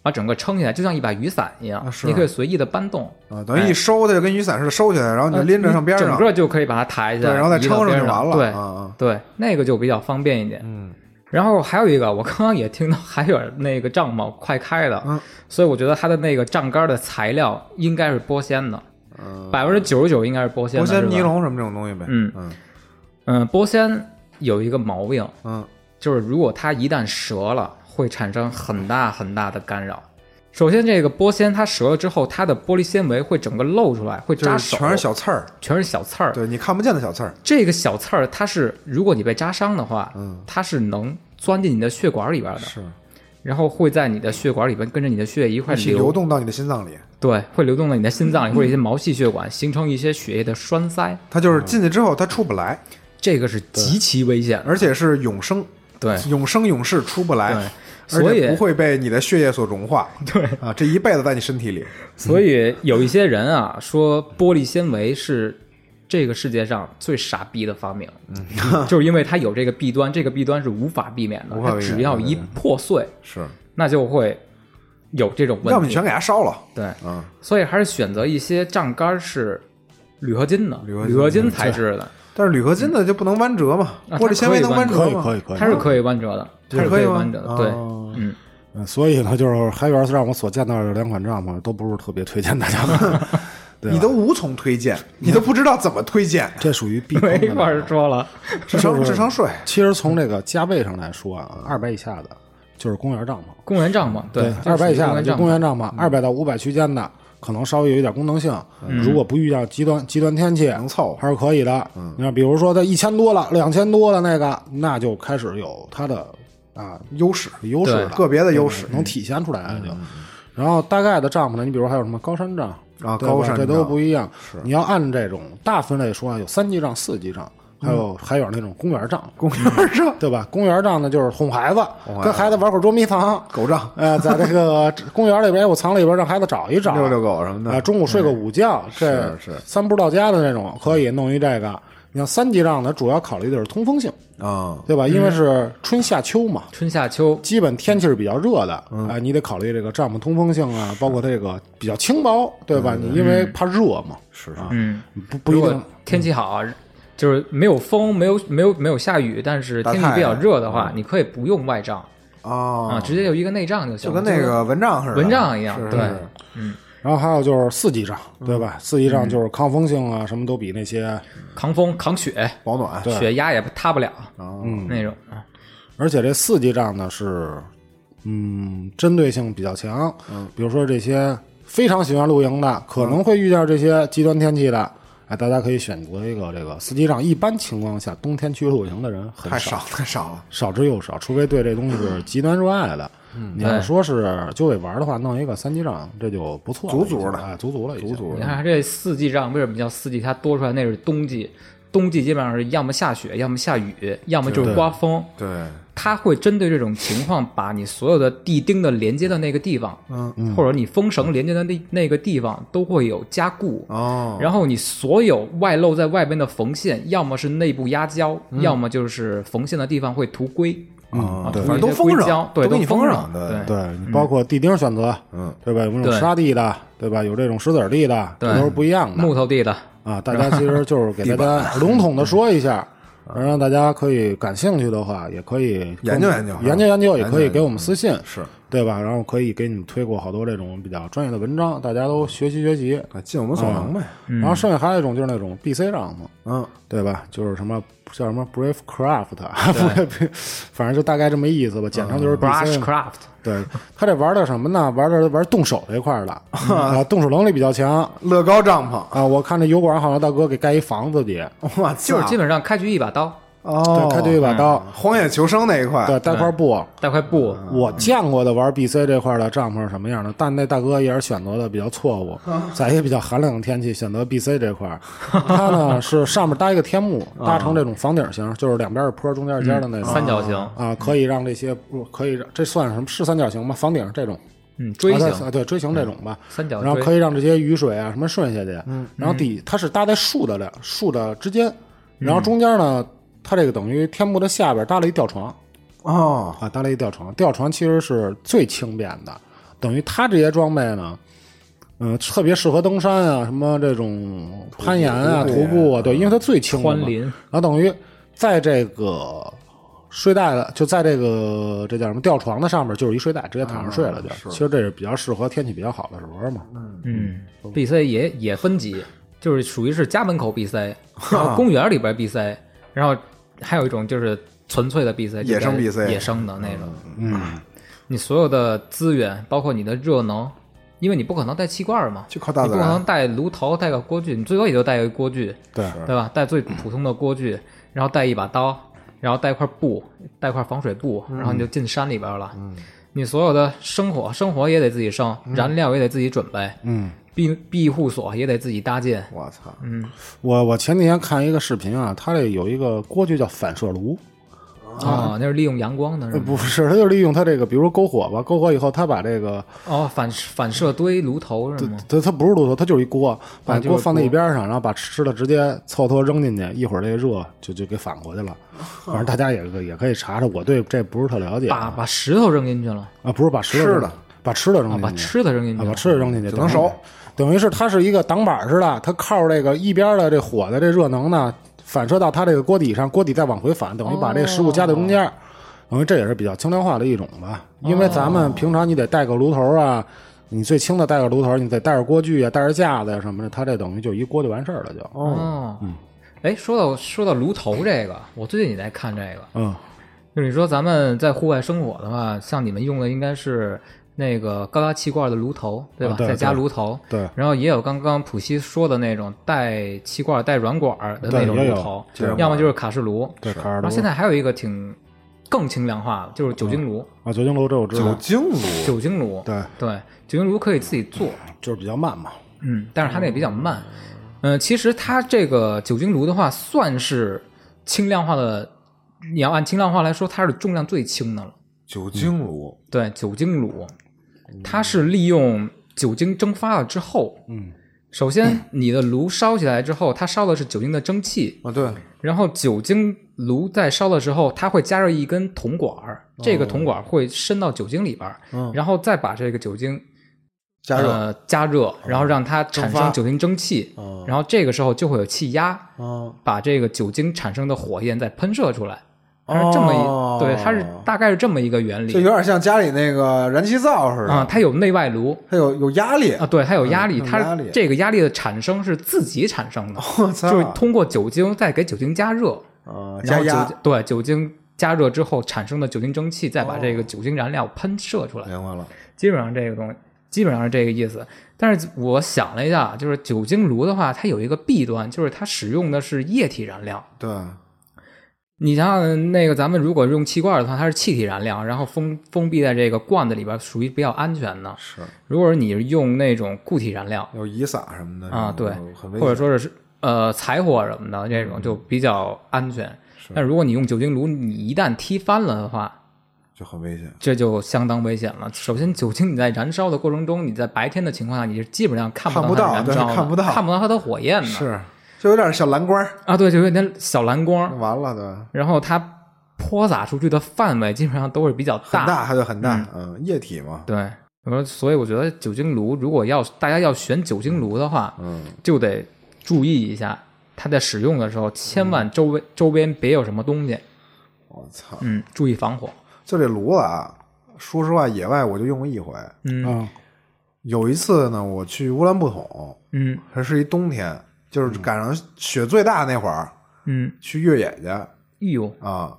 [SPEAKER 3] 把整个撑起来，就像一把雨伞一样，
[SPEAKER 1] 啊是
[SPEAKER 3] 你可以随意的搬动，
[SPEAKER 1] 啊，等于一收它就跟雨伞似的收起来，然后你就
[SPEAKER 3] 哎呃
[SPEAKER 1] 拎着上边
[SPEAKER 3] 你
[SPEAKER 1] 上
[SPEAKER 3] 整，个就可以把它抬起来，
[SPEAKER 1] 对然后再
[SPEAKER 3] 移到
[SPEAKER 1] 撑上
[SPEAKER 3] 边
[SPEAKER 1] 就完了
[SPEAKER 3] 对、
[SPEAKER 1] 啊啊
[SPEAKER 3] 对，那个就比较方便一点。
[SPEAKER 1] 嗯，
[SPEAKER 3] 然后还有一个，我刚刚也听到还有那个帐篷快开的，
[SPEAKER 1] 嗯
[SPEAKER 3] 所以我觉得它的那个帐杆的材料应该是玻纤的，
[SPEAKER 1] 嗯
[SPEAKER 3] 百分之九十九应该是玻纤
[SPEAKER 1] 玻
[SPEAKER 3] 的，
[SPEAKER 1] 纤
[SPEAKER 3] 是吧
[SPEAKER 1] 尼，龙什么这种东西呗，
[SPEAKER 3] 嗯
[SPEAKER 1] 嗯
[SPEAKER 3] 嗯，玻纤有一个毛病，
[SPEAKER 1] 嗯，
[SPEAKER 3] 就是如果它一旦折了，会产生很大很大的干扰。首先，这个玻纤它折了之后，它的玻璃纤维会整个露出来，会
[SPEAKER 1] 就
[SPEAKER 3] 扎
[SPEAKER 1] 是
[SPEAKER 3] 手，
[SPEAKER 1] 全是小刺儿，
[SPEAKER 3] 全是小刺儿。
[SPEAKER 1] 对你看不见的小刺儿，
[SPEAKER 3] 这个小刺儿，它是如果你被扎伤的话，
[SPEAKER 1] 嗯
[SPEAKER 3] 它是能钻进你的血管里边的，
[SPEAKER 1] 是
[SPEAKER 3] 然后会在你的血管里边跟着你的血液一块
[SPEAKER 1] 一起
[SPEAKER 3] 流，
[SPEAKER 1] 流动到你的心脏里，
[SPEAKER 3] 对，会流动到你的心
[SPEAKER 1] <laughs>
[SPEAKER 3] 脏里或者一些毛细血管，形成一些血液的栓塞，
[SPEAKER 1] 它就是进去之后它出不来，
[SPEAKER 3] 这个是极其危险的。
[SPEAKER 1] 而且是永生，
[SPEAKER 3] 对，
[SPEAKER 1] 永生永世出不来，
[SPEAKER 3] 对
[SPEAKER 1] 而
[SPEAKER 3] 所
[SPEAKER 1] 且
[SPEAKER 3] 以
[SPEAKER 1] 不会被你的血液所融化，对啊，这一辈子在你身体里，
[SPEAKER 3] 所以有一些人啊说玻璃纤维是这个世界上最傻逼的发明，就是因为它有这个弊端，这个弊端是无法避免的，
[SPEAKER 1] 无法避
[SPEAKER 3] 它
[SPEAKER 1] 免
[SPEAKER 3] 只要一破碎，
[SPEAKER 1] 是
[SPEAKER 3] 那就会有这种
[SPEAKER 1] 要
[SPEAKER 3] 问
[SPEAKER 1] 么你
[SPEAKER 3] 题
[SPEAKER 1] 全。给它烧了。
[SPEAKER 3] 对，
[SPEAKER 1] 嗯，
[SPEAKER 3] 所以还是选择一些杖杆是铝合金的，铝
[SPEAKER 1] 合金
[SPEAKER 3] 合金材质的，
[SPEAKER 1] 但是铝合金的就不能弯折嘛，
[SPEAKER 3] 啊
[SPEAKER 1] 玻璃纤维能弯
[SPEAKER 3] 可
[SPEAKER 1] 折
[SPEAKER 2] 可以
[SPEAKER 1] 吗？
[SPEAKER 2] 可
[SPEAKER 1] 以，
[SPEAKER 2] 以可以，
[SPEAKER 3] 它是可以弯折的，它是
[SPEAKER 1] 可
[SPEAKER 3] 以
[SPEAKER 1] 吗
[SPEAKER 3] 弯折的。对，
[SPEAKER 1] 哦
[SPEAKER 3] 嗯，
[SPEAKER 2] 嗯，所以呢，就是海源让我所见到的两款帐篷都不是特别推荐大家
[SPEAKER 3] <laughs>
[SPEAKER 2] 买，对
[SPEAKER 1] 你
[SPEAKER 3] 啊
[SPEAKER 2] 吧？
[SPEAKER 1] 都无从推荐，
[SPEAKER 3] 嗯
[SPEAKER 1] 你都不知道怎么推荐，
[SPEAKER 3] <laughs>
[SPEAKER 2] 这属于避坑
[SPEAKER 3] 没
[SPEAKER 2] 的
[SPEAKER 3] 法说了。
[SPEAKER 1] 智商智商税。
[SPEAKER 2] 其实从这个价位上来说啊，二百以下的就是公园帐篷，
[SPEAKER 3] 公园帐篷，对，
[SPEAKER 2] 二百以下
[SPEAKER 3] 公
[SPEAKER 2] 的
[SPEAKER 3] 园
[SPEAKER 2] 就
[SPEAKER 3] 帐
[SPEAKER 2] 公
[SPEAKER 3] 篷，嗯
[SPEAKER 2] 园帐篷，二百到五百区间的可能稍微有一点功能性，如果不遇到极端极端天气，
[SPEAKER 1] 能凑合
[SPEAKER 2] 还是可以的。
[SPEAKER 3] 嗯
[SPEAKER 2] 你看，比如说它一千多了，两千多了那个，那就开始有它的啊
[SPEAKER 1] 优势，
[SPEAKER 2] 优势了，
[SPEAKER 1] 个别的优势
[SPEAKER 3] 嗯
[SPEAKER 2] 能体现出来
[SPEAKER 1] 嗯
[SPEAKER 2] 了就。然后大概的帐篷呢，你比如还有什么高山帐
[SPEAKER 1] 啊
[SPEAKER 2] 对吧
[SPEAKER 1] 高山
[SPEAKER 2] 这都
[SPEAKER 1] 帐
[SPEAKER 2] 不一样。你要按这种大分类说啊，有三级帐、四级帐，还有还有那种公园帐，
[SPEAKER 1] 嗯公园上
[SPEAKER 2] <laughs> 对吧？公园帐呢就是哄孩子，跟孩子玩会儿捉迷藏。
[SPEAKER 1] 狗仗、
[SPEAKER 2] 呃，在这个 <laughs> 公园里边，我藏里边，让孩子找一找，
[SPEAKER 1] 遛遛狗什么
[SPEAKER 2] 啊，
[SPEAKER 1] 的，
[SPEAKER 2] 中午睡个午觉，这
[SPEAKER 1] 嗯是
[SPEAKER 2] 三步到家的那种，可以弄一这个。你像三级帐呢，主要考虑的是通风性，
[SPEAKER 1] 啊，
[SPEAKER 2] 对吧？因为是春夏秋嘛，
[SPEAKER 3] 春夏秋，
[SPEAKER 2] 基本天气是比较热的，
[SPEAKER 1] 嗯
[SPEAKER 2] 啊，你得考虑这个帐篷通风性
[SPEAKER 1] <laughs>
[SPEAKER 2] 啊，包括这个比较轻薄，对吧？你因为怕热嘛，
[SPEAKER 1] 嗯是
[SPEAKER 2] 啊，
[SPEAKER 3] 嗯，
[SPEAKER 2] 不不
[SPEAKER 3] 如
[SPEAKER 2] 一
[SPEAKER 3] 果
[SPEAKER 2] 定
[SPEAKER 3] 天气好，啊就是没有风，没有没有没有下雨，但是
[SPEAKER 1] 大
[SPEAKER 3] 天气
[SPEAKER 1] 太
[SPEAKER 3] 比较
[SPEAKER 1] 阳嗯
[SPEAKER 3] 热的话，你可以不用外帐啊，
[SPEAKER 1] 啊，
[SPEAKER 3] 直接有一个内帐就行
[SPEAKER 1] 就
[SPEAKER 3] 了，
[SPEAKER 1] 跟那个蚊帐似的，
[SPEAKER 3] 蚊帐一样
[SPEAKER 1] 是，
[SPEAKER 3] 对，
[SPEAKER 1] 是
[SPEAKER 2] 然后还有就是四级帐，对
[SPEAKER 1] 嗯
[SPEAKER 2] 吧？四级帐就是抗风性啊，什么都比那些，
[SPEAKER 3] 扛风扛雪，
[SPEAKER 1] 保暖，
[SPEAKER 3] 雪压也塌不了
[SPEAKER 1] 哦
[SPEAKER 2] 嗯，
[SPEAKER 3] 那种啊。
[SPEAKER 2] 而且这四级帐呢是，嗯，针对性比较强。嗯，比如说这些非常喜欢露营的，可能会遇到这些极端天气的，哎，大家可以选择一个这个四级帐。一般情况下，冬天去露营的人很
[SPEAKER 1] 太
[SPEAKER 2] 少
[SPEAKER 1] 少太少了，
[SPEAKER 2] 少之又少，除非对这东西是极端热爱的。你要
[SPEAKER 3] 嗯对
[SPEAKER 2] 说是就为玩的话，弄一个三级帐，这就不错了，
[SPEAKER 1] 足足的
[SPEAKER 2] 哎，足足了，足足
[SPEAKER 3] 你看它这四季帐为什么叫四季？它多出来那是冬季，冬季基本上是要么下雪，要么下雨，要么就是刮风。
[SPEAKER 1] 对，
[SPEAKER 3] 它会针对这种情况，把你所有的地钉的连接的那个地方，嗯，或者你风绳连接的那那个地方，都会有加固。
[SPEAKER 1] 哦，
[SPEAKER 3] 然后你所有外露在外边的缝线，要么是内部压胶，
[SPEAKER 1] 嗯
[SPEAKER 3] 要么就是缝线的地方会涂硅，
[SPEAKER 1] 啊
[SPEAKER 3] 啊，
[SPEAKER 1] 对，
[SPEAKER 3] 涂
[SPEAKER 1] 反正
[SPEAKER 3] 一
[SPEAKER 1] 都
[SPEAKER 3] 些
[SPEAKER 1] 封
[SPEAKER 3] 硅
[SPEAKER 1] 上
[SPEAKER 3] 胶，对，
[SPEAKER 1] 都给你
[SPEAKER 3] 封
[SPEAKER 1] 封上，
[SPEAKER 3] 对，
[SPEAKER 2] 对，你包括地钉选择，嗯，对吧？有那种
[SPEAKER 3] 嗯对
[SPEAKER 2] 沙地的，对吧？有这种石子儿地的，这
[SPEAKER 3] 对
[SPEAKER 2] 都是不一样的。
[SPEAKER 3] 木头地的，
[SPEAKER 2] 啊，大家其实就是给大家笼统的说一下，
[SPEAKER 3] 嗯
[SPEAKER 2] 然后让大家可以感兴趣的话，也可以
[SPEAKER 1] 研究研究嗯
[SPEAKER 2] 研究研究，也可以给我们私信，
[SPEAKER 1] 是
[SPEAKER 2] 对吧？然后可以给你们推过好多这种比较专业的文章，大家都学习学习。
[SPEAKER 1] 啊尽我们所能呗，
[SPEAKER 3] 嗯
[SPEAKER 2] 然后剩下还有一种就是那种 BC 帐篷，
[SPEAKER 1] 嗯，
[SPEAKER 2] 对吧？就是什么叫什么 Brave Craft，反 <laughs> 正就大概这么意思吧，简称就是 BC
[SPEAKER 3] brush
[SPEAKER 2] 嘛
[SPEAKER 3] craft，
[SPEAKER 1] 啊
[SPEAKER 2] 对，他这玩的什么呢？玩的玩动手这块儿的啊，动手能力比较强
[SPEAKER 1] 乐高帐篷，
[SPEAKER 2] 啊。我看这油管好像大哥给盖一房子里，
[SPEAKER 1] 哇，
[SPEAKER 3] 就是基
[SPEAKER 1] 本
[SPEAKER 3] 本上开局一把刀，
[SPEAKER 1] 哦嗯
[SPEAKER 2] 对，，开对一把刀，
[SPEAKER 1] 荒野求生那一块，
[SPEAKER 2] 对，带块布。
[SPEAKER 3] 带块布，
[SPEAKER 1] 啊
[SPEAKER 2] 我见过的玩 BC 这块的帐篷是什么样的，但那大哥也是选择的比较错误，在一个比较寒冷的天气选择 BC 这块儿，它呢是上面搭一个天幕，搭成这种房顶型，就是两边是坡，中间是尖的那种
[SPEAKER 3] 嗯三角形，
[SPEAKER 2] 啊，可以让这些不可以让这算什么是三角形吗？房顶这种
[SPEAKER 3] 嗯，锥
[SPEAKER 2] 啊
[SPEAKER 3] 形，
[SPEAKER 2] 对对，锥形这种吧，
[SPEAKER 3] 三角
[SPEAKER 2] 然后可
[SPEAKER 3] 锥，嗯
[SPEAKER 2] 以让这些雨水啊什么顺下去。然后底它是搭在树的两树的之间，
[SPEAKER 3] 嗯
[SPEAKER 2] 然后中间呢，它这个等于天幕的下边搭了一吊床
[SPEAKER 1] 哦，
[SPEAKER 2] 啊，搭了一吊床。吊床其实是最轻便的，等于它这些装备呢。嗯，特别适合登山啊，什么这种攀岩啊、徒步啊，对，因为它最轻了
[SPEAKER 3] 穿
[SPEAKER 2] 嘛。
[SPEAKER 3] 林，
[SPEAKER 2] 然后等于在这个睡袋的，就在这个这叫什么吊床的上面，就是一睡袋，直接躺上睡了就。其实这啊是比较适合天气比较好的时候嘛。
[SPEAKER 3] 嗯，BC 也也分级，就是属于是家门口 BC，然后公园里边 BC，然后还有一种就是纯粹的 BC，
[SPEAKER 1] 野生
[SPEAKER 3] 就是
[SPEAKER 1] BC
[SPEAKER 3] 野生的那种。嗯，你所有的资源，包括你的热能，因为你不可能带气罐嘛，
[SPEAKER 1] 就靠大
[SPEAKER 3] 你
[SPEAKER 1] 自
[SPEAKER 3] 不可
[SPEAKER 1] 然
[SPEAKER 3] 能，带炉头，带个锅具，你最多也就带一个锅具，
[SPEAKER 2] 对，
[SPEAKER 3] 对吧？带最普通的锅具，然后带一把刀，然后带块布，带块防水布，然
[SPEAKER 2] 嗯
[SPEAKER 3] 后你就进山里边了。你所有的生火，生火也得自己生，燃料也得自己准备，
[SPEAKER 2] 嗯，
[SPEAKER 3] 庇庇护所也得自己搭建。
[SPEAKER 1] 我操，
[SPEAKER 3] 嗯，
[SPEAKER 2] 我我前几天看一个视频啊，它这有一个锅具叫反射炉，
[SPEAKER 3] 啊，那是利用阳光的是
[SPEAKER 2] 呃
[SPEAKER 3] 吗？
[SPEAKER 2] <laughs> 不是，它就是利用它这个，比如说篝火吧，篝火以后，它把这个
[SPEAKER 3] 哦，反反射堆炉头是吗？
[SPEAKER 2] 它它不是炉头，它就是一锅，把
[SPEAKER 3] 啊就是
[SPEAKER 2] 锅放在一边上，然后把吃的直接凑合扔进去，一会儿这热就就给反过去了。反正大家也也可以查查，我对这不是特了解啊。
[SPEAKER 3] 把把石头扔进去了，
[SPEAKER 2] 啊，不是把石头
[SPEAKER 1] 吃
[SPEAKER 2] 扔
[SPEAKER 1] 的，
[SPEAKER 2] 把吃的扔
[SPEAKER 3] 啊，
[SPEAKER 2] 进去，
[SPEAKER 3] 把吃的扔进
[SPEAKER 2] 啊
[SPEAKER 3] 去，
[SPEAKER 2] 把吃的扔进去，
[SPEAKER 1] 只能熟
[SPEAKER 2] 等于。等于是它是一个挡板似的，它靠这个一边的这火的这热能呢，反射到它这个锅底上，锅底再往回反，等于把这食物夹在中间。
[SPEAKER 3] 哦
[SPEAKER 2] 等于这也是比较轻量化的一种吧，因为咱
[SPEAKER 3] 哦
[SPEAKER 2] 们平常你得带个炉头啊，你最轻的带个炉头，你得带着锅具啊，带着架子呀、什么的，它这等于就一锅就完事儿了就。
[SPEAKER 3] 哦，
[SPEAKER 2] 嗯
[SPEAKER 3] 哎，说到说到炉头这个，我最近也在看这个，
[SPEAKER 2] 嗯，
[SPEAKER 3] 就是你说咱们在户外生火的话，像你们用的应该是那个高压气罐的炉头，对吧？
[SPEAKER 2] 啊对
[SPEAKER 3] 再加
[SPEAKER 2] 对
[SPEAKER 3] 炉头，
[SPEAKER 2] 对
[SPEAKER 3] 然后也有刚刚普希说的那种带气罐、带软管儿的
[SPEAKER 2] 对
[SPEAKER 3] 那种
[SPEAKER 2] 也
[SPEAKER 3] 炉
[SPEAKER 2] 有
[SPEAKER 3] 头
[SPEAKER 1] 这种，
[SPEAKER 3] 要么就是卡式炉。
[SPEAKER 2] 对，卡
[SPEAKER 3] 然
[SPEAKER 2] 尔
[SPEAKER 3] 后
[SPEAKER 2] 炉
[SPEAKER 3] 现在还有一个挺更轻量化的，就是酒精炉、
[SPEAKER 2] 啊，酒精炉这我知
[SPEAKER 1] 酒
[SPEAKER 2] 道，
[SPEAKER 1] 精炉，
[SPEAKER 3] 酒精炉。
[SPEAKER 2] 嗯对，
[SPEAKER 3] 对，酒精炉可以自己做，
[SPEAKER 2] 就是比较慢嘛。
[SPEAKER 3] 嗯，但是它那比较慢。嗯、其实它这个酒精炉的话，算是轻量化的。你要按轻量化来说，它是重量最轻的了。
[SPEAKER 1] 酒精炉，
[SPEAKER 3] 对，酒精炉，它是利用酒精蒸发了之后，
[SPEAKER 2] 嗯，
[SPEAKER 3] 首先你的炉烧起来之后，它烧的是酒精的蒸汽，
[SPEAKER 1] 啊，对，
[SPEAKER 3] 然后酒精炉在烧的时候，它会加热一根铜管儿，这个铜管儿会伸到酒精里边儿，
[SPEAKER 1] 哦嗯，
[SPEAKER 3] 然后再把这个酒精
[SPEAKER 1] 加热，哦
[SPEAKER 3] 呃加热，然后让它产
[SPEAKER 1] 发
[SPEAKER 3] 生酒精蒸汽，
[SPEAKER 1] 嗯
[SPEAKER 3] 然后这个时候就会有气压，
[SPEAKER 1] 嗯，
[SPEAKER 3] 把这个酒精产生的火焰再喷射出来。它是这么一，对，它是大概是这么一个原
[SPEAKER 1] 就
[SPEAKER 3] 理
[SPEAKER 1] 哦有点像家里那个燃气灶似的，
[SPEAKER 3] 啊、它有内外炉
[SPEAKER 1] 它有有压力，
[SPEAKER 3] 啊，对，它有压力，
[SPEAKER 1] 嗯有压
[SPEAKER 3] 它
[SPEAKER 1] 力哦
[SPEAKER 3] 这个压力的产生是自己产生的，
[SPEAKER 1] 我操，
[SPEAKER 3] 就是通过酒精再给酒精加热，
[SPEAKER 1] 啊
[SPEAKER 3] 然
[SPEAKER 1] 加
[SPEAKER 3] 后酒
[SPEAKER 1] 压
[SPEAKER 3] 精，对酒精加热之后产生的酒精蒸汽，
[SPEAKER 1] 哦
[SPEAKER 3] 再把这个酒精燃料喷射出来，
[SPEAKER 1] 明白了，
[SPEAKER 3] 基本上这个东西基本上是这个意思。但是我想了一下，就是酒精炉的话，它有一个弊端，就是它使用的是液体燃料。
[SPEAKER 1] 对，
[SPEAKER 3] 你想想，那个咱们如果用气罐的话，它是气体燃料，然后封封闭在这个罐子里边，属于比较安全的。
[SPEAKER 1] 是
[SPEAKER 3] 如果你是用那种固体燃料，
[SPEAKER 1] 有雨伞什么的
[SPEAKER 3] 啊对
[SPEAKER 1] 很危
[SPEAKER 3] 或者
[SPEAKER 1] 险，
[SPEAKER 3] 说是呃柴火什么的这
[SPEAKER 1] 嗯
[SPEAKER 3] 种，就比较安全。但如果你用酒精炉，你一旦踢翻了的话，
[SPEAKER 1] 就很危险，
[SPEAKER 3] 这就相当危险了。首先，酒精你在燃烧的过程中，你在白天的情况下，你是基本上看
[SPEAKER 1] 看不
[SPEAKER 3] 到它
[SPEAKER 1] 到
[SPEAKER 3] 燃烧的，
[SPEAKER 1] 对看不到
[SPEAKER 3] 看不到它的火焰的。
[SPEAKER 1] 是，就有点小蓝光，
[SPEAKER 3] 啊，对，就有点小蓝光，
[SPEAKER 1] 完了对。
[SPEAKER 3] 然后它泼洒出去的范围基本上都是比较
[SPEAKER 1] 很大，它就很大，嗯，液体嘛，
[SPEAKER 3] 对，我说，所以我觉得酒精炉如果要大家要选酒精炉的话，
[SPEAKER 1] 嗯，
[SPEAKER 3] 就得注意一下，它在使用的时候，千万周
[SPEAKER 1] 嗯
[SPEAKER 3] 围、周边别有什么东西，
[SPEAKER 1] 我操，
[SPEAKER 3] 嗯，注意防火。
[SPEAKER 1] 就这炉子啊，说实话，野外我就用过一回。
[SPEAKER 3] 嗯
[SPEAKER 2] 嗯
[SPEAKER 1] 有一次呢，我去乌兰布统，
[SPEAKER 3] 嗯
[SPEAKER 1] 还是一冬天，就是赶上雪最大那会儿，
[SPEAKER 3] 嗯，
[SPEAKER 1] 去越野去
[SPEAKER 3] 哎呦，
[SPEAKER 1] 啊。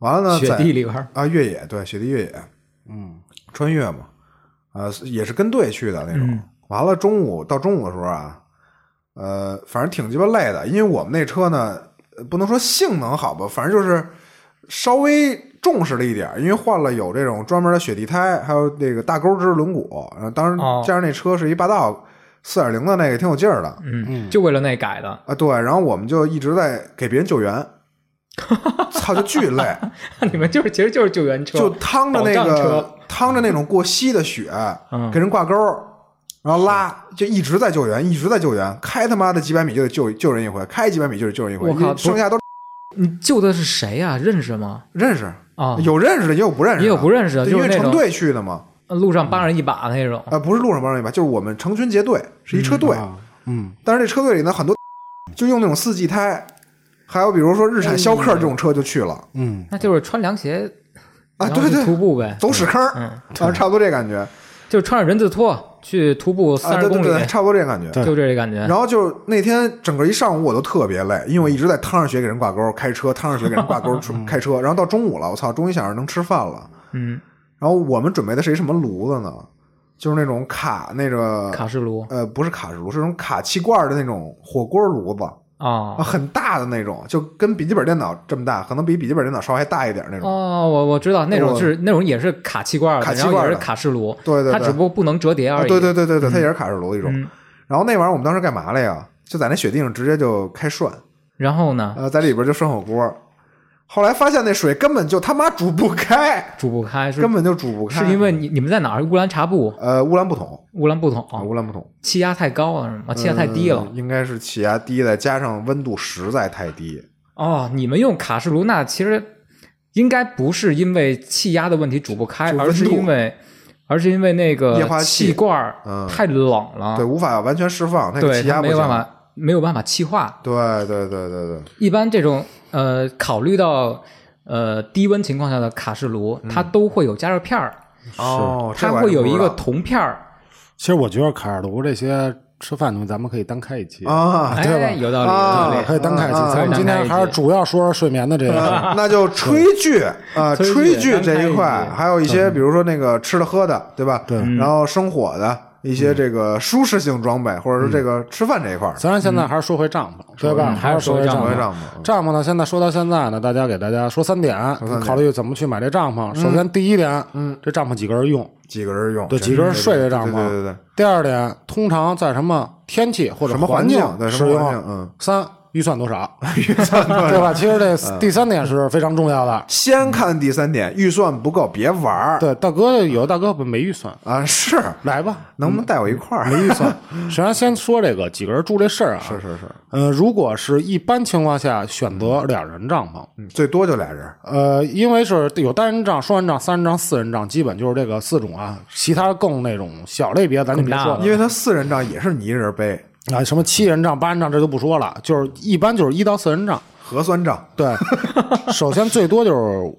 [SPEAKER 1] 完了呢，
[SPEAKER 3] 雪
[SPEAKER 1] 在
[SPEAKER 3] 地里边儿，
[SPEAKER 1] 啊，越野对，雪地越野
[SPEAKER 2] 嗯
[SPEAKER 1] 穿越嘛，啊，也是跟队去的那种。
[SPEAKER 3] 嗯
[SPEAKER 1] 完了，中午到中午的时候啊，呃，反正挺鸡巴累的，因为我们那车呢，呃不能说性能好吧，反正就是稍微重视了一点儿，因为换了有这种专门的雪地胎，还有那个大钩支轮毂，然后当时
[SPEAKER 3] 哦
[SPEAKER 1] 加上那车是一霸道四点零的那个，挺有劲儿的
[SPEAKER 3] 嗯，就为了那改的， <laughs>
[SPEAKER 1] 啊。对，然后我们就一直在给别人救援，操，就巨累，
[SPEAKER 3] 你们就是其实就是救援车，
[SPEAKER 1] 就趟着那
[SPEAKER 3] 保障
[SPEAKER 1] 个
[SPEAKER 3] 车
[SPEAKER 1] 趟着那种过膝的雪，
[SPEAKER 3] 嗯
[SPEAKER 1] 给人挂钩，然后拉，就一直在救援，一直在救援，开他妈的几百米就得救救人一回，开几百米就得救人一回，
[SPEAKER 3] 我靠
[SPEAKER 1] 一剩下都
[SPEAKER 3] 你救的是谁呀、认识吗？
[SPEAKER 1] 认识，
[SPEAKER 3] 啊，
[SPEAKER 1] 有认识的也有不认识的，
[SPEAKER 3] 也有不认识的啊
[SPEAKER 1] 对
[SPEAKER 3] 就
[SPEAKER 1] 因
[SPEAKER 3] 是
[SPEAKER 1] 为
[SPEAKER 3] 那
[SPEAKER 1] 成
[SPEAKER 3] 种啊
[SPEAKER 1] 队去的嘛，
[SPEAKER 3] 路上帮人一把那种。
[SPEAKER 1] 呃，不是路上帮人一把，就是我们成群结队，是一车队，
[SPEAKER 2] 啊嗯，
[SPEAKER 1] 但是这车队里呢，很多就用那种四季胎，还有比如说日
[SPEAKER 3] 嗯
[SPEAKER 1] 产逍客这种车就去了，
[SPEAKER 2] 嗯，
[SPEAKER 3] 那就是穿凉鞋
[SPEAKER 1] 啊，
[SPEAKER 3] 然后
[SPEAKER 1] 对
[SPEAKER 3] 去
[SPEAKER 1] 对，
[SPEAKER 3] 徒步呗，
[SPEAKER 1] 走屎坑儿，
[SPEAKER 3] 嗯，
[SPEAKER 1] 啊，差不多这感觉，
[SPEAKER 3] 就是穿着人字拖去徒步
[SPEAKER 1] 啊，
[SPEAKER 3] 三
[SPEAKER 1] 对对
[SPEAKER 3] 十公里，
[SPEAKER 1] 对，差不多这感觉，
[SPEAKER 2] 对
[SPEAKER 3] 就这感觉。
[SPEAKER 1] 然后就是那天整个一上午我都特别累，因为我一直在趟上雪给人挂钩开车，趟上雪给人挂
[SPEAKER 3] <laughs>
[SPEAKER 1] 钩开车，然后到中午了，我操，终于想着能吃饭了。
[SPEAKER 3] 嗯，
[SPEAKER 1] 然后我们准备的是一什么炉子呢？就是那种卡那个
[SPEAKER 3] 卡式炉
[SPEAKER 1] 呃不是卡式炉，是那种卡气罐的那种火锅炉子啊，
[SPEAKER 3] 啊。
[SPEAKER 1] 很大的那种，就跟笔记本电脑这么大，可能比笔记本电脑稍微还大一点那种。
[SPEAKER 3] 哦，我我知道那种
[SPEAKER 1] 我
[SPEAKER 3] 是那种也是卡气罐的，
[SPEAKER 1] 卡气
[SPEAKER 3] 然后
[SPEAKER 1] 罐
[SPEAKER 3] 也
[SPEAKER 1] 的
[SPEAKER 3] 是卡式炉，
[SPEAKER 1] 对对
[SPEAKER 3] 它
[SPEAKER 1] 对
[SPEAKER 3] 只不过不能折叠
[SPEAKER 1] 啊，
[SPEAKER 3] 而已。
[SPEAKER 1] 对对对对对，它也是卡式炉的一种。
[SPEAKER 3] 嗯
[SPEAKER 1] 然后那玩意儿我们当时干嘛了呀？就在那雪地上直接就开涮。
[SPEAKER 3] 然后呢，
[SPEAKER 1] 呃，在里边就涮火锅。后来发现那水根本就他妈煮不开，
[SPEAKER 3] 煮不开是
[SPEAKER 1] 根本就煮不开，
[SPEAKER 3] 是因为你你们在哪儿？乌兰察布、
[SPEAKER 1] 呃乌兰布统
[SPEAKER 3] 乌兰布
[SPEAKER 1] 啊，
[SPEAKER 3] 统，
[SPEAKER 1] 乌兰布统
[SPEAKER 3] 气压太高了是吗？哦气压太低了
[SPEAKER 1] 嗯。应该是气压低，再加上温度实在太低，
[SPEAKER 3] 哦，你们用卡式炉，那其实应该不是因为气压的问题煮不开，
[SPEAKER 1] 就温
[SPEAKER 3] 而是
[SPEAKER 1] 度
[SPEAKER 3] 因为而是因为那
[SPEAKER 1] 液
[SPEAKER 3] 个
[SPEAKER 1] 化气
[SPEAKER 3] 气罐儿
[SPEAKER 1] 嗯
[SPEAKER 3] 太冷了，
[SPEAKER 1] 对，无法完全释放，那个
[SPEAKER 3] 啊对
[SPEAKER 1] 气压
[SPEAKER 3] 它
[SPEAKER 1] 不
[SPEAKER 3] 没有
[SPEAKER 1] 行。
[SPEAKER 3] 办法没有办法气化。
[SPEAKER 1] 对对对对对，
[SPEAKER 3] 一般这种呃，考虑到呃低温情况下的卡式炉，它都会有加热片儿，
[SPEAKER 1] 嗯哦，这
[SPEAKER 3] 它
[SPEAKER 1] 我还
[SPEAKER 3] 会
[SPEAKER 1] 真
[SPEAKER 3] 有
[SPEAKER 1] 不
[SPEAKER 3] 一
[SPEAKER 1] 知
[SPEAKER 3] 个
[SPEAKER 1] 道
[SPEAKER 3] 铜片儿，
[SPEAKER 2] 其实我觉得卡尔炉这些吃饭东西，咱们可以单开一期，
[SPEAKER 1] 啊，
[SPEAKER 2] 对吧
[SPEAKER 3] 哎，有道理，有道
[SPEAKER 2] 啊
[SPEAKER 3] 理，
[SPEAKER 2] 可以单开一期。
[SPEAKER 1] 啊啊
[SPEAKER 2] 咱们今天还是主要说说睡眠的这个，
[SPEAKER 3] <laughs>
[SPEAKER 1] 呃那就炊具啊，
[SPEAKER 3] 炊具
[SPEAKER 1] 炊具这一
[SPEAKER 3] 单
[SPEAKER 1] 块
[SPEAKER 3] 开，一
[SPEAKER 1] 还有一些比如说那个吃的喝的，对吧？
[SPEAKER 2] 对
[SPEAKER 1] 然后生火的一些
[SPEAKER 3] 嗯
[SPEAKER 1] 这个舒适性装备，或者说这个吃饭这一块儿，
[SPEAKER 2] 咱现在还是说回帐篷，对吧？
[SPEAKER 3] 嗯还是
[SPEAKER 2] 是说
[SPEAKER 3] 说
[SPEAKER 1] 不
[SPEAKER 2] 回
[SPEAKER 3] 回帐篷
[SPEAKER 1] 会
[SPEAKER 2] 篷。
[SPEAKER 1] 让吗？
[SPEAKER 2] 帐篷呢？现在说到现在呢，大家给大家说三点，考虑怎么去买这帐篷。首先第一点，嗯，这帐篷几个人用？
[SPEAKER 1] 几个人用，
[SPEAKER 2] 对几个人睡这帐
[SPEAKER 1] 对对
[SPEAKER 2] 篷
[SPEAKER 1] 对对，
[SPEAKER 2] 第二点，通常在什么天气或者
[SPEAKER 1] 什么环
[SPEAKER 2] 境
[SPEAKER 1] 境对什
[SPEAKER 2] 使
[SPEAKER 1] 么
[SPEAKER 2] 用？
[SPEAKER 1] 环境嗯
[SPEAKER 2] 三预算多少？ <laughs> 嗯预算对吧？其实这第三点是非常重要的。
[SPEAKER 1] 先看第三点，预算不够别玩儿
[SPEAKER 2] 对，大哥有的大哥没预算，
[SPEAKER 1] 啊，是
[SPEAKER 2] 来吧，
[SPEAKER 1] 能不能带我一块儿？
[SPEAKER 2] 嗯没预算。实际上，先说这个几个人住这事儿啊。
[SPEAKER 1] 是是是，
[SPEAKER 2] 呃，如果是一般情况下选择两人帐篷，
[SPEAKER 1] 嗯最多就俩人，
[SPEAKER 2] 呃，因为是有单人帐、双人帐、三人帐、四人帐，基本就是这个四种啊。其他更那种小类别，咱就
[SPEAKER 3] 更
[SPEAKER 2] 别
[SPEAKER 3] 大
[SPEAKER 2] 说了
[SPEAKER 3] 了。
[SPEAKER 1] 因为他四人帐也是你一人背，
[SPEAKER 2] 啊，什么七人帐、八人帐，这都不说了，就是一般就是一到四人帐。
[SPEAKER 1] 核酸帐、 <laughs>
[SPEAKER 2] 对，首先最多就是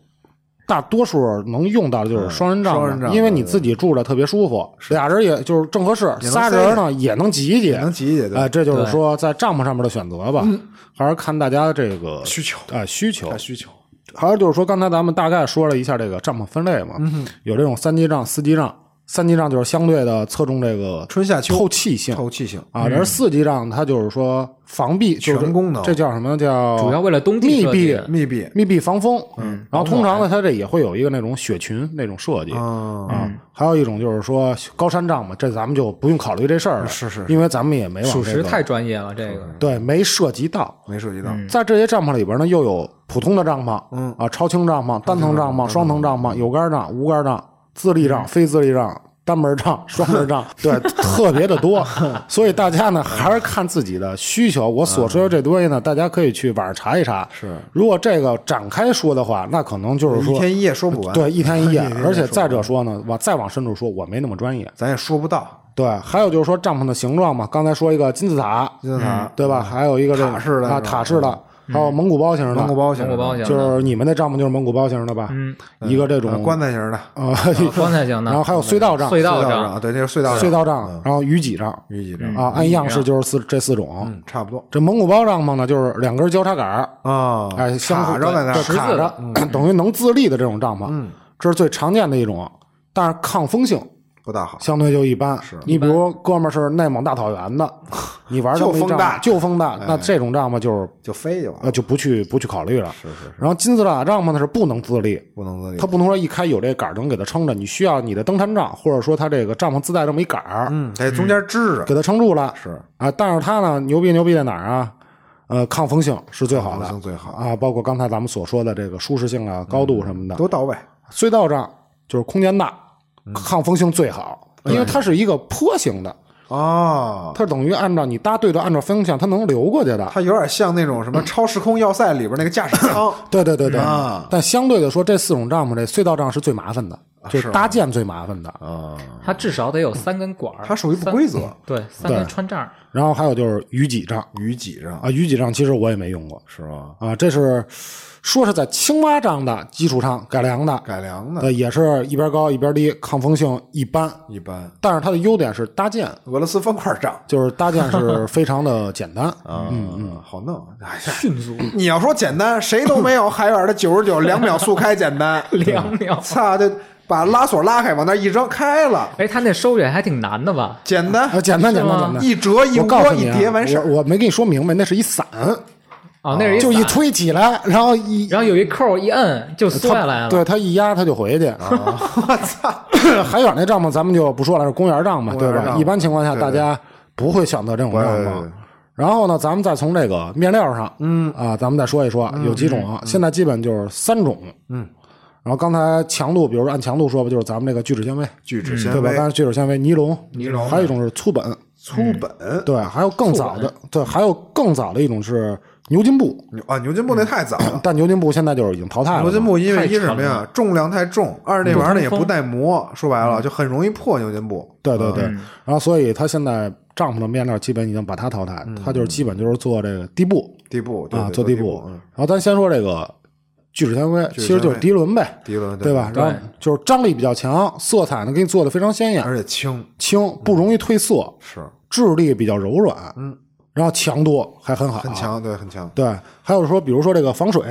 [SPEAKER 2] 大多数能用到的就是双人帐
[SPEAKER 1] 嗯
[SPEAKER 2] 篷，
[SPEAKER 1] 双人帐
[SPEAKER 2] 因为你自己住着特别舒服，俩人也就是正合适，
[SPEAKER 1] 也能
[SPEAKER 2] 仨人呢也能挤一挤。
[SPEAKER 1] 也能挤一挤，
[SPEAKER 2] 哎、
[SPEAKER 1] 对，
[SPEAKER 2] 这就是说在帐篷上面的选择吧，
[SPEAKER 3] 嗯
[SPEAKER 2] 还是看大家这个
[SPEAKER 1] 需求
[SPEAKER 2] 哎、需求
[SPEAKER 1] 看。需求。
[SPEAKER 2] 还有就是说，刚才咱们大概说了一下这个帐篷分类嘛，
[SPEAKER 3] 嗯
[SPEAKER 2] 有这种三级帐、四级帐。三级帐就是相对的侧重这个
[SPEAKER 1] 春夏秋
[SPEAKER 2] 透气性
[SPEAKER 1] 透气性，
[SPEAKER 2] 啊，
[SPEAKER 3] 嗯
[SPEAKER 2] 而四级帐它就是说防避，就是
[SPEAKER 1] 全功能
[SPEAKER 2] 这叫什么叫
[SPEAKER 3] 主要为了冬季
[SPEAKER 2] 密
[SPEAKER 3] 设
[SPEAKER 2] 闭
[SPEAKER 3] 计
[SPEAKER 1] 密闭，
[SPEAKER 2] 密闭防风，嗯，然后通常
[SPEAKER 3] 啊
[SPEAKER 2] 呢，它这也会有一个那种雪裙那种设计
[SPEAKER 1] 嗯，
[SPEAKER 2] 啊，还有一种就是说高山帐嘛，这咱们就不用考虑这事儿了，
[SPEAKER 1] 是是是
[SPEAKER 2] 因为咱们也没往
[SPEAKER 3] 属
[SPEAKER 2] 这个
[SPEAKER 3] 实太专业了，这
[SPEAKER 1] 嗯
[SPEAKER 3] 个
[SPEAKER 2] 对没涉及到。
[SPEAKER 1] 没涉及到，
[SPEAKER 2] 在这些帐篷里边呢，又有普通的帐篷，嗯啊，超轻帐篷、单层帐篷、双层帐篷、嗯有杆帐、无杆帐、自立帐、非自立帐、单门 <laughs> 帐、双门帐，对，特别的多。 <laughs> 所以大家呢，还是看自己的需求。我所说的这东西呢，大家可以去网上查一查。
[SPEAKER 1] 是，
[SPEAKER 2] 如果这个展开说的话，那可能就是说
[SPEAKER 1] 一天一夜说不完，
[SPEAKER 2] 对，一 <laughs> 天一夜
[SPEAKER 1] 一天一夜，
[SPEAKER 2] 而且再者说呢，往再往深处说，我没那么专业。
[SPEAKER 1] 咱也说不到，
[SPEAKER 2] 对，还有就是说帐篷的形状嘛，刚才说一个金字塔，
[SPEAKER 1] 金字塔嗯
[SPEAKER 2] 对吧？还有一个这
[SPEAKER 1] 塔式的
[SPEAKER 2] 啊，
[SPEAKER 1] 是吧嗯
[SPEAKER 2] 塔式的，还有蒙古包型的，
[SPEAKER 1] 蒙古包型的，呃
[SPEAKER 3] 蒙古包型的
[SPEAKER 2] 就是你们那帐篷就是蒙古包型的吧？嗯，一个这
[SPEAKER 1] 呃
[SPEAKER 2] 种
[SPEAKER 1] 棺材型的，<laughs>
[SPEAKER 2] 啊，
[SPEAKER 3] 啊棺材型
[SPEAKER 2] 然后
[SPEAKER 3] 的
[SPEAKER 2] 还有隧道帐，
[SPEAKER 3] 隧道
[SPEAKER 1] 嗯隧道
[SPEAKER 3] 上
[SPEAKER 1] 帐，对，这是隧道
[SPEAKER 2] 隧
[SPEAKER 1] 帐，嗯
[SPEAKER 2] 道帐，然后鱼脊帐
[SPEAKER 1] 预计着，
[SPEAKER 2] 啊，按样式就是四这四种。
[SPEAKER 1] 嗯，差不多
[SPEAKER 2] 这蒙古包帐篷呢，就是两根交叉杆儿，
[SPEAKER 1] 啊，
[SPEAKER 2] 哎，相互
[SPEAKER 1] 卡着在那
[SPEAKER 2] 对
[SPEAKER 1] 儿，
[SPEAKER 2] 卡着，
[SPEAKER 1] 嗯
[SPEAKER 2] 等于能自立的这种帐篷，这是最常见的一种，但是抗风性
[SPEAKER 1] 不大好，
[SPEAKER 2] 相对就一般。你比如哥们儿是内蒙大草原
[SPEAKER 1] <laughs>
[SPEAKER 2] 的，你玩这么一
[SPEAKER 1] 就风大哎
[SPEAKER 2] 帐就风大，那这种帐篷就是
[SPEAKER 1] 就飞就完了
[SPEAKER 2] 呃，就不去不去考虑了。是是。然后金字塔帐篷呢是不能自立，
[SPEAKER 1] 不能自立
[SPEAKER 2] 呃它，不能说一开有这杆儿能给它撑着，你需要你的登山杖，或者说它这个帐篷自带这么一杆儿
[SPEAKER 1] 嗯，得中间支着，
[SPEAKER 2] 给它撑住了。
[SPEAKER 1] 是
[SPEAKER 2] 啊，但是它呢牛逼牛逼在哪儿啊？呃，抗风性是最好
[SPEAKER 1] 抗
[SPEAKER 2] 的，
[SPEAKER 1] 风性最好嗯
[SPEAKER 2] 啊，包括刚才咱们所说的这个舒适性啊、高度什么的。
[SPEAKER 1] 多到位，
[SPEAKER 2] 隧道帐就是空间大，
[SPEAKER 1] 嗯
[SPEAKER 2] 抗风性最好，因为它是一个坡形的，
[SPEAKER 1] 哦，
[SPEAKER 2] 它等于按照你搭对的，按照方向它能流过去的。
[SPEAKER 1] 它有点像那种什
[SPEAKER 2] 嗯
[SPEAKER 1] 么超时空要塞里边那个驾驶舱，
[SPEAKER 2] 对对对对，
[SPEAKER 1] 啊
[SPEAKER 2] 但相对的说，这四种帐篷，这隧道帐是最麻烦的，就是是
[SPEAKER 1] 啊吗
[SPEAKER 2] 搭建最麻烦的。
[SPEAKER 1] 啊，
[SPEAKER 3] 它至少得有三根管儿，
[SPEAKER 1] 它属于不
[SPEAKER 3] 三
[SPEAKER 1] 规则，
[SPEAKER 3] 对三根穿帐儿，
[SPEAKER 2] 然后还有就是鱼脊帐
[SPEAKER 1] 鱼脊上
[SPEAKER 2] 啊，鱼脊帐其实我也没用过
[SPEAKER 1] 是吧？
[SPEAKER 2] 啊，这是说是在青蛙帐的基础上改良的，
[SPEAKER 1] 改良的
[SPEAKER 2] 呃，也是一边高一边低，抗风性一般，
[SPEAKER 1] 一般，
[SPEAKER 2] 但是它的优点是搭建，
[SPEAKER 1] 俄罗斯方块帐，
[SPEAKER 2] 就是搭建
[SPEAKER 1] <laughs>
[SPEAKER 2] 是非常的简单。
[SPEAKER 1] 嗯嗯，好弄，哎呀。
[SPEAKER 3] 迅速
[SPEAKER 1] 你要说简单，谁都没有海尔的九十九两秒速开简单。 <laughs>
[SPEAKER 3] 两秒。
[SPEAKER 1] 操，这把拉锁拉开，往那儿一扔，开了，
[SPEAKER 3] 哎，它那收窄还挺难的吧？
[SPEAKER 1] 简单，
[SPEAKER 2] 啊，简单简单简单，
[SPEAKER 1] 一折一
[SPEAKER 2] 我告诉
[SPEAKER 1] 窝
[SPEAKER 2] 你
[SPEAKER 1] 一
[SPEAKER 2] 啊，
[SPEAKER 1] 叠完事儿。
[SPEAKER 2] 我我没跟你说明白，那是一伞，
[SPEAKER 3] 哦，那是
[SPEAKER 2] 就一
[SPEAKER 3] 伞，
[SPEAKER 2] 推起来，然
[SPEAKER 1] <laughs>
[SPEAKER 2] 后一
[SPEAKER 3] 然后有一扣儿一摁就缩下来了。
[SPEAKER 2] 对，它一压它就回去。
[SPEAKER 1] 啊我操，
[SPEAKER 2] <laughs> 海远那帐篷咱们就不说了，是公园帐嘛，
[SPEAKER 1] 公
[SPEAKER 2] 对
[SPEAKER 1] 园帐
[SPEAKER 2] 吧？
[SPEAKER 1] 篷
[SPEAKER 2] 一般情况下
[SPEAKER 1] 对
[SPEAKER 2] 大家不会选择这种帐
[SPEAKER 1] 对对
[SPEAKER 2] 篷
[SPEAKER 1] 对。
[SPEAKER 2] 然后呢，咱们再从这个面料上，嗯啊，咱们再说一说
[SPEAKER 1] 嗯
[SPEAKER 2] 有几种啊，现在基本就是三种，嗯。然后刚才强度，比如说按强度说吧，就是咱们这个聚酯纤维，
[SPEAKER 1] 聚酯
[SPEAKER 2] 对
[SPEAKER 1] 纤
[SPEAKER 2] 吧？
[SPEAKER 1] 维
[SPEAKER 2] 当、然聚酯纤维、尼龙，尼龙，还有一种是粗本，
[SPEAKER 1] 粗本，
[SPEAKER 2] 对，还有更早的，对，还有更早的一种是牛津布，
[SPEAKER 1] 牛啊，牛津布那太早了。
[SPEAKER 2] 但牛津布现在就是已经淘汰了嘛。
[SPEAKER 1] 牛津布因为一
[SPEAKER 3] 太
[SPEAKER 1] 是
[SPEAKER 3] 沉
[SPEAKER 1] 什么呀？重量太重，二那玩意儿呢也
[SPEAKER 3] 不通
[SPEAKER 1] 不
[SPEAKER 3] 风
[SPEAKER 1] 耐磨，说白了就很容易破牛津布。
[SPEAKER 2] 对对对，
[SPEAKER 1] 嗯
[SPEAKER 2] 然后所以他现在丈夫的面料基本已经把他淘汰，他就是基本就是做这个低布
[SPEAKER 1] 地步嗯对
[SPEAKER 2] 啊，
[SPEAKER 1] 对
[SPEAKER 2] 做
[SPEAKER 1] 地
[SPEAKER 2] 低
[SPEAKER 1] 步
[SPEAKER 2] 布。
[SPEAKER 1] 嗯
[SPEAKER 2] 然后咱先说这个聚酯纤维，其实就是涤纶呗，
[SPEAKER 1] 涤纶
[SPEAKER 2] 对？吧？
[SPEAKER 3] 对
[SPEAKER 2] 然后就是张力比较强，色彩呢给你做的非常鲜艳，
[SPEAKER 1] 而且轻
[SPEAKER 2] 轻不容易褪色，
[SPEAKER 1] 是
[SPEAKER 2] 质地比较柔软，嗯，然后强度还很好，
[SPEAKER 1] 很。强，对，很强，
[SPEAKER 2] 对，还有说，比如说这个防水，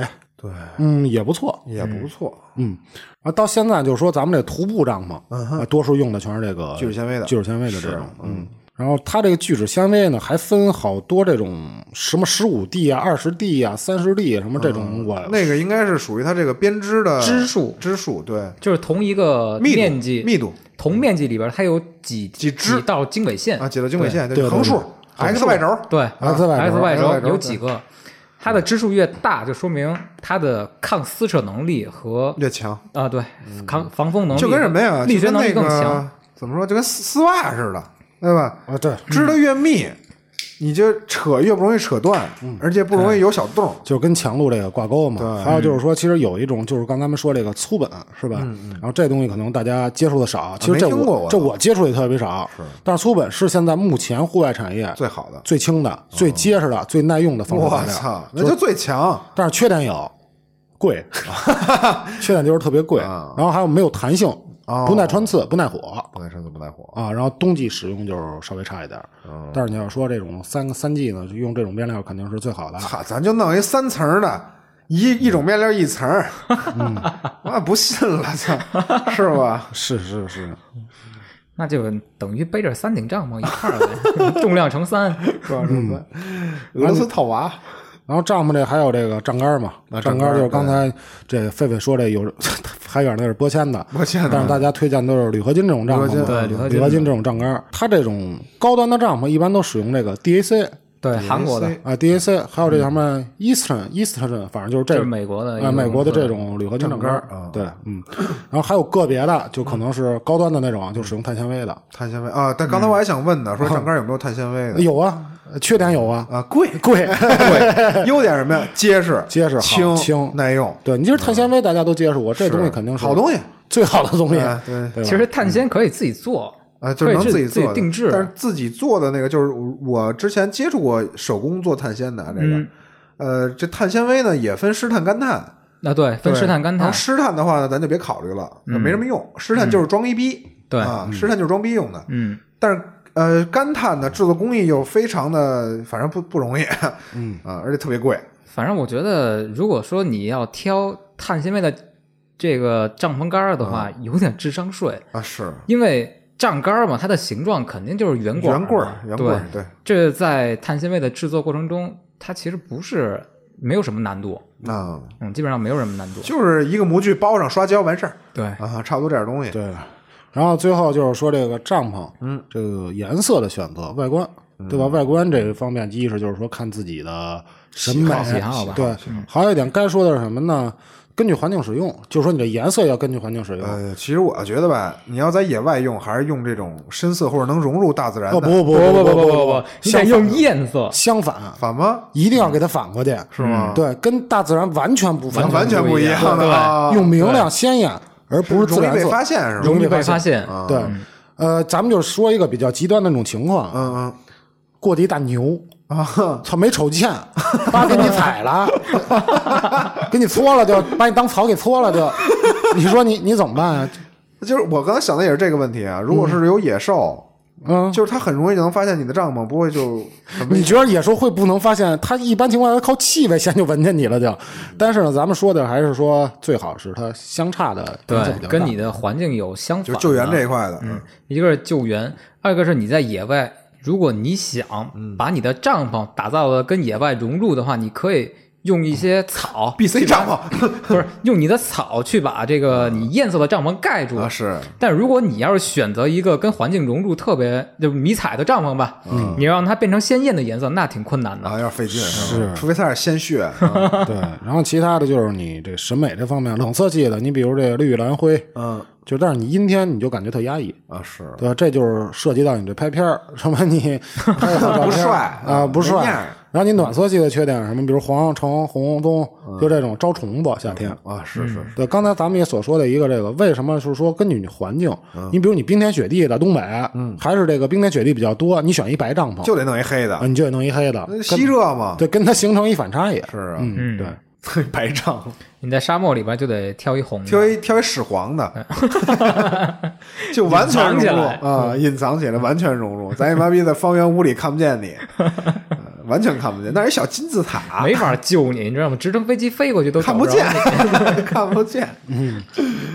[SPEAKER 1] 对，
[SPEAKER 2] 嗯，也不错，
[SPEAKER 1] 也不错。
[SPEAKER 2] 嗯，啊，到现在就是说咱们这徒步帐篷，啊多数用的全是这个
[SPEAKER 1] 嗯聚酯纤维的啊
[SPEAKER 2] 聚酯纤维的这种，嗯。然后它这个聚酯纤维呢，还分好多这种什么十五 D 啊、二十 D 啊、三十 D 啊什么这种，我
[SPEAKER 1] 嗯那个应该是属于它这个编织的
[SPEAKER 3] 支数
[SPEAKER 1] 支数对，
[SPEAKER 3] 就是同一个
[SPEAKER 1] 密度
[SPEAKER 3] 面积，
[SPEAKER 1] 密度
[SPEAKER 3] 同面积里边它有几
[SPEAKER 1] 几支
[SPEAKER 3] 道经纬线
[SPEAKER 1] 啊，几道经纬线，
[SPEAKER 2] 对
[SPEAKER 1] 就
[SPEAKER 2] 对
[SPEAKER 1] 横
[SPEAKER 2] 对
[SPEAKER 1] 竖 x y 轴，
[SPEAKER 3] 对
[SPEAKER 2] X Y 轴
[SPEAKER 3] X Y
[SPEAKER 1] 轴
[SPEAKER 3] 轴有几个，它的支数越大，就说明它的抗撕扯能力和
[SPEAKER 1] 越强，
[SPEAKER 3] 啊对抗防风能
[SPEAKER 1] 嗯
[SPEAKER 3] 力
[SPEAKER 1] 就跟什么呀？
[SPEAKER 3] 力
[SPEAKER 1] 就
[SPEAKER 3] 学
[SPEAKER 1] 跟
[SPEAKER 3] 能力
[SPEAKER 1] 那
[SPEAKER 3] 更强。
[SPEAKER 1] 个怎么说？就跟丝丝袜似的，对吧？
[SPEAKER 2] 啊对，
[SPEAKER 1] 织的越密，你就扯越不容易扯断，而且不容易有小洞。
[SPEAKER 2] 就跟强度这个挂钩嘛。还有就是说，其实有一种就是刚才咱们说这个粗本是吧？然后这东西可能大家接触的少，其实这
[SPEAKER 1] 啊没听过
[SPEAKER 2] 我
[SPEAKER 1] 我
[SPEAKER 2] 这我接触的也特别少，但是粗本是现在目前户外产业
[SPEAKER 1] 最好的，
[SPEAKER 2] 最轻的、最结实的、最耐用的防水
[SPEAKER 1] 哎我
[SPEAKER 2] 材料。
[SPEAKER 1] 操，那就最强。
[SPEAKER 2] 但是缺点有，贵， <laughs> 缺点就是特别贵。
[SPEAKER 1] 啊
[SPEAKER 2] 然后还有没有弹性，
[SPEAKER 1] 哦
[SPEAKER 2] 不耐穿刺，不耐火
[SPEAKER 1] 不耐生死不耐火，
[SPEAKER 2] 啊。然后冬季使用就是稍微差一点儿，但是你要说这种三三季呢，就用这种面料肯定是最好的。
[SPEAKER 1] 操，咱就弄一三层儿的，一一种面料一层儿，嗯 <laughs> 我也不信了，操， <laughs> 是吧？
[SPEAKER 2] <laughs> 是是是，
[SPEAKER 3] 那就等于背着三顶帐篷一块儿
[SPEAKER 1] <laughs>
[SPEAKER 3] 呗，重量乘三。
[SPEAKER 1] 是吧？嗯俄罗斯套娃，
[SPEAKER 2] 然后帐篷这还有这个帐杆嘛，帐啊杆就是刚才这狒狒说这有 <laughs> 还远那是玻纤的，
[SPEAKER 1] 我见
[SPEAKER 2] 但
[SPEAKER 1] 了，
[SPEAKER 2] 是大家推荐都是铝合金这种帐篷嘛，
[SPEAKER 1] 对
[SPEAKER 3] 铝合金
[SPEAKER 2] 铝合金这种帐杆儿，它这种高端的帐篷一般都使用这个 DAC，
[SPEAKER 3] 对韩国的，
[SPEAKER 2] 啊，DAC，还有这叫什么 Eastern Eastern，反正就是这
[SPEAKER 3] 就是美国的一
[SPEAKER 2] 啊，
[SPEAKER 3] 个
[SPEAKER 2] 美国的
[SPEAKER 3] 公
[SPEAKER 2] 这
[SPEAKER 3] 司
[SPEAKER 2] 种铝合金
[SPEAKER 1] 正
[SPEAKER 2] 整杆
[SPEAKER 1] 杆儿啊
[SPEAKER 2] 对，嗯，然后还有个别的，就可能是高端的那种，就使用碳纤维的，
[SPEAKER 1] 碳纤维啊。但刚才我还想问呢，说上杆有没有碳纤维的？
[SPEAKER 2] 有啊，缺点有啊，
[SPEAKER 1] 嗯 <laughs> 啊，贵
[SPEAKER 2] 贵， <laughs>
[SPEAKER 1] 贵， <laughs> 优点什么呀？结实，
[SPEAKER 2] 结实好
[SPEAKER 1] 轻
[SPEAKER 2] 轻
[SPEAKER 1] 耐用，
[SPEAKER 2] 对，你就是碳纤维，大家都接触过，这东西肯定是
[SPEAKER 1] 好东西。
[SPEAKER 2] 最好的东西，
[SPEAKER 1] 哎对
[SPEAKER 2] 对吧
[SPEAKER 3] 其实碳纤可以自己做，
[SPEAKER 1] 啊，就是能
[SPEAKER 3] 可以
[SPEAKER 1] 自己
[SPEAKER 3] 自己
[SPEAKER 1] 做的
[SPEAKER 3] 定制
[SPEAKER 1] 但是自己做的那个，就是我之前接触过手工做碳纤的啊这个，
[SPEAKER 3] 嗯
[SPEAKER 1] 呃，这碳纤维呢也分湿碳、干碳，
[SPEAKER 3] 那啊对
[SPEAKER 1] 对
[SPEAKER 3] 分
[SPEAKER 1] 啊
[SPEAKER 3] 湿碳干
[SPEAKER 1] 然后
[SPEAKER 3] 碳，
[SPEAKER 1] 湿碳的话呢，咱就别考虑了，没什么用。湿碳就是装一逼，
[SPEAKER 3] 嗯对
[SPEAKER 1] 啊，湿碳就是装逼用的。
[SPEAKER 3] 嗯，
[SPEAKER 1] 但是呃，干碳呢，制作工艺又非常的，反正不不容易，嗯啊，而且特别贵。
[SPEAKER 3] 反正我觉得，如果说你要挑碳纤维的这个帐篷杆儿的话，有点智商税，
[SPEAKER 1] 啊，是
[SPEAKER 3] 因为帐杆儿嘛，它的形状肯定就是圆管儿嘛，
[SPEAKER 1] 圆棍儿，圆棍儿，对，
[SPEAKER 3] 这在碳纤维的制作过程中，它其实不是没有什么难度，
[SPEAKER 1] 那
[SPEAKER 3] 嗯，基本上没有什么难度。
[SPEAKER 1] 啊就是一个模具包上刷胶完事儿
[SPEAKER 3] 对，
[SPEAKER 1] 啊，差不多这点东西。
[SPEAKER 2] 对。然后最后就是说这个帐篷，嗯，这个颜色的选择，外观，对吧？外观这一方面，一是就是说看自己的审美
[SPEAKER 3] 喜好吧
[SPEAKER 2] 对。还有一点该说的是什么呢？根据环境使用，就是说你的颜色要根据环境使用。
[SPEAKER 1] 呃，其实我觉得吧，你要在野外用，还是用这种深色或者能融入大自然
[SPEAKER 2] 哦
[SPEAKER 1] 的，
[SPEAKER 2] 不不
[SPEAKER 3] 不
[SPEAKER 2] 不
[SPEAKER 3] 不
[SPEAKER 2] 不
[SPEAKER 3] 不
[SPEAKER 2] 不
[SPEAKER 3] 不，你得用艳色，
[SPEAKER 2] 相反，
[SPEAKER 1] 反吗？
[SPEAKER 2] 一定要给它反过去，是
[SPEAKER 1] 吗
[SPEAKER 2] 对，跟大自然完全不反，
[SPEAKER 1] 完全
[SPEAKER 3] 不
[SPEAKER 1] 一
[SPEAKER 3] 一
[SPEAKER 1] 样
[SPEAKER 3] 样
[SPEAKER 1] 的啊，
[SPEAKER 2] 用明亮鲜艳，而不是自
[SPEAKER 1] 容易
[SPEAKER 2] 然
[SPEAKER 1] 被
[SPEAKER 2] 色。
[SPEAKER 1] 发现是吧？
[SPEAKER 3] 容
[SPEAKER 2] 易
[SPEAKER 3] 易
[SPEAKER 2] 被
[SPEAKER 3] 被发现。
[SPEAKER 1] 啊
[SPEAKER 2] 对，呃，咱们就说一个比较极端的那种情况，
[SPEAKER 1] 嗯嗯
[SPEAKER 2] 过的一大牛，
[SPEAKER 1] 啊，
[SPEAKER 2] 操，没瞅见，把给你踩
[SPEAKER 3] <laughs>
[SPEAKER 2] 了，给你搓了就，把你当草给搓了就，你说你你怎么办啊？
[SPEAKER 1] 就是我刚才想的也是这个问题啊。如果是有野兽，
[SPEAKER 2] 嗯，
[SPEAKER 1] 就是它很容易就能发现你的帐篷，不会就很危
[SPEAKER 2] 你觉得野兽会不能发现？它一般情况下靠气味先就闻见你了就，但是呢，咱们说的还是说最好是它相差的影响比
[SPEAKER 3] 对，
[SPEAKER 2] 较
[SPEAKER 3] 跟
[SPEAKER 2] 大
[SPEAKER 3] 你的环境有相反
[SPEAKER 1] 就
[SPEAKER 3] 的。
[SPEAKER 1] 是救援这一块的，嗯，
[SPEAKER 3] 一个是救援，二个是你在野外，如果你想
[SPEAKER 1] 嗯
[SPEAKER 3] 把你的帐篷打造的跟野外融入的话，你可以用一些草，
[SPEAKER 1] B C 帐篷
[SPEAKER 3] 不是用你的草去把这个你艳色的帐篷盖
[SPEAKER 1] <laughs>
[SPEAKER 3] 住
[SPEAKER 1] 啊。是
[SPEAKER 3] 但如果你要是选择一个跟环境融入特别就迷彩的帐篷吧，你要让它变成鲜艳的颜色，那挺困难的。
[SPEAKER 1] 嗯啊，有点费劲，是吧，除非它是鲜血，啊
[SPEAKER 2] 对，然后其他的就是你这审美这方面，冷色系的，你比如这绿蓝灰，
[SPEAKER 1] 嗯
[SPEAKER 2] 就但是你阴天你就感觉特压抑，
[SPEAKER 1] 啊是， <laughs>
[SPEAKER 2] 对吧？这就是涉及到你这拍片儿，什么你拍的照片儿
[SPEAKER 1] 不帅
[SPEAKER 2] 啊、不
[SPEAKER 1] 没
[SPEAKER 2] 帅
[SPEAKER 1] 面儿，
[SPEAKER 2] 然然后你暖色系的缺点是什么？比如黄、橙、红、棕，就这种招虫子，夏天。
[SPEAKER 1] 啊，嗯是是，
[SPEAKER 2] 对，刚才咱们也所说的一个这个，为什么是说根据你环境？
[SPEAKER 1] 嗯
[SPEAKER 2] 你比如你冰天雪地的东北，还是这个冰天雪地比较多，你选一白帐篷，
[SPEAKER 1] 就得弄一黑的
[SPEAKER 2] 啊，，你就得弄一黑的，
[SPEAKER 1] 那
[SPEAKER 2] 跟
[SPEAKER 1] 吸热嘛，
[SPEAKER 2] 对，跟它形成一反差也。
[SPEAKER 1] 是啊，
[SPEAKER 3] 嗯，
[SPEAKER 2] 对，
[SPEAKER 1] <laughs> 白帐，
[SPEAKER 3] 你在沙漠里边就得挑一红的，
[SPEAKER 1] 挑一挑一屎黄的， <laughs> 就完全
[SPEAKER 3] 哎隐藏起
[SPEAKER 1] 融入
[SPEAKER 3] 来
[SPEAKER 1] 啊，隐藏起来，完全融入，咱一妈逼在方圆屋里看不见
[SPEAKER 3] <laughs>
[SPEAKER 1] 你，呃完全看不见，那是一小金字塔，
[SPEAKER 3] 没法救你，你知道吗？直升飞机飞过去都找
[SPEAKER 1] 看
[SPEAKER 3] 不
[SPEAKER 1] 不
[SPEAKER 3] 着
[SPEAKER 1] 见
[SPEAKER 3] 你，
[SPEAKER 1] <laughs> 看不见，
[SPEAKER 2] 嗯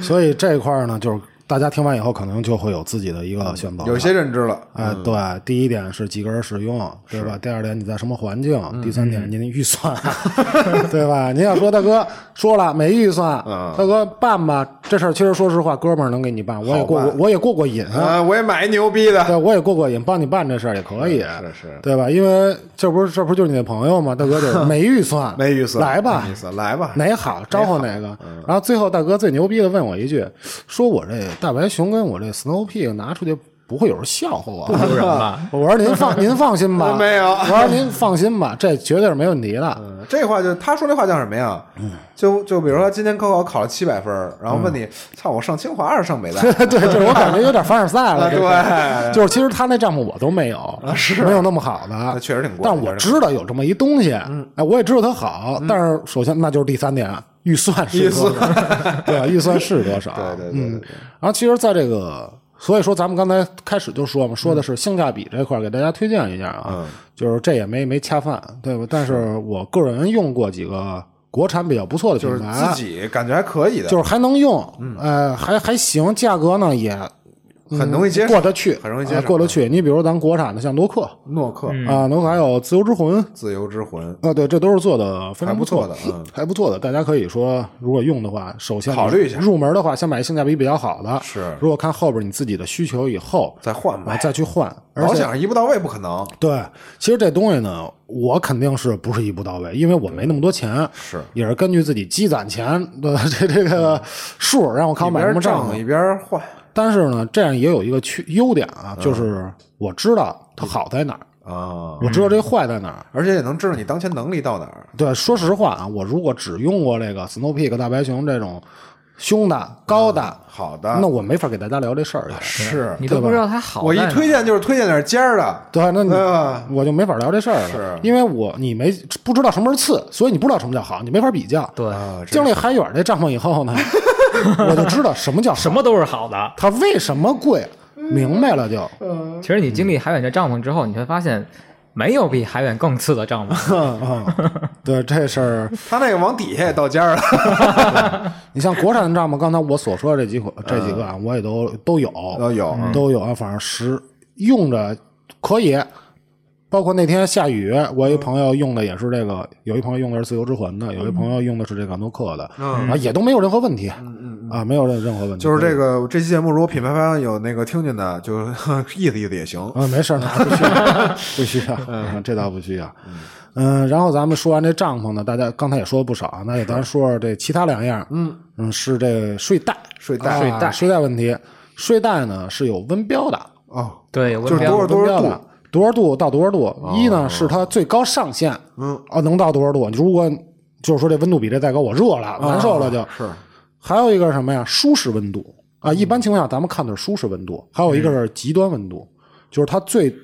[SPEAKER 2] 所以这块儿呢，就是大家听完以后，可能就会有自己的一个选择了。
[SPEAKER 1] 嗯有些认知了，
[SPEAKER 2] 哎，对，第一点是几个人使用，对吧？第二点你在什么环境，
[SPEAKER 1] 嗯
[SPEAKER 2] 第三点您的预算， <laughs> 对吧？您要说大哥说了没预算，
[SPEAKER 1] 嗯
[SPEAKER 2] 大哥办吧，这事儿其实说实话，哥们儿能给你办，我也过
[SPEAKER 1] 好
[SPEAKER 2] 过
[SPEAKER 1] 办，
[SPEAKER 2] 我也过
[SPEAKER 1] <laughs>
[SPEAKER 2] 过瘾，
[SPEAKER 1] 啊，我也买一牛逼的，
[SPEAKER 2] 对，我也过过瘾，帮你办这事儿也可以，
[SPEAKER 1] 是是
[SPEAKER 2] 对吧？因为这不是这不就是你的朋友吗？大哥就是没预算，
[SPEAKER 1] <laughs> 没预算，嗯
[SPEAKER 2] 来吧
[SPEAKER 1] 没预，算来吧，
[SPEAKER 2] 哪个好招呼哪个。
[SPEAKER 1] 嗯
[SPEAKER 2] 然后最后大哥最牛逼的问我一句，说我这大白熊跟我这 Snow Peak 拿出去不会有人笑话
[SPEAKER 1] <laughs>
[SPEAKER 2] 啊我吧？
[SPEAKER 1] 啊
[SPEAKER 3] 丢人吧？
[SPEAKER 2] 我说您放您放心吧，
[SPEAKER 1] 没有
[SPEAKER 2] 我说您放心吧，这绝对是没问题的。
[SPEAKER 1] 嗯这话就他说这话叫什么呀？
[SPEAKER 2] 嗯
[SPEAKER 1] 就就比如说今年高考考了七百分儿，然后问你，操，我上清华还是上
[SPEAKER 2] <laughs>
[SPEAKER 1] 北大？
[SPEAKER 2] <laughs> 对，就是我感觉有点凡尔赛了。
[SPEAKER 1] <laughs> 啊
[SPEAKER 2] 这个
[SPEAKER 1] 对啊
[SPEAKER 2] 就是其实他那帐篷我都没有，是没有那么好的，
[SPEAKER 1] 确实挺贵
[SPEAKER 2] 但我知道有这么一东西，
[SPEAKER 1] 嗯
[SPEAKER 2] 哎，我也知道它好，但是首先那就是第三点，预算是多少， <laughs> 对吧？预算是多少？
[SPEAKER 1] <laughs> 对对对对对
[SPEAKER 2] 然后其实，在这个，所以说咱们刚才开始就说嘛，说
[SPEAKER 1] 嗯
[SPEAKER 2] 的是性价比这块儿，给大家推荐一下啊，就是这也没没恰饭，对吧？但是我个人用过几个国产比较不错的品
[SPEAKER 1] 就是
[SPEAKER 2] 牌，
[SPEAKER 1] 自己嗯感觉还可以的，
[SPEAKER 2] 就是还能用，呃，还还行，价格呢也
[SPEAKER 1] 很容易接受
[SPEAKER 2] 嗯过。得去，
[SPEAKER 1] 很容易接受嗯
[SPEAKER 2] 啊过得去。你比如咱国产的像诺克
[SPEAKER 1] 诺克、
[SPEAKER 2] 啊，诺克还有自由之魂。
[SPEAKER 1] 自由之魂，
[SPEAKER 2] 啊，对，这都是做的非常
[SPEAKER 1] 还不
[SPEAKER 2] 错
[SPEAKER 1] 错的嗯
[SPEAKER 2] 还不错的。大家可以说，如果用的话，首先
[SPEAKER 1] 考虑一下
[SPEAKER 2] 入门的话，先买性价比比较好的。
[SPEAKER 1] 是
[SPEAKER 2] 如果看后边你自己的需求以后，
[SPEAKER 1] 再换
[SPEAKER 2] 啊
[SPEAKER 1] 吧。
[SPEAKER 2] 再去换。而
[SPEAKER 1] 老
[SPEAKER 2] 且
[SPEAKER 1] 想一步到位不可能，
[SPEAKER 2] 对，其实这东西呢，我肯定是不是一步到位，因为我没那么多钱，
[SPEAKER 1] 是
[SPEAKER 2] 也是根据自己积攒钱的这这个数，让我看
[SPEAKER 1] 一
[SPEAKER 2] 我买什
[SPEAKER 1] 边
[SPEAKER 2] 么账
[SPEAKER 1] 涨一边换，
[SPEAKER 2] 但是呢，这样也有一个缺优点啊，就是我知道它好在哪儿，
[SPEAKER 1] 啊，
[SPEAKER 2] 我知道这坏在哪儿。
[SPEAKER 1] 而且也能知道你当前能力到哪儿。
[SPEAKER 2] 对，说实话啊，我如果只用过这个 Snow Peak 大白熊这种凶的、高的，
[SPEAKER 1] 好的，
[SPEAKER 2] 那我没法给大家聊这事儿去。
[SPEAKER 1] 啊是
[SPEAKER 3] 你都不知道它好
[SPEAKER 1] 我
[SPEAKER 3] 在
[SPEAKER 1] 一
[SPEAKER 3] 哪儿。
[SPEAKER 1] 推荐就是推荐点尖儿的，
[SPEAKER 2] 对，那你、
[SPEAKER 1] 啊
[SPEAKER 2] 我就没法聊这事儿了，
[SPEAKER 1] 是
[SPEAKER 2] 因为我你没不知道什么是次，所以你不知道什么叫好，你没法比较。
[SPEAKER 3] 对，
[SPEAKER 1] 啊，这
[SPEAKER 2] 经历海远这帐篷以
[SPEAKER 1] <laughs>
[SPEAKER 2] 后呢，我就知道什么叫好
[SPEAKER 3] 什，么都是好的。
[SPEAKER 2] 它为什么贵，明白了就。
[SPEAKER 3] 其实你经历海远这帐篷之后，你会发现没有比海远更次的帐篷。
[SPEAKER 2] 啊，对这事儿，
[SPEAKER 1] 他那个往底下也到尖儿了，
[SPEAKER 2] 你像国产的帐篷，刚才我所说的这几款这几个啊，我也都都有，
[SPEAKER 1] 都有嗯
[SPEAKER 2] 都有啊，反正实用着可以。包括那天下雨，我有一朋友用的也是这个，有一朋友用的是自由之魂的，有一朋友用的是这个诺克的，
[SPEAKER 1] 嗯
[SPEAKER 2] 啊，也都没有任何问题，啊，没有任任何问题，
[SPEAKER 1] 就是这个这期节目，如果品牌方有那个听见的，就 <laughs> 意思意思也行。
[SPEAKER 2] 啊，没事儿，拿不需
[SPEAKER 1] <laughs>
[SPEAKER 2] 要，不需要，嗯，这倒不需要。嗯，然后咱们说完这帐篷呢，大家刚才也说了不少啊，那也咱说说这其他两样。嗯嗯，是这睡袋，
[SPEAKER 1] 睡袋
[SPEAKER 2] 啊
[SPEAKER 1] 睡
[SPEAKER 3] 袋
[SPEAKER 2] 睡袋问题，睡袋呢是有温标的，
[SPEAKER 1] 哦，
[SPEAKER 3] <laughs> 对，
[SPEAKER 1] 就
[SPEAKER 3] 温
[SPEAKER 1] 是多
[SPEAKER 3] 标
[SPEAKER 1] 少多
[SPEAKER 2] 温
[SPEAKER 1] 少
[SPEAKER 2] 标
[SPEAKER 1] 度哦
[SPEAKER 2] 的？多少度到多少度？一呢是它最高上限，嗯啊，能到多少度？如果就是说这温度比这再高，我热了，难受
[SPEAKER 1] 哦
[SPEAKER 2] 了就。
[SPEAKER 1] 是
[SPEAKER 2] 还有一个是什么呀？舒适温度啊，一般情况下咱们看的是舒适温度，还有一个
[SPEAKER 1] 嗯
[SPEAKER 2] 是极端温度，就是它最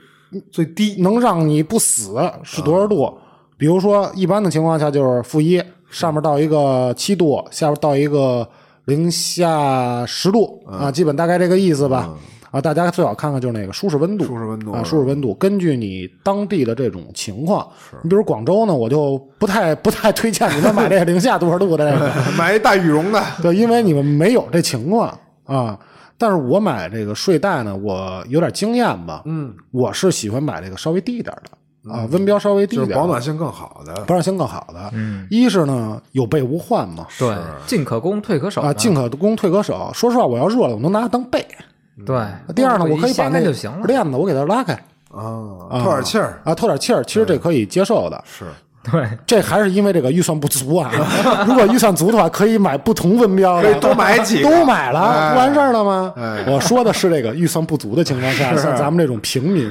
[SPEAKER 1] 最低
[SPEAKER 2] 能让你不死是
[SPEAKER 1] 啊
[SPEAKER 2] 多少度？比如说，一般的情况下就是负一，上面到一个七度，下边到一个零下十度、
[SPEAKER 1] 嗯
[SPEAKER 2] 啊，基本大概这个意思吧。啊，大家最好看看就是那个舒适温度，
[SPEAKER 1] 舒适温度
[SPEAKER 2] 啊，舒适温度，根据你当地的这种情况，你比如广州呢，我就不太不太推荐你们买这个零下多少度
[SPEAKER 1] <laughs>
[SPEAKER 2] 的这个，
[SPEAKER 1] 买一大羽绒的，
[SPEAKER 2] 对，因为你们没有这情况啊。但是我买这个睡袋呢，我有点经验吧，嗯，我是喜欢买这个稍微低一点的啊，温标稍微低一
[SPEAKER 1] 嗯就
[SPEAKER 2] 点
[SPEAKER 1] 是
[SPEAKER 2] 的，
[SPEAKER 1] 保暖性更好的。
[SPEAKER 2] 不让性更好的。嗯，一是呢有备无患嘛，
[SPEAKER 3] 对，进可攻，退可守
[SPEAKER 2] 啊，
[SPEAKER 3] 嘛
[SPEAKER 2] 进可攻退可守。说实话，我要热了，我能拿它当被。
[SPEAKER 3] 对。
[SPEAKER 2] 啊第二呢，我可以把
[SPEAKER 3] 掀
[SPEAKER 2] 那
[SPEAKER 3] 开
[SPEAKER 2] 个
[SPEAKER 3] 就行了。
[SPEAKER 2] 链子我给它拉开，
[SPEAKER 1] 啊，透点气儿
[SPEAKER 2] 啊，透点气儿，其实这可以接受的。
[SPEAKER 1] 是
[SPEAKER 3] 对，
[SPEAKER 2] 这还是因为这个预算不足啊。 <laughs> 如果预算足的话，可以买不同温标
[SPEAKER 1] 可
[SPEAKER 2] 的
[SPEAKER 1] 以，多
[SPEAKER 2] <laughs>
[SPEAKER 1] 买几个
[SPEAKER 2] 都买了，
[SPEAKER 1] 哎
[SPEAKER 2] 不完事儿了吗？
[SPEAKER 1] 哎
[SPEAKER 2] 我说的是这个预算不足的情
[SPEAKER 1] <laughs>
[SPEAKER 2] 况下，像咱们这种平民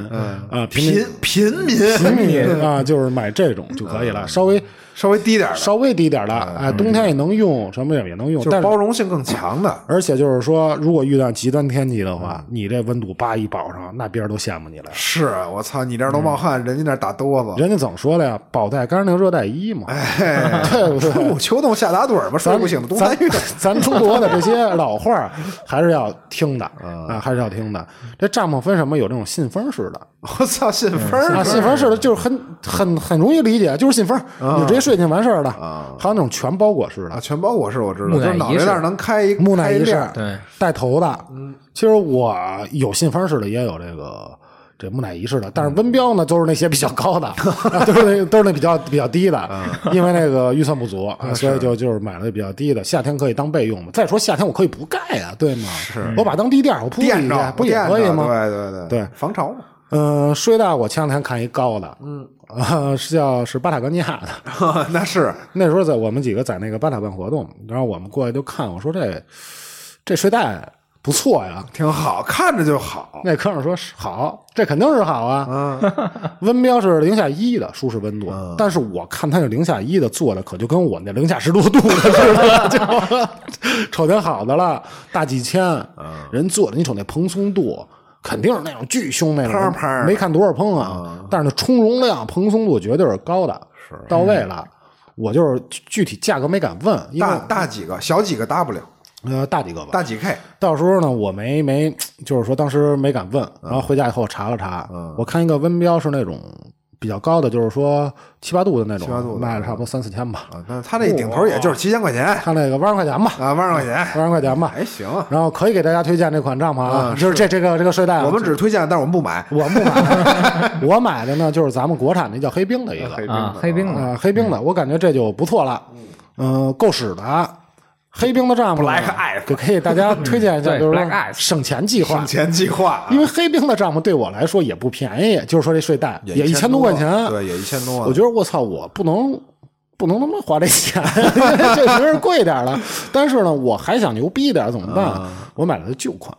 [SPEAKER 2] 啊，平
[SPEAKER 1] 贫贫嗯
[SPEAKER 2] 民
[SPEAKER 1] 民，嗯
[SPEAKER 2] 平民啊，就是买这种就可以了，稍微
[SPEAKER 1] <laughs> 稍微低点儿的，嗯
[SPEAKER 2] 稍微低点儿的，哎，冬天也能用，什么也能用，
[SPEAKER 1] 就
[SPEAKER 2] 但
[SPEAKER 1] 是
[SPEAKER 2] 是
[SPEAKER 1] 包容性更强的。
[SPEAKER 2] 而且就是说，如果遇到极端天气的话，
[SPEAKER 1] 嗯
[SPEAKER 2] 你这温度叭一保上，那别人都羡慕你了。
[SPEAKER 1] 是啊我操，你这儿都冒汗，人家那儿打哆嗦。
[SPEAKER 2] 嗯人家怎么说的呀？保带干净热带衣嘛， <laughs> 对不
[SPEAKER 1] 春
[SPEAKER 2] 对？
[SPEAKER 1] 捂 <laughs> 秋冻夏打盹儿吧，哎睡不醒的冬
[SPEAKER 2] 咱
[SPEAKER 1] 三月。
[SPEAKER 2] <laughs> 咱中国的这
[SPEAKER 1] <laughs>
[SPEAKER 2] 些老话儿还是要听的
[SPEAKER 1] 嗯
[SPEAKER 2] 啊，还是要听的。这帐篷分什么？有这种信封式的
[SPEAKER 1] 我操，信封
[SPEAKER 2] 啊，
[SPEAKER 1] 儿
[SPEAKER 2] 信封式的就是很很很容易理解，就是信封，
[SPEAKER 1] 嗯
[SPEAKER 2] 你直接睡进完事儿了。还有那种全包裹式
[SPEAKER 1] 啊，
[SPEAKER 2] 的，
[SPEAKER 1] 全包裹是我知道，
[SPEAKER 3] 木
[SPEAKER 1] 就
[SPEAKER 3] 乃
[SPEAKER 1] 是脑
[SPEAKER 3] 伊
[SPEAKER 1] 袋那儿能开一
[SPEAKER 2] 木乃伊式
[SPEAKER 1] 开一链儿，
[SPEAKER 3] 对，
[SPEAKER 2] 带头的。
[SPEAKER 1] 嗯
[SPEAKER 2] 其实我有信封式的，也有这个。这木乃伊式的，但是温标呢都是那些比较
[SPEAKER 1] <laughs>
[SPEAKER 2] 高的，啊都是那都是那比较比较低的，
[SPEAKER 1] 嗯
[SPEAKER 2] 因为那个预算不足，啊所以就就是买了比较低的。夏天可以当备用嘛。再说夏天我可以不盖啊，对吗？是，我把当地垫儿，我铺
[SPEAKER 1] 垫
[SPEAKER 2] 一
[SPEAKER 1] 着
[SPEAKER 2] 下，不也
[SPEAKER 1] 垫
[SPEAKER 2] 可以
[SPEAKER 1] 着
[SPEAKER 2] 吗？
[SPEAKER 1] 对对对
[SPEAKER 2] 对
[SPEAKER 1] 防潮嘛。 <laughs>
[SPEAKER 2] 嗯，睡袋我前两天看一高的，嗯，啊、是叫是巴塔哥尼亚的。 <laughs>
[SPEAKER 1] 那是
[SPEAKER 2] 那时候在我们几个在那个巴塔办活动，然后我们过来就看，我说这这睡袋不错呀。
[SPEAKER 1] 挺好，看着就好。
[SPEAKER 2] 那哥们儿说是好，这肯定是好啊。温标是零下一的舒适温度，
[SPEAKER 1] 啊
[SPEAKER 2] 但是我看他那零下一的做的可就跟我那零下十多度的似的， <laughs> 就瞅见好的了，大几千。
[SPEAKER 1] 啊
[SPEAKER 2] 人做的你瞅那蓬松度。肯定是那种巨凶那种，
[SPEAKER 1] 砰砰的
[SPEAKER 2] 没看多少砰啊，但是那充绒量、蓬松度绝对是高的，是到位了。我就是具体价格没敢问，因为
[SPEAKER 1] 嗯大大几个，小几个大不了，
[SPEAKER 2] 呃大几个吧，
[SPEAKER 1] 大几 K
[SPEAKER 2] 到时候呢，我没没，就是说当时没敢问，
[SPEAKER 1] 嗯
[SPEAKER 2] 然后回家以后查了查，我看一个温标是那种比较高的，就是说七八度的那种，
[SPEAKER 1] 七八度的
[SPEAKER 2] 卖了差不多三四千吧，
[SPEAKER 1] 啊。那他那顶头也就是七千块钱啊，
[SPEAKER 2] 看那个万块钱吧，
[SPEAKER 1] 万来块钱
[SPEAKER 2] 万块钱吧，
[SPEAKER 1] 还行啊。
[SPEAKER 2] 然后可以给大家推荐这款帐篷啊，就是这这个这个睡袋啊，
[SPEAKER 1] 我们只推荐，但嗯是我们不买。
[SPEAKER 2] 我不买，我买的呢就是咱们国产那叫黑冰的一个，
[SPEAKER 1] 嗯冰嗯
[SPEAKER 3] 啊
[SPEAKER 1] 的，
[SPEAKER 3] 黑冰的，
[SPEAKER 2] 啊，黑冰的，我感觉这就不错了，嗯，够使的。黑冰的帐篷呢啊
[SPEAKER 1] Black Ice
[SPEAKER 2] 给给大家推荐一下，
[SPEAKER 3] 对
[SPEAKER 2] 就是
[SPEAKER 3] Black
[SPEAKER 2] 说
[SPEAKER 3] Ice
[SPEAKER 2] 省钱计划
[SPEAKER 1] 省，钱计划啊，
[SPEAKER 2] 因为黑冰的帐篷对我来说也不便宜，就是说这睡袋也
[SPEAKER 1] 一
[SPEAKER 2] 千
[SPEAKER 1] 多
[SPEAKER 2] 块钱，
[SPEAKER 1] 对，也一千多啊。
[SPEAKER 2] 我觉得我操，我不能 <laughs> 不能他妈花这钱， <laughs> 这确实是贵点儿了。但是呢，我还想牛逼点儿，怎么办？我买了它旧款，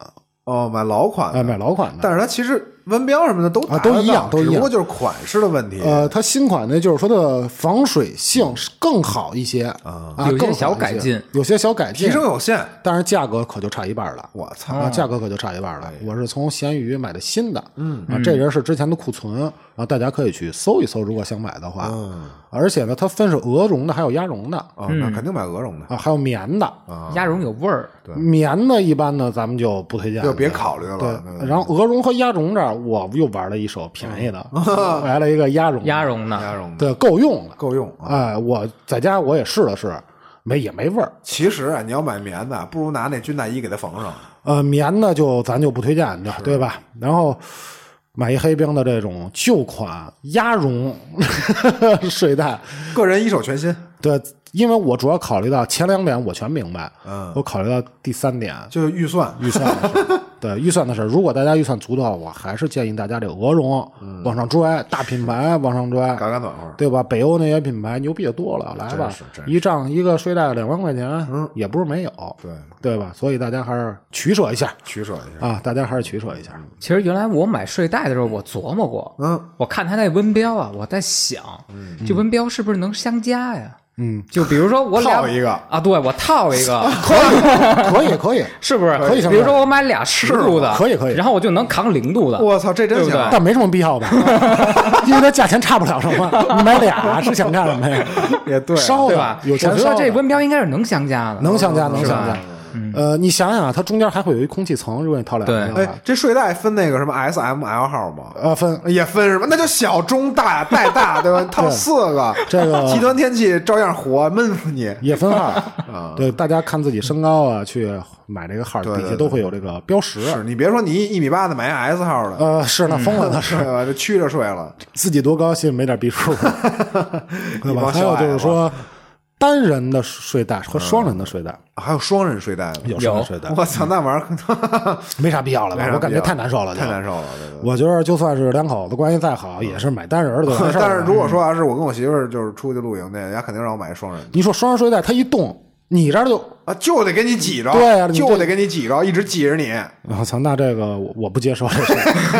[SPEAKER 1] 哦，买老款
[SPEAKER 2] 哎，
[SPEAKER 1] 的，
[SPEAKER 2] 买老款的。
[SPEAKER 1] 啊但是它其实温标什么的都
[SPEAKER 2] 啊
[SPEAKER 1] 达
[SPEAKER 2] 都
[SPEAKER 1] 得
[SPEAKER 2] 一
[SPEAKER 1] 到
[SPEAKER 2] 样都一
[SPEAKER 1] 只不过
[SPEAKER 2] 样
[SPEAKER 1] 就是款式的问题。
[SPEAKER 2] 呃，它新款呢，就是说的防水
[SPEAKER 1] 嗯
[SPEAKER 2] 性是更好一些啊，
[SPEAKER 3] 有些
[SPEAKER 2] 更好
[SPEAKER 3] 小
[SPEAKER 2] 一些
[SPEAKER 3] 改进，
[SPEAKER 2] 有些小改进，
[SPEAKER 1] 提升有限，
[SPEAKER 2] 但是价格可就差一半了。
[SPEAKER 1] 我操！
[SPEAKER 2] 啊，价格可就差一
[SPEAKER 1] 哎
[SPEAKER 2] 半了。我是从闲鱼买的新的，嗯，啊，这人是之前的库存，然后大家可以去搜一搜，如果想买的
[SPEAKER 1] 啊
[SPEAKER 2] 话。嗯，而且呢，它分是鹅绒的，还有鸭绒的
[SPEAKER 1] 哦，
[SPEAKER 3] 嗯
[SPEAKER 1] 那肯定买鹅绒的，
[SPEAKER 2] 啊，还有棉的。
[SPEAKER 3] 鸭绒有味儿，
[SPEAKER 2] 棉的一般呢，咱们就不推荐，
[SPEAKER 1] 就别。考虑了。
[SPEAKER 2] 嗯对，然后鹅绒和鸭绒这儿，我又玩了一手便宜的，
[SPEAKER 1] 嗯
[SPEAKER 2] <laughs> 来了一个鸭绒，
[SPEAKER 3] 鸭绒
[SPEAKER 1] 鸭
[SPEAKER 3] 呢，
[SPEAKER 1] 绒的
[SPEAKER 2] 对，够用了。
[SPEAKER 1] 够用啊。
[SPEAKER 2] 哎，我在家我也试了试，没也没味儿。
[SPEAKER 1] 其实啊，你要买棉的，不如拿那军大衣给它缝上。
[SPEAKER 2] 呃，棉的就咱就不推荐的，对吧？然后买一黑冰的这种旧款鸭绒 <laughs> 睡袋，
[SPEAKER 1] 个人一手全新，
[SPEAKER 2] 对，因为我主要考虑到前两点我全明白，
[SPEAKER 1] 嗯
[SPEAKER 2] 我考虑到第三点
[SPEAKER 1] 就是预算
[SPEAKER 2] 预算的事儿，对预算的事儿。如果大家预算足的话，我还是建议大家这鹅绒往上拽，大品牌往上拽，
[SPEAKER 1] 嘎嘎暖和。
[SPEAKER 2] 对吧？北欧那些品牌牛逼的多了，来吧
[SPEAKER 1] 真是，真是
[SPEAKER 2] 一仗一个睡袋两万块钱，嗯，也不是没有，
[SPEAKER 1] 对，
[SPEAKER 2] 对吧？所以大家还是取舍一下
[SPEAKER 1] 取舍一下。
[SPEAKER 2] 啊，大家还是取舍一下。
[SPEAKER 3] 其实原来我买睡袋的时候，我琢磨过，
[SPEAKER 1] 嗯，
[SPEAKER 3] 我看它那温标啊，我在想，这温标是不是能相加呀？
[SPEAKER 2] 嗯，
[SPEAKER 3] 就比如说我俩
[SPEAKER 1] 套一个
[SPEAKER 3] 啊，对我套一个，
[SPEAKER 2] 可以，可以，
[SPEAKER 3] 是不是？
[SPEAKER 2] 可以
[SPEAKER 3] 比如说我买俩十度的，
[SPEAKER 2] 可以可以
[SPEAKER 3] 然后我就能扛零度的。
[SPEAKER 1] 我操，这真
[SPEAKER 3] 对不
[SPEAKER 1] 行
[SPEAKER 3] 对
[SPEAKER 1] 啊！
[SPEAKER 2] 但没什么必要吧，因为它价钱差不了什么。你买俩是想干什么呀？
[SPEAKER 1] 也对啊
[SPEAKER 2] 烧
[SPEAKER 3] 对
[SPEAKER 2] 的
[SPEAKER 3] 吧？
[SPEAKER 2] 有钱
[SPEAKER 3] 我觉
[SPEAKER 2] 烧
[SPEAKER 3] 得
[SPEAKER 2] 的
[SPEAKER 3] 这温标应该是能相加的，
[SPEAKER 2] 能相加，能
[SPEAKER 3] 是吧
[SPEAKER 2] 相加。呃，你想想啊，它中间还会有一空气层，如果你套两个
[SPEAKER 3] 对
[SPEAKER 2] 的
[SPEAKER 1] 哎
[SPEAKER 2] 话，，
[SPEAKER 1] 这睡袋分那个什么 S、M、L 号吗？
[SPEAKER 2] 呃，分
[SPEAKER 1] 也分是吧？那就小、中、大、带大，
[SPEAKER 2] <laughs>
[SPEAKER 1] 对吧？套四个，
[SPEAKER 2] 这个
[SPEAKER 1] 极端天气照样活，闷死你。
[SPEAKER 2] <laughs> 也分号。对，大家看自己身高啊，去买这个号，
[SPEAKER 1] 啊对对
[SPEAKER 2] 底下都会有这个标识。
[SPEAKER 1] 是嗯你别说你一米八的买一 S 号的，
[SPEAKER 2] 呃，是那疯了，那是
[SPEAKER 1] 对吧？就屈着睡了。 <laughs>
[SPEAKER 2] 自己多高兴，没点逼数，对
[SPEAKER 1] 一
[SPEAKER 2] 吧？
[SPEAKER 1] 帮
[SPEAKER 2] 还
[SPEAKER 1] 小
[SPEAKER 2] 有
[SPEAKER 1] 矮
[SPEAKER 2] 就是
[SPEAKER 1] 子
[SPEAKER 2] 说，单人的睡袋和双人的睡袋，
[SPEAKER 1] 还有双人睡袋呢。
[SPEAKER 2] 有双人睡袋，
[SPEAKER 1] 我操，那玩意儿
[SPEAKER 2] 没啥必要了
[SPEAKER 1] 没
[SPEAKER 2] 吧？
[SPEAKER 1] 啥
[SPEAKER 2] 我感
[SPEAKER 1] 必
[SPEAKER 2] 觉
[SPEAKER 1] 要
[SPEAKER 2] 太难受了，
[SPEAKER 1] 太难
[SPEAKER 2] 受。
[SPEAKER 1] 受了。对对对
[SPEAKER 2] 我觉得就算是两口子关系再好，也是买单人儿
[SPEAKER 1] <laughs>
[SPEAKER 2] 的完事儿了
[SPEAKER 1] 但是如果说啊要是我跟我媳妇儿就是出去露营去，人家肯定让我买一双人的
[SPEAKER 2] 你说双人睡袋，它一动，你这儿就
[SPEAKER 1] 啊，就得给你挤着，
[SPEAKER 2] 对啊你
[SPEAKER 1] 就
[SPEAKER 2] 这哎
[SPEAKER 1] 得给你挤着，一直挤着你。
[SPEAKER 2] 我啊操，那这个我我不接受这
[SPEAKER 1] <laughs>
[SPEAKER 2] 事儿，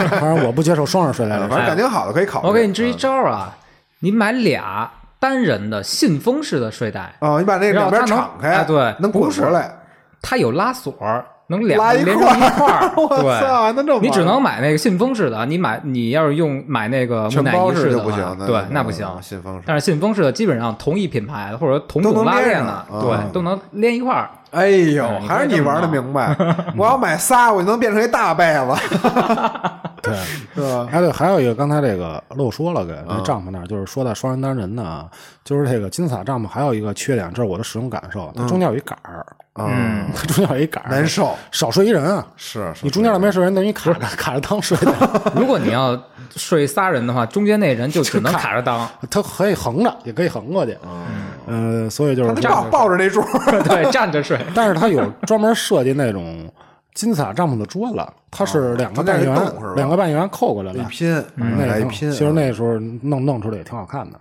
[SPEAKER 2] 反正我不接受双人睡袋这
[SPEAKER 1] 反
[SPEAKER 2] 事儿。
[SPEAKER 1] 正感情好的可以考虑。
[SPEAKER 3] 我给你支一招儿啊，你买俩单人的信封式的睡袋，
[SPEAKER 1] 啊，你把那两边敞开，
[SPEAKER 3] 然后它能哎对
[SPEAKER 1] 能滚出来。
[SPEAKER 3] 它有拉锁儿，能两
[SPEAKER 1] 拉
[SPEAKER 3] 个
[SPEAKER 1] 一
[SPEAKER 3] 连成
[SPEAKER 1] 块儿
[SPEAKER 3] 一块儿。
[SPEAKER 1] <laughs> 我操，还能这么玩儿
[SPEAKER 3] 对，你只能买那个信封式的，你买你要是用买那个木
[SPEAKER 1] 全
[SPEAKER 3] 乃
[SPEAKER 1] 包
[SPEAKER 3] 伊
[SPEAKER 1] 式
[SPEAKER 3] 式
[SPEAKER 1] 就
[SPEAKER 3] 的
[SPEAKER 1] 不
[SPEAKER 3] 话，
[SPEAKER 1] 行，
[SPEAKER 3] 对，那不
[SPEAKER 1] 不
[SPEAKER 3] 行。
[SPEAKER 1] 信封式。
[SPEAKER 3] 但是信封式的基本上同一品牌的或者同
[SPEAKER 1] 都能
[SPEAKER 3] 种拉
[SPEAKER 1] 连
[SPEAKER 3] 链
[SPEAKER 1] 上
[SPEAKER 3] 的，
[SPEAKER 1] 啊
[SPEAKER 3] 对，都能连一块儿。
[SPEAKER 1] 哎呦，
[SPEAKER 3] 嗯
[SPEAKER 1] 还是你玩的明白。我要买仨，我就能变成一大被子， <laughs>
[SPEAKER 2] 对，
[SPEAKER 1] 是吧？
[SPEAKER 2] 还对，还有一个刚才这个漏说了个那帐篷那儿，就是说到双人单人的啊，就是这个金字塔帐篷还有一个缺点，这是我的使用感受，啊它中间有一杆儿，
[SPEAKER 1] 嗯，
[SPEAKER 2] 它中间有一杆儿，
[SPEAKER 1] 难受。
[SPEAKER 2] 少睡一人啊。
[SPEAKER 1] 是是
[SPEAKER 2] 你中间那没睡人，等于卡着卡着裆睡的，
[SPEAKER 3] 如果你要睡仨人的话，中间那人就只能卡着裆，
[SPEAKER 2] 它可以横着，也可以横过去。呃，所以就是说
[SPEAKER 1] 抱抱着那柱，
[SPEAKER 3] <laughs> 对，站着睡。
[SPEAKER 2] 但是它有专门设计那种金字塔帐篷的桌子，它是两个半
[SPEAKER 1] 中间有
[SPEAKER 2] 圆
[SPEAKER 1] 一洞是吧，嗯
[SPEAKER 2] 两个半圆扣过来
[SPEAKER 1] 一
[SPEAKER 2] 的，
[SPEAKER 1] 拼，
[SPEAKER 2] 那
[SPEAKER 1] 来一
[SPEAKER 2] 挺
[SPEAKER 1] 拼。啊
[SPEAKER 2] 其实那时候弄弄出来也挺好看的。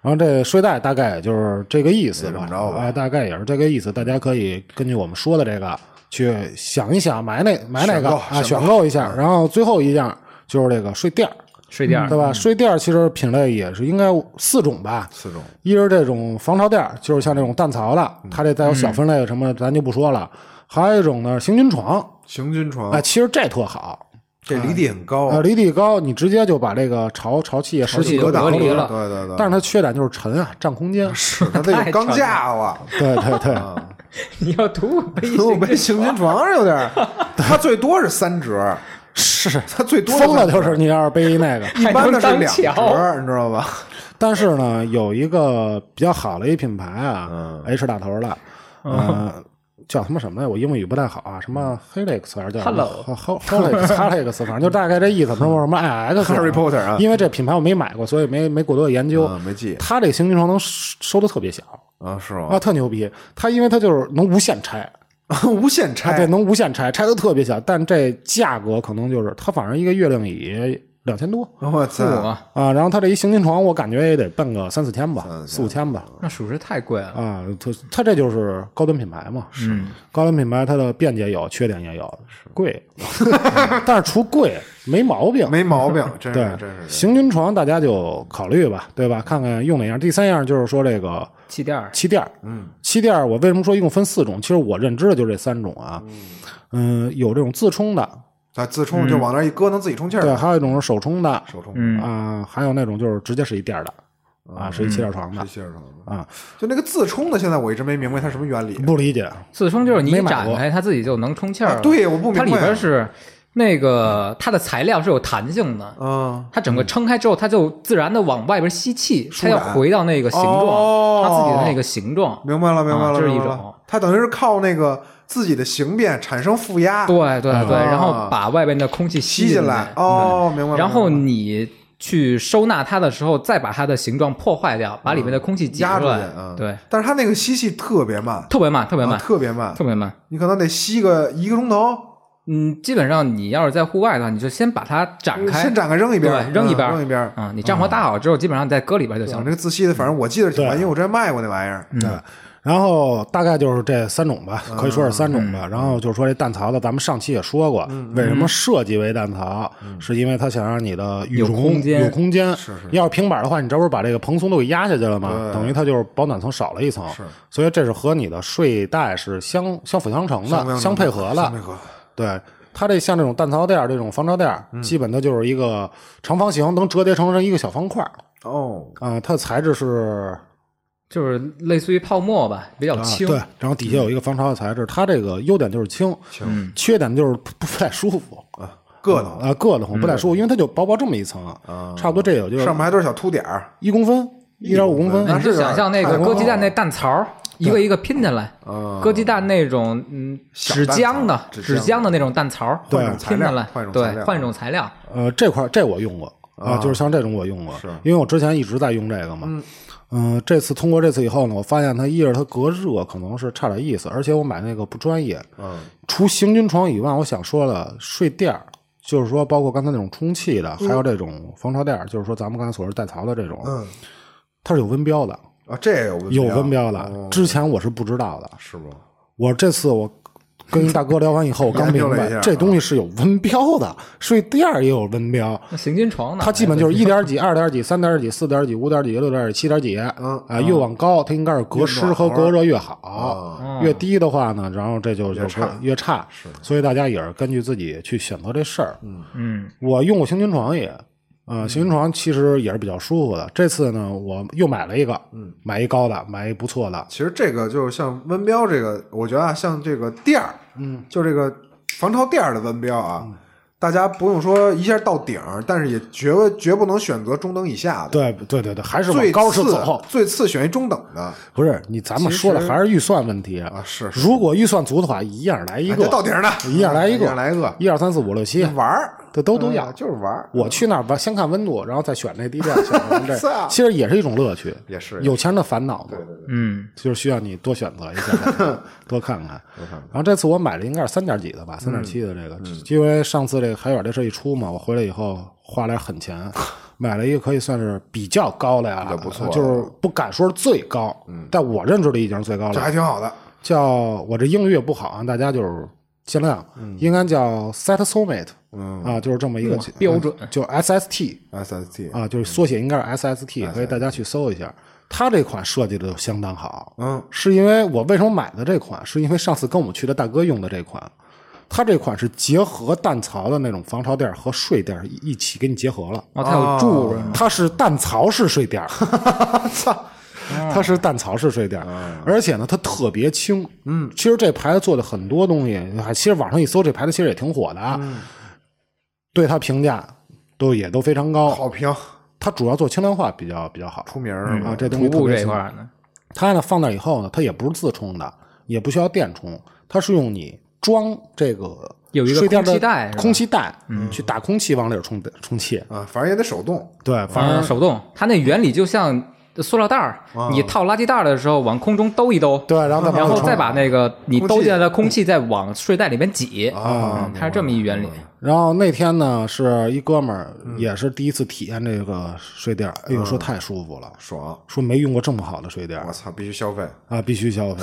[SPEAKER 2] 然后这睡袋大概也就是这个意思
[SPEAKER 1] 也这么
[SPEAKER 2] 吧，
[SPEAKER 1] 着吧
[SPEAKER 2] 哎，大概也是这个意思。大家可以根据我们说的这个去想一想，买哪买哪
[SPEAKER 1] 选购嗯
[SPEAKER 2] 个啊，
[SPEAKER 1] 选
[SPEAKER 2] 选购一下。然后最后一样就是这个睡垫儿，
[SPEAKER 3] 睡
[SPEAKER 1] 嗯
[SPEAKER 3] 垫儿
[SPEAKER 2] 对吧？睡垫儿其实品类也是应该四种吧，
[SPEAKER 1] 四种
[SPEAKER 2] 一是这种防潮垫儿，就是像这种蛋槽的，
[SPEAKER 1] 嗯
[SPEAKER 2] 它这再有小分类什么的，咱就不说了。还有一种呢，行军床，
[SPEAKER 1] 行军床
[SPEAKER 2] 哎，，其实这特好，
[SPEAKER 1] 这离地很高，啊
[SPEAKER 2] 呃，离地高，你直接就把这个潮潮气啊、湿气
[SPEAKER 3] 气
[SPEAKER 2] 都
[SPEAKER 3] 隔
[SPEAKER 2] 打
[SPEAKER 3] 隔
[SPEAKER 2] 出
[SPEAKER 3] 离
[SPEAKER 2] 去
[SPEAKER 3] 了
[SPEAKER 1] 对对对。
[SPEAKER 2] 但是它缺点就是沉啊，占空间。
[SPEAKER 1] 是它得有钢架了，
[SPEAKER 2] 对对对，
[SPEAKER 3] <laughs> 你要图我背
[SPEAKER 1] 我 <laughs>
[SPEAKER 3] 行
[SPEAKER 1] 被行军床上有点儿，它最多是三折，
[SPEAKER 2] 是
[SPEAKER 1] 它最多
[SPEAKER 2] 疯了
[SPEAKER 1] 三折
[SPEAKER 2] 就是你要是背一那个。
[SPEAKER 1] 一般的是
[SPEAKER 3] 还能
[SPEAKER 1] 两
[SPEAKER 3] 当桥
[SPEAKER 1] 折，你知道吧？ <laughs>
[SPEAKER 2] 但是呢，有一个比较好的一品牌啊
[SPEAKER 1] 嗯
[SPEAKER 2] ，H 打头的，呃，叫什么什么呀？我英语不太好啊，什么 Helix 还是叫
[SPEAKER 3] Hello
[SPEAKER 2] Helix Helix，反正就大概这意思，什么什么 IX
[SPEAKER 1] Harry Potter 啊
[SPEAKER 2] 因为这品牌我没买过，所以没没过多的研究。
[SPEAKER 1] 嗯没记
[SPEAKER 2] 它这行军床能收收的特别小
[SPEAKER 1] 啊，是
[SPEAKER 2] 啊，
[SPEAKER 1] 吗？
[SPEAKER 2] 特牛逼。它因为它就是能无限拆，
[SPEAKER 1] 无限
[SPEAKER 2] 啊，对，
[SPEAKER 1] 拆，
[SPEAKER 2] 能无限拆，拆的特别小，但这价格可能就是它，反正一个月亮也两千多
[SPEAKER 1] 我操！
[SPEAKER 3] 我
[SPEAKER 2] 啊。然后它这一行军床，我感觉也得奔个三四千吧，
[SPEAKER 1] 三四千
[SPEAKER 2] 四五千吧。
[SPEAKER 3] 那属实太贵了。
[SPEAKER 2] 啊，它它这就是高端品牌嘛，是
[SPEAKER 3] 嗯
[SPEAKER 2] 高端品牌，它的便捷有，缺点也有，
[SPEAKER 1] <laughs>
[SPEAKER 2] 贵，但是除贵没毛病。
[SPEAKER 1] 没
[SPEAKER 3] <laughs>
[SPEAKER 1] 毛病，真
[SPEAKER 2] 对
[SPEAKER 1] 是，真是。
[SPEAKER 2] 行军床大家就考虑吧，对吧？看看用哪样。第三样就是说这个
[SPEAKER 3] 气垫儿，
[SPEAKER 2] 气垫儿，
[SPEAKER 1] 嗯，
[SPEAKER 2] 气垫儿我为什么说一共分四种？其实我认知的就这三种啊，嗯、有这种自冲的，
[SPEAKER 1] 它自冲就往那儿一搁，能自己充气
[SPEAKER 2] 对，
[SPEAKER 1] 儿，
[SPEAKER 2] 还有一种是手冲的，啊、
[SPEAKER 1] 手冲
[SPEAKER 3] 嗯，
[SPEAKER 2] 还有那种就是直接是一垫儿的，啊，是一气垫床的
[SPEAKER 1] 机器人可能
[SPEAKER 2] 啊，
[SPEAKER 1] 就那个自冲的，现在我一直没明白它什么原理。
[SPEAKER 2] 不理解，
[SPEAKER 3] 自冲就是你
[SPEAKER 2] 没
[SPEAKER 3] 一
[SPEAKER 2] 买
[SPEAKER 3] 展
[SPEAKER 2] 过
[SPEAKER 3] 开它自己就能充气儿
[SPEAKER 1] 啊
[SPEAKER 3] 了。
[SPEAKER 1] 对我不明白
[SPEAKER 3] 它里边是那个它的材料是有弹性的，
[SPEAKER 1] 嗯，
[SPEAKER 3] 它整个撑开之后，它就自然的往外边吸气，它
[SPEAKER 1] 展
[SPEAKER 3] 要回到那个形
[SPEAKER 1] 哦
[SPEAKER 3] 状，它自己的那个形状。
[SPEAKER 1] 明白了，明白了，
[SPEAKER 3] 啊这是一
[SPEAKER 1] 明白了
[SPEAKER 3] 种。
[SPEAKER 1] 它等于是靠那个自己的形变产生负压，
[SPEAKER 3] 对对对，
[SPEAKER 1] 啊
[SPEAKER 3] 然后把外边的空气
[SPEAKER 1] 吸
[SPEAKER 3] 进嗯
[SPEAKER 1] 进来。哦，明白了。
[SPEAKER 3] 然后
[SPEAKER 1] 明白了
[SPEAKER 3] 你去收纳它的时候，再把它的形状破坏掉，把里面的空气挤
[SPEAKER 1] 压
[SPEAKER 3] 出
[SPEAKER 1] 出去
[SPEAKER 3] 来。，
[SPEAKER 1] 嗯
[SPEAKER 3] 对，，
[SPEAKER 1] 但是它那个吸气特别慢，
[SPEAKER 3] 特别慢，特别
[SPEAKER 1] 啊
[SPEAKER 3] 慢，
[SPEAKER 1] 特别慢
[SPEAKER 3] 特，别慢。
[SPEAKER 1] 你可能得吸个一个钟头，
[SPEAKER 3] 嗯，基本上你要是在户外的话，你就先把它展开，
[SPEAKER 1] 先展开扔一边儿，
[SPEAKER 3] 对扔一
[SPEAKER 1] 嗯
[SPEAKER 3] 边儿
[SPEAKER 1] 扔一边儿。
[SPEAKER 3] 啊、你帐篷搭好之后，基本上你再搁里边就
[SPEAKER 1] 对
[SPEAKER 3] 行嗯
[SPEAKER 1] 我
[SPEAKER 3] 了。
[SPEAKER 1] 那个自吸的，反正我记得挺慢，
[SPEAKER 2] 对
[SPEAKER 1] 因为我之前卖过那玩意儿。
[SPEAKER 2] 对。然后大概就是这三种吧，可以说是三种吧。
[SPEAKER 3] 嗯
[SPEAKER 2] 然后就是说这蛋槽的，咱们上期也说过，为什么设计为蛋槽，是因为它想让你的羽
[SPEAKER 3] 有
[SPEAKER 2] 绒
[SPEAKER 3] 空间
[SPEAKER 2] 有空间。嗯是是。要是平板的话，你这不是把这个蓬松都给压下去了吗？等于它就是保暖层少了一层。
[SPEAKER 1] 是。
[SPEAKER 2] 所以这是和你的睡袋是相相辅相成
[SPEAKER 1] 相
[SPEAKER 2] 的，
[SPEAKER 1] 辅
[SPEAKER 2] 相
[SPEAKER 1] 相成
[SPEAKER 2] 配合的
[SPEAKER 1] 相。配合
[SPEAKER 2] 对，它这像这种蛋槽垫儿、这种防潮垫儿，基本它就是一个长方形，能折叠成一个小方块儿
[SPEAKER 1] 哦，
[SPEAKER 2] 啊、它的材质是
[SPEAKER 3] 就是类似于泡沫吧，比较
[SPEAKER 2] 啊，
[SPEAKER 3] 轻。
[SPEAKER 2] 对，然后底下有一个防潮的材质，它这个优点就是轻，
[SPEAKER 1] 轻
[SPEAKER 2] 缺点就是不不太舒服
[SPEAKER 1] 个头
[SPEAKER 2] 啊，硌得慌，不太舒服，因为它就薄薄这么一层，差不多这有就
[SPEAKER 1] 上面
[SPEAKER 2] 是
[SPEAKER 1] 还都是小凸点儿，
[SPEAKER 2] 一公分、啊一点五公分
[SPEAKER 1] 那
[SPEAKER 3] 你就是
[SPEAKER 1] 有点
[SPEAKER 3] 想象那
[SPEAKER 1] 太
[SPEAKER 3] 个
[SPEAKER 1] 高
[SPEAKER 3] 搁鸡蛋那蛋槽儿，一个一个拼起来。
[SPEAKER 2] 啊
[SPEAKER 1] 嗯
[SPEAKER 3] 搁鸡蛋那种嗯
[SPEAKER 1] 小
[SPEAKER 3] 纸
[SPEAKER 1] 蛋
[SPEAKER 3] 浆
[SPEAKER 1] 槽
[SPEAKER 3] 的
[SPEAKER 1] 儿纸
[SPEAKER 3] 纸
[SPEAKER 1] 浆的
[SPEAKER 3] 浆的那种蛋槽儿，
[SPEAKER 1] 换一种材
[SPEAKER 3] 拼
[SPEAKER 1] 料
[SPEAKER 3] 起来
[SPEAKER 1] 换一种，材
[SPEAKER 3] 对，
[SPEAKER 1] 料
[SPEAKER 3] 换一种材料。
[SPEAKER 2] 呃，这块儿这我用过啊，就是像这种我用过，因为我之前一直在用这个嘛。啊嗯、这次通过这次以后呢，我发现它一是它隔热可能是差点意思，而且我买那个不专业。
[SPEAKER 1] 嗯，
[SPEAKER 2] 除行军床以外，我想说了，睡垫儿，就是说包括刚才那种充气的，还有这种防潮垫儿，就是说咱们刚才所说带槽的这种，
[SPEAKER 1] 嗯，
[SPEAKER 2] 它是有温标的，
[SPEAKER 1] 啊，这也有问
[SPEAKER 2] 有温标的。
[SPEAKER 1] 哦
[SPEAKER 2] 之前我是不知道的，
[SPEAKER 1] 是吗？
[SPEAKER 2] 我这次我跟一大哥聊完以后，我刚
[SPEAKER 1] 研究
[SPEAKER 2] 明
[SPEAKER 1] 了一
[SPEAKER 2] 白
[SPEAKER 1] 下啊
[SPEAKER 2] 这东西是有温标的，睡垫儿也有温标。
[SPEAKER 3] 那行军床呢？
[SPEAKER 2] 它基本就是一点几、二点几、三点几、四点几、五点几、六点几、七点几，
[SPEAKER 1] 嗯
[SPEAKER 2] 啊，越往高它应该是隔湿和隔热越好，
[SPEAKER 1] 啊，
[SPEAKER 3] 嗯
[SPEAKER 2] 越低的话呢，然后这就就
[SPEAKER 1] 越差
[SPEAKER 2] 越差，所以大家也是根据自己去选择这事儿。
[SPEAKER 3] 嗯
[SPEAKER 2] 我用过行军床也，呃，
[SPEAKER 1] 嗯
[SPEAKER 2] 行军床其实也是比较舒服的。这次呢，我又买了一个，
[SPEAKER 1] 嗯，
[SPEAKER 2] 买一高的，买一不错的，
[SPEAKER 1] 其实这个就是像温标这个，我觉得啊，像这个垫儿，
[SPEAKER 2] 嗯，
[SPEAKER 1] 就这个防潮垫儿的温标啊，大家不用说一下到顶儿，但是也绝绝不能选择中等以下的，
[SPEAKER 2] 对对对对，还是往
[SPEAKER 1] 最
[SPEAKER 2] 高处
[SPEAKER 1] 次
[SPEAKER 2] 走。啊
[SPEAKER 1] 最次选一中等的
[SPEAKER 2] 不是你，咱们
[SPEAKER 1] 其
[SPEAKER 2] 说的
[SPEAKER 1] 实
[SPEAKER 2] 还是预算问题。
[SPEAKER 1] 啊，是
[SPEAKER 2] 如果预算足的话，一样来一
[SPEAKER 1] 哎
[SPEAKER 2] 个
[SPEAKER 1] 就，到顶儿的，
[SPEAKER 2] 一样来一个
[SPEAKER 1] 一样来一个，
[SPEAKER 2] 一二三四五六七，
[SPEAKER 1] 玩儿，
[SPEAKER 2] 这都都
[SPEAKER 1] 哎
[SPEAKER 2] 要
[SPEAKER 1] 呀。就是玩儿，
[SPEAKER 2] 我去那儿吧，先看温度，然后再选那地垫，选什么
[SPEAKER 1] <laughs> 操
[SPEAKER 2] 这，其实也是一种乐趣，
[SPEAKER 1] 啊也是
[SPEAKER 2] 有钱人的烦恼嘛，
[SPEAKER 3] 嗯，
[SPEAKER 2] 就是需要你多选择一
[SPEAKER 1] <laughs>
[SPEAKER 2] 下，多看看。然后这次我买了应该是三点几的吧，三
[SPEAKER 1] 嗯
[SPEAKER 2] 点七的这个，因为上次这个海远这事一出嘛，我回来以后花点
[SPEAKER 1] <laughs>
[SPEAKER 2] 狠钱。买了一个可以算是比较高的呀，
[SPEAKER 1] 也不错啊嗯
[SPEAKER 2] 就是不敢说是最高，但我认知的已经是最高
[SPEAKER 1] 这
[SPEAKER 2] 了
[SPEAKER 1] 还。挺好的，
[SPEAKER 2] 叫我这英语也不好啊，大家就是尽量，应该叫 Set Summit，
[SPEAKER 1] 嗯
[SPEAKER 2] 啊，就是这么一个嗯
[SPEAKER 3] 哇标准
[SPEAKER 2] 就 SST
[SPEAKER 1] ，SST，
[SPEAKER 2] 啊，就是缩写应该是
[SPEAKER 3] 嗯
[SPEAKER 2] SST，可以大家去搜一下。它这款设计的就相当好，
[SPEAKER 1] 嗯，
[SPEAKER 2] 是因为我为什么买的这款，是因为上次跟我们去的大哥用的这款，它这款是结合蛋槽的那种防潮垫儿和睡垫儿一一起给你结合了。
[SPEAKER 3] 哦，它
[SPEAKER 1] 啊
[SPEAKER 3] 有柱子，
[SPEAKER 2] 它是蛋槽式睡垫儿， <laughs> 操，
[SPEAKER 3] 哦
[SPEAKER 2] 它是蛋槽式睡垫儿，而且呢，它特别轻。嗯，其实这牌子做的很多东西，还其实网上一搜，这牌子其实也挺火的啊。
[SPEAKER 3] 嗯
[SPEAKER 2] 对它评价都也都非常
[SPEAKER 3] 哦
[SPEAKER 2] 高。
[SPEAKER 1] 好评
[SPEAKER 2] 它主要做轻量化比较比较好
[SPEAKER 1] 出名儿是吧
[SPEAKER 2] 啊，这东西
[SPEAKER 3] 徒
[SPEAKER 2] 特
[SPEAKER 3] 步
[SPEAKER 2] 别
[SPEAKER 3] 这一
[SPEAKER 2] 轻
[SPEAKER 3] 块。儿呢，
[SPEAKER 1] 啊
[SPEAKER 2] 它呢放那以后呢，它也不是自充的，也不需要电充，它是用你装这个
[SPEAKER 3] 有一个
[SPEAKER 2] 睡垫的
[SPEAKER 3] 空气袋是吧嗯
[SPEAKER 2] 空气袋去打空气往里边充充气。
[SPEAKER 1] 啊，反正也得手动，
[SPEAKER 2] 对，反
[SPEAKER 3] 嗯
[SPEAKER 2] 正
[SPEAKER 3] 手动，它那原理就像塑料袋儿，
[SPEAKER 1] 啊
[SPEAKER 3] 你套垃圾袋儿的时候往空中兜一兜，
[SPEAKER 2] 对，然后再往
[SPEAKER 3] 然
[SPEAKER 2] 里
[SPEAKER 3] 后
[SPEAKER 2] 充
[SPEAKER 3] 再把那个你
[SPEAKER 1] 空气
[SPEAKER 3] 兜进来的空气再往睡袋里面挤
[SPEAKER 1] 啊
[SPEAKER 3] 嗯它是这么一原理。
[SPEAKER 2] 然后那天呢，是一哥们儿
[SPEAKER 3] 嗯
[SPEAKER 2] 也是第一次体验这个睡垫儿，哎呦，说太舒服了，
[SPEAKER 1] 爽，
[SPEAKER 2] 说没用过这么好的睡垫儿
[SPEAKER 1] 我操，必须消费，
[SPEAKER 2] 啊，必须消费。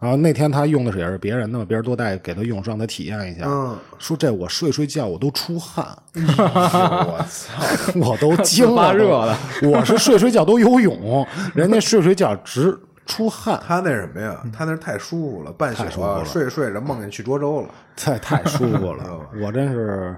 [SPEAKER 2] 然后那天他用的是也是别人的嘛，别人多带给他用，让他体验一下。
[SPEAKER 1] 嗯
[SPEAKER 2] 说这我睡睡觉我都出汗，
[SPEAKER 3] 哎
[SPEAKER 1] 我操，
[SPEAKER 2] 我都惊了，
[SPEAKER 3] 发热了。
[SPEAKER 2] 我是睡睡觉都游泳，人家睡睡觉直出汗，
[SPEAKER 1] 他那什么呀，他那太舒服了，半宿
[SPEAKER 2] 太舒服
[SPEAKER 1] 啊
[SPEAKER 2] 了
[SPEAKER 1] 睡着睡着梦见去涿州了，
[SPEAKER 2] 太太舒服
[SPEAKER 3] <laughs>
[SPEAKER 2] 了，我真是。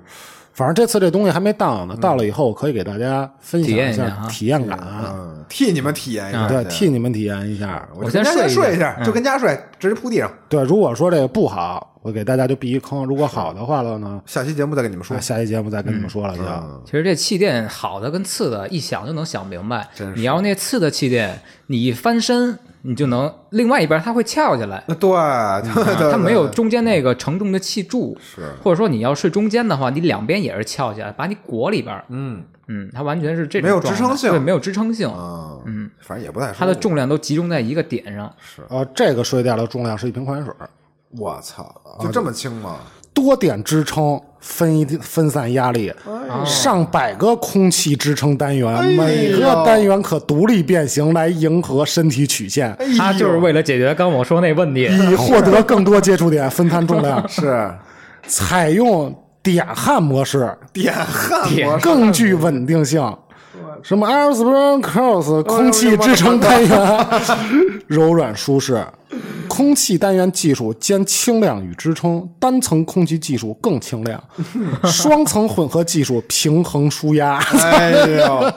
[SPEAKER 2] 反正这次这东西还没到呢，到了以后可以给大家分享
[SPEAKER 3] 嗯体验一下
[SPEAKER 2] 下
[SPEAKER 3] 啊
[SPEAKER 2] 体验感，
[SPEAKER 1] 嗯，替你们体验一下，
[SPEAKER 2] 嗯对，替你们体验一下。
[SPEAKER 1] 我
[SPEAKER 3] 我
[SPEAKER 1] 就
[SPEAKER 3] 先
[SPEAKER 1] 跟家
[SPEAKER 3] 睡一下
[SPEAKER 1] 睡一下，就跟家睡，直接铺地上，
[SPEAKER 2] 对，如果说这个不好，我给大家就避一坑；如果好的话了呢，
[SPEAKER 1] 下期节目再跟你们说
[SPEAKER 2] 那，下期节目再跟你
[SPEAKER 3] 嗯
[SPEAKER 2] 们说了就。
[SPEAKER 3] 其实这气垫好的跟次的，一想就能想明白
[SPEAKER 1] 真。是
[SPEAKER 3] 你要那次的气垫，你一翻身，你就能另外一边它会翘起来，
[SPEAKER 1] 那对，对
[SPEAKER 3] 它
[SPEAKER 1] 对
[SPEAKER 3] 没有
[SPEAKER 1] 对
[SPEAKER 3] 中间那个承重的气柱，
[SPEAKER 1] 是，
[SPEAKER 3] 或者说你要睡中间的话，你两边也是翘起来，把你裹里边儿。
[SPEAKER 1] 嗯
[SPEAKER 3] 嗯，它完全是这种
[SPEAKER 1] 没有
[SPEAKER 3] 状
[SPEAKER 1] 支撑
[SPEAKER 3] 态
[SPEAKER 1] 性
[SPEAKER 3] 对，没有支撑性，
[SPEAKER 1] 啊，
[SPEAKER 3] 嗯，
[SPEAKER 1] 反正也不太舒服，
[SPEAKER 3] 它的重量都集中在一个点上。
[SPEAKER 1] 是，
[SPEAKER 2] 呃，这个睡垫的重量是一瓶矿泉水，
[SPEAKER 1] 我操，就这么轻吗？
[SPEAKER 2] 多点支撑分一分散压力，上百个空气支撑单元，每个单元可独立变形来迎合身体曲线，
[SPEAKER 1] 哎呦。
[SPEAKER 3] 它就是为了解决刚我说那问题，
[SPEAKER 2] 以获得更多接触点，分摊重量
[SPEAKER 1] 是
[SPEAKER 2] 采用点焊模式，
[SPEAKER 1] 点焊模式，
[SPEAKER 2] 更具稳定性。什么 Airspring Cross 空气支撑单元， <laughs> 柔软舒适。空气单元技术兼轻量与支撑，单层空气技术更轻量，双层混合技术平衡舒压。
[SPEAKER 1] 哎呦，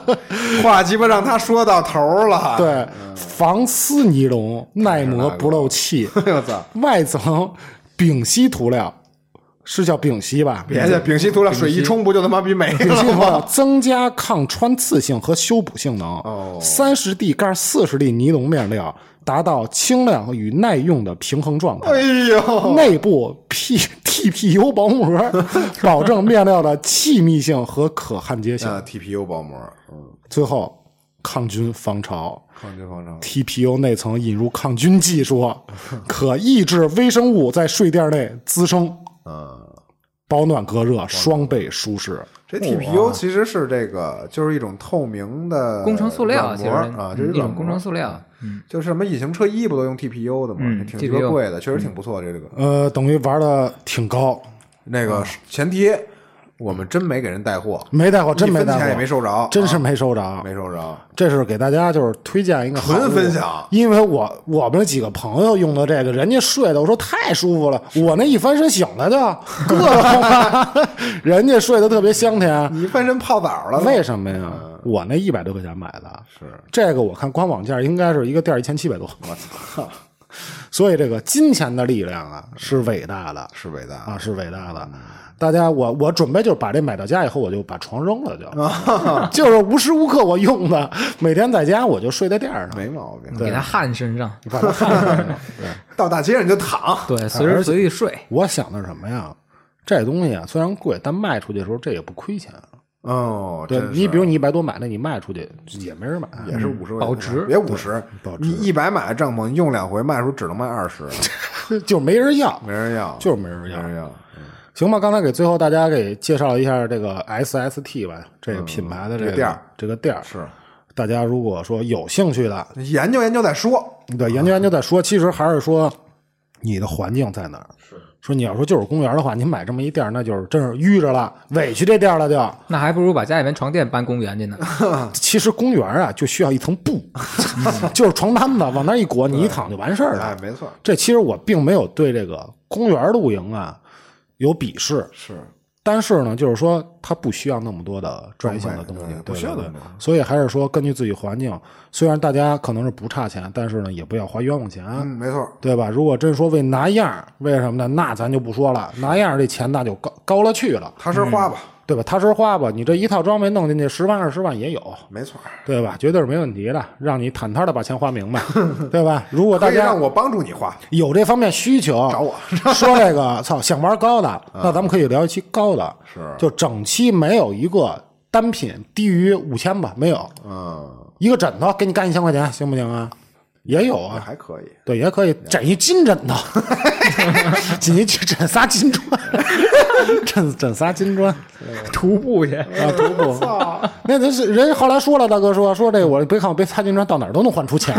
[SPEAKER 1] 话鸡巴让他说到头儿了，，
[SPEAKER 2] 对，防撕尼龙，耐磨不漏气。
[SPEAKER 1] 哎呦操，
[SPEAKER 2] 外层丙烯涂料，是叫丙烯吧？
[SPEAKER 1] 别介，丙烯涂料水一冲不就他妈逼没
[SPEAKER 2] 丙烯
[SPEAKER 1] 了
[SPEAKER 2] 涂
[SPEAKER 1] 吗？
[SPEAKER 2] 料增加抗穿刺性和修补性
[SPEAKER 1] 哦
[SPEAKER 2] 能。三十 D 杠四十 D 尼龙面料，达到轻量与耐用的平衡状
[SPEAKER 1] 哎
[SPEAKER 2] 态。
[SPEAKER 1] 呦，
[SPEAKER 2] 内部 P TPU 薄膜，保证面料的气密性和可焊接性
[SPEAKER 1] 嗯呃啊。TPU 薄膜，嗯
[SPEAKER 2] 最后，抗菌防潮。
[SPEAKER 1] 抗菌防潮，
[SPEAKER 2] TPU 内层引入抗菌技术，可抑制微生物在睡垫内滋生，
[SPEAKER 1] 嗯，
[SPEAKER 2] 保暖隔热，双倍舒适。
[SPEAKER 1] 这 TPU 其实是这个，就是一种透明的
[SPEAKER 3] 工程塑料，
[SPEAKER 1] 软啊
[SPEAKER 3] 其
[SPEAKER 1] 膜
[SPEAKER 3] 实嗯
[SPEAKER 1] 啊，就是
[SPEAKER 3] 一种工程塑
[SPEAKER 1] 料，
[SPEAKER 3] 料，
[SPEAKER 1] 就是什么隐形车衣不都用 TPU 的嘛，
[SPEAKER 3] 嗯
[SPEAKER 1] 挺
[SPEAKER 3] TPU
[SPEAKER 1] 挺贵的，确实挺不错的这个。
[SPEAKER 2] 呃，等于玩的挺高，
[SPEAKER 1] 那
[SPEAKER 3] 嗯
[SPEAKER 1] 个前提，我们真没给人带货，
[SPEAKER 2] 没带货，真没
[SPEAKER 1] 一分
[SPEAKER 2] 带
[SPEAKER 1] 钱
[SPEAKER 2] 货，
[SPEAKER 1] 也没收着，
[SPEAKER 2] 真是
[SPEAKER 1] 啊
[SPEAKER 2] 没收着。
[SPEAKER 1] 没收着。
[SPEAKER 2] 这是给大家就是推荐一个好
[SPEAKER 1] 纯
[SPEAKER 2] 物
[SPEAKER 1] 分享
[SPEAKER 2] 因为我我们几个朋友用的这个，人家睡的我说太舒服了，我那一翻身醒了就硌得
[SPEAKER 1] <laughs>
[SPEAKER 2] 慌啊，人家睡得特别香甜。
[SPEAKER 1] 你翻身泡澡了，嗯
[SPEAKER 2] 为什么呀？我那一百多块钱买的，
[SPEAKER 1] 是
[SPEAKER 2] 这个我看官网价应该是一个店一千七百多，
[SPEAKER 1] 我操，
[SPEAKER 2] 所以这个金钱的力量啊是伟大的
[SPEAKER 1] 是伟大
[SPEAKER 2] 啊，是伟大的。
[SPEAKER 1] 嗯
[SPEAKER 2] 大家，我我准备就是把这买到家以后，我就把床扔了
[SPEAKER 1] 啊
[SPEAKER 2] 就，就是无时无刻我用的，每天在家我就睡在垫儿上，
[SPEAKER 1] 没毛病。
[SPEAKER 3] 给它焊身上，
[SPEAKER 2] 把它焊上了。
[SPEAKER 1] 到大街上你就躺，
[SPEAKER 3] 对，随时随地睡。
[SPEAKER 2] 我想的是什么呀？这东西啊虽然贵，但卖出去的时候这也不亏钱。
[SPEAKER 1] 哦，
[SPEAKER 2] 对
[SPEAKER 1] 真是嗯
[SPEAKER 2] 你，比如你一百多买的，你卖出去也没人买，
[SPEAKER 1] 也是五十块钱，
[SPEAKER 3] 保值
[SPEAKER 1] 别五十，
[SPEAKER 2] 保值
[SPEAKER 1] 你一百买的帐篷，用两回卖出只能卖二十，
[SPEAKER 2] 嗯就没人要，
[SPEAKER 1] 没人要，
[SPEAKER 2] 就是没人
[SPEAKER 1] 没
[SPEAKER 2] 要。
[SPEAKER 1] 人要。
[SPEAKER 2] 行吧，刚才给最后大家给介绍一下这个 SST 吧，这个品牌的
[SPEAKER 1] 嗯这
[SPEAKER 2] 个
[SPEAKER 1] 个店儿
[SPEAKER 2] 这个店儿
[SPEAKER 1] 是
[SPEAKER 2] 大家如果说有兴趣的，
[SPEAKER 1] 研究研究再说，
[SPEAKER 2] 对，研究研究再说。其实还是说你的环境在哪儿。说你要说就是公园的话，你买这么一店儿，那就是真是淤着了，委屈这店儿了就。
[SPEAKER 3] 那还不如把家里面床垫搬公园去呢。
[SPEAKER 1] 嗯
[SPEAKER 2] 其实公园啊，就需要一层
[SPEAKER 1] <laughs>
[SPEAKER 2] 布，就是床单子往那儿一裹，你一躺就完事儿
[SPEAKER 1] 哎
[SPEAKER 2] 了，。
[SPEAKER 1] 没错，
[SPEAKER 2] 这其实我并没有对这个公园露营啊有鄙视，
[SPEAKER 1] 是
[SPEAKER 2] 但是呢，就是说它不需要那么多的专业性的东西
[SPEAKER 1] 装备，对
[SPEAKER 2] 对
[SPEAKER 1] 不需要那么多
[SPEAKER 2] 对对所以还是说根据自己环境，虽然大家可能是不差钱，但是呢，也不要花冤枉钱。啊
[SPEAKER 1] 嗯，没错，
[SPEAKER 2] 对吧？如果真说为拿样儿，为什么呢？那咱就不说了，拿样儿这钱那就高高了去了，
[SPEAKER 1] 踏实花吧，
[SPEAKER 2] 对吧？踏实花吧，你这一套装备弄进去十万二十万也有，
[SPEAKER 1] 没错，
[SPEAKER 2] 对吧？绝对是没问题的，让你坦坦的把钱花
[SPEAKER 1] <laughs>
[SPEAKER 2] 明白，对吧？如果大
[SPEAKER 1] 可以
[SPEAKER 2] 家
[SPEAKER 1] 让我帮助你花，
[SPEAKER 2] 有这方面需求，
[SPEAKER 1] 找我嗯
[SPEAKER 2] 说这个，操，想玩高的，那咱们可以聊一期高的，
[SPEAKER 1] 是
[SPEAKER 2] 就整期没有一个单品低于五千吧，没有
[SPEAKER 1] 嗯，
[SPEAKER 2] 一个枕头给你干一千块钱，行不行啊？也有啊，
[SPEAKER 1] 嗯还可以，
[SPEAKER 2] 对，也可以枕一金枕头， <laughs> 枕一枕仨金砖， <laughs> 枕枕仨金砖
[SPEAKER 3] 徒步去，
[SPEAKER 2] 啊，徒步。
[SPEAKER 1] 操，
[SPEAKER 2] 那那是人后来说了，大哥说说这我别看我别擦金砖，到哪儿都能换出钱。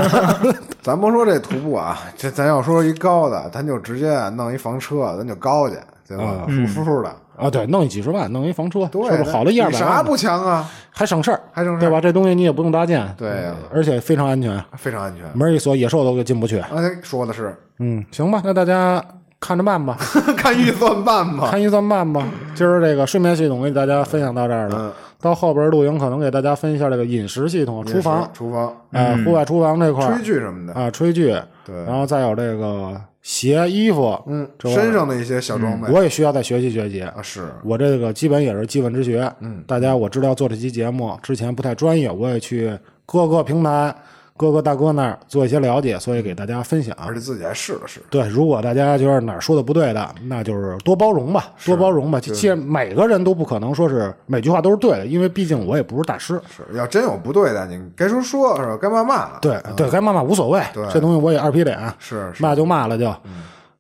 [SPEAKER 1] 咱甭说这徒步啊，这咱要说一高的，咱就直接弄一房车，咱就高去，对吧？舒舒舒的，
[SPEAKER 2] 啊，对，弄一几十万，弄一房车，
[SPEAKER 1] 对
[SPEAKER 2] 是不，是好了一二
[SPEAKER 1] 比
[SPEAKER 2] 百
[SPEAKER 1] 啥
[SPEAKER 2] 万，
[SPEAKER 1] 不强啊？
[SPEAKER 2] 还省事儿，
[SPEAKER 1] 还省事儿
[SPEAKER 2] 对吧？这东西你也不用搭建，
[SPEAKER 1] 对呀
[SPEAKER 2] 而且非常安全，
[SPEAKER 1] 非常安全。
[SPEAKER 2] 门儿一锁，野兽都给进不去。
[SPEAKER 1] 刚才说的是
[SPEAKER 2] 嗯，行吧，那大家 <laughs> 看着办吧，
[SPEAKER 1] 看预算办吧，
[SPEAKER 2] 看预算办吧。今儿这个睡眠系统给大家分享到这儿
[SPEAKER 1] 嗯
[SPEAKER 2] 了，到后边露营可能给大家分一下这个饮食系统，厨
[SPEAKER 1] 也
[SPEAKER 2] 房
[SPEAKER 1] 是、厨房、
[SPEAKER 2] 呃，户外厨房这块
[SPEAKER 1] 炊
[SPEAKER 2] 儿
[SPEAKER 1] 具什么的，
[SPEAKER 2] 啊，炊具，
[SPEAKER 1] 嗯对
[SPEAKER 2] 然后再有这个鞋、衣服，
[SPEAKER 1] 嗯，
[SPEAKER 2] 这玩意儿
[SPEAKER 1] 身上的一些小装备
[SPEAKER 2] 我也需要再学习学习。
[SPEAKER 1] 啊，是
[SPEAKER 2] 我这个基本也是基本之学，嗯，大家我知道做这期节目之前不太专业，我也去各个平台、各个大哥那儿做一些了解，所以给大家分享。
[SPEAKER 1] 而且自己还试了试，
[SPEAKER 2] 对，如果大家觉得哪儿说的不对的，那就是多包容吧，多包容吧。既然每个人都不可能说是每句话都是对的，因为毕竟我也不是大师。
[SPEAKER 1] 是要真有不对的，你该说说是吧？该骂骂，
[SPEAKER 2] 对对，该骂骂无所谓，
[SPEAKER 1] 啊对
[SPEAKER 2] 这东西我也二皮脸，啊
[SPEAKER 1] 是是
[SPEAKER 2] 骂就骂了就。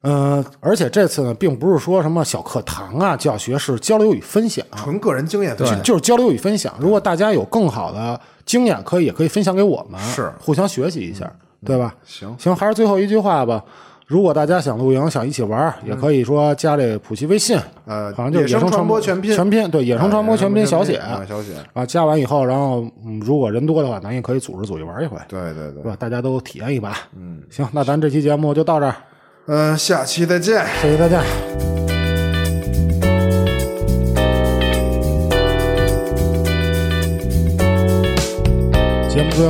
[SPEAKER 2] 嗯、而且这次呢，并不是说什么小课堂啊教学，是交流与分享，
[SPEAKER 1] 纯个人经验分享，
[SPEAKER 2] 就是交流与分享。如果大家有更好的经验，可以也可以分享给我们，
[SPEAKER 1] 是嗯
[SPEAKER 2] 互相学习一下，对吧？
[SPEAKER 1] 行，
[SPEAKER 2] 行，还是最后一句话吧。如果大家想露营，想一起玩儿，也可以说加这普奇微信，
[SPEAKER 1] 嗯呃
[SPEAKER 2] 好像就是
[SPEAKER 1] 野生
[SPEAKER 2] 生
[SPEAKER 1] 传
[SPEAKER 2] 传
[SPEAKER 1] 播全拼
[SPEAKER 2] 全拼对，野生传播全拼小写
[SPEAKER 1] 啊，小写，
[SPEAKER 2] 啊。加完以后，然后嗯，如果人多的话，咱也可以组织组织玩儿一回，
[SPEAKER 1] 对对
[SPEAKER 2] 对
[SPEAKER 1] 对，
[SPEAKER 2] 吧？大家都体验一把。嗯，行，那咱这期节目就到这儿，
[SPEAKER 1] 嗯，下期再见。
[SPEAKER 2] 谢谢大家。节目最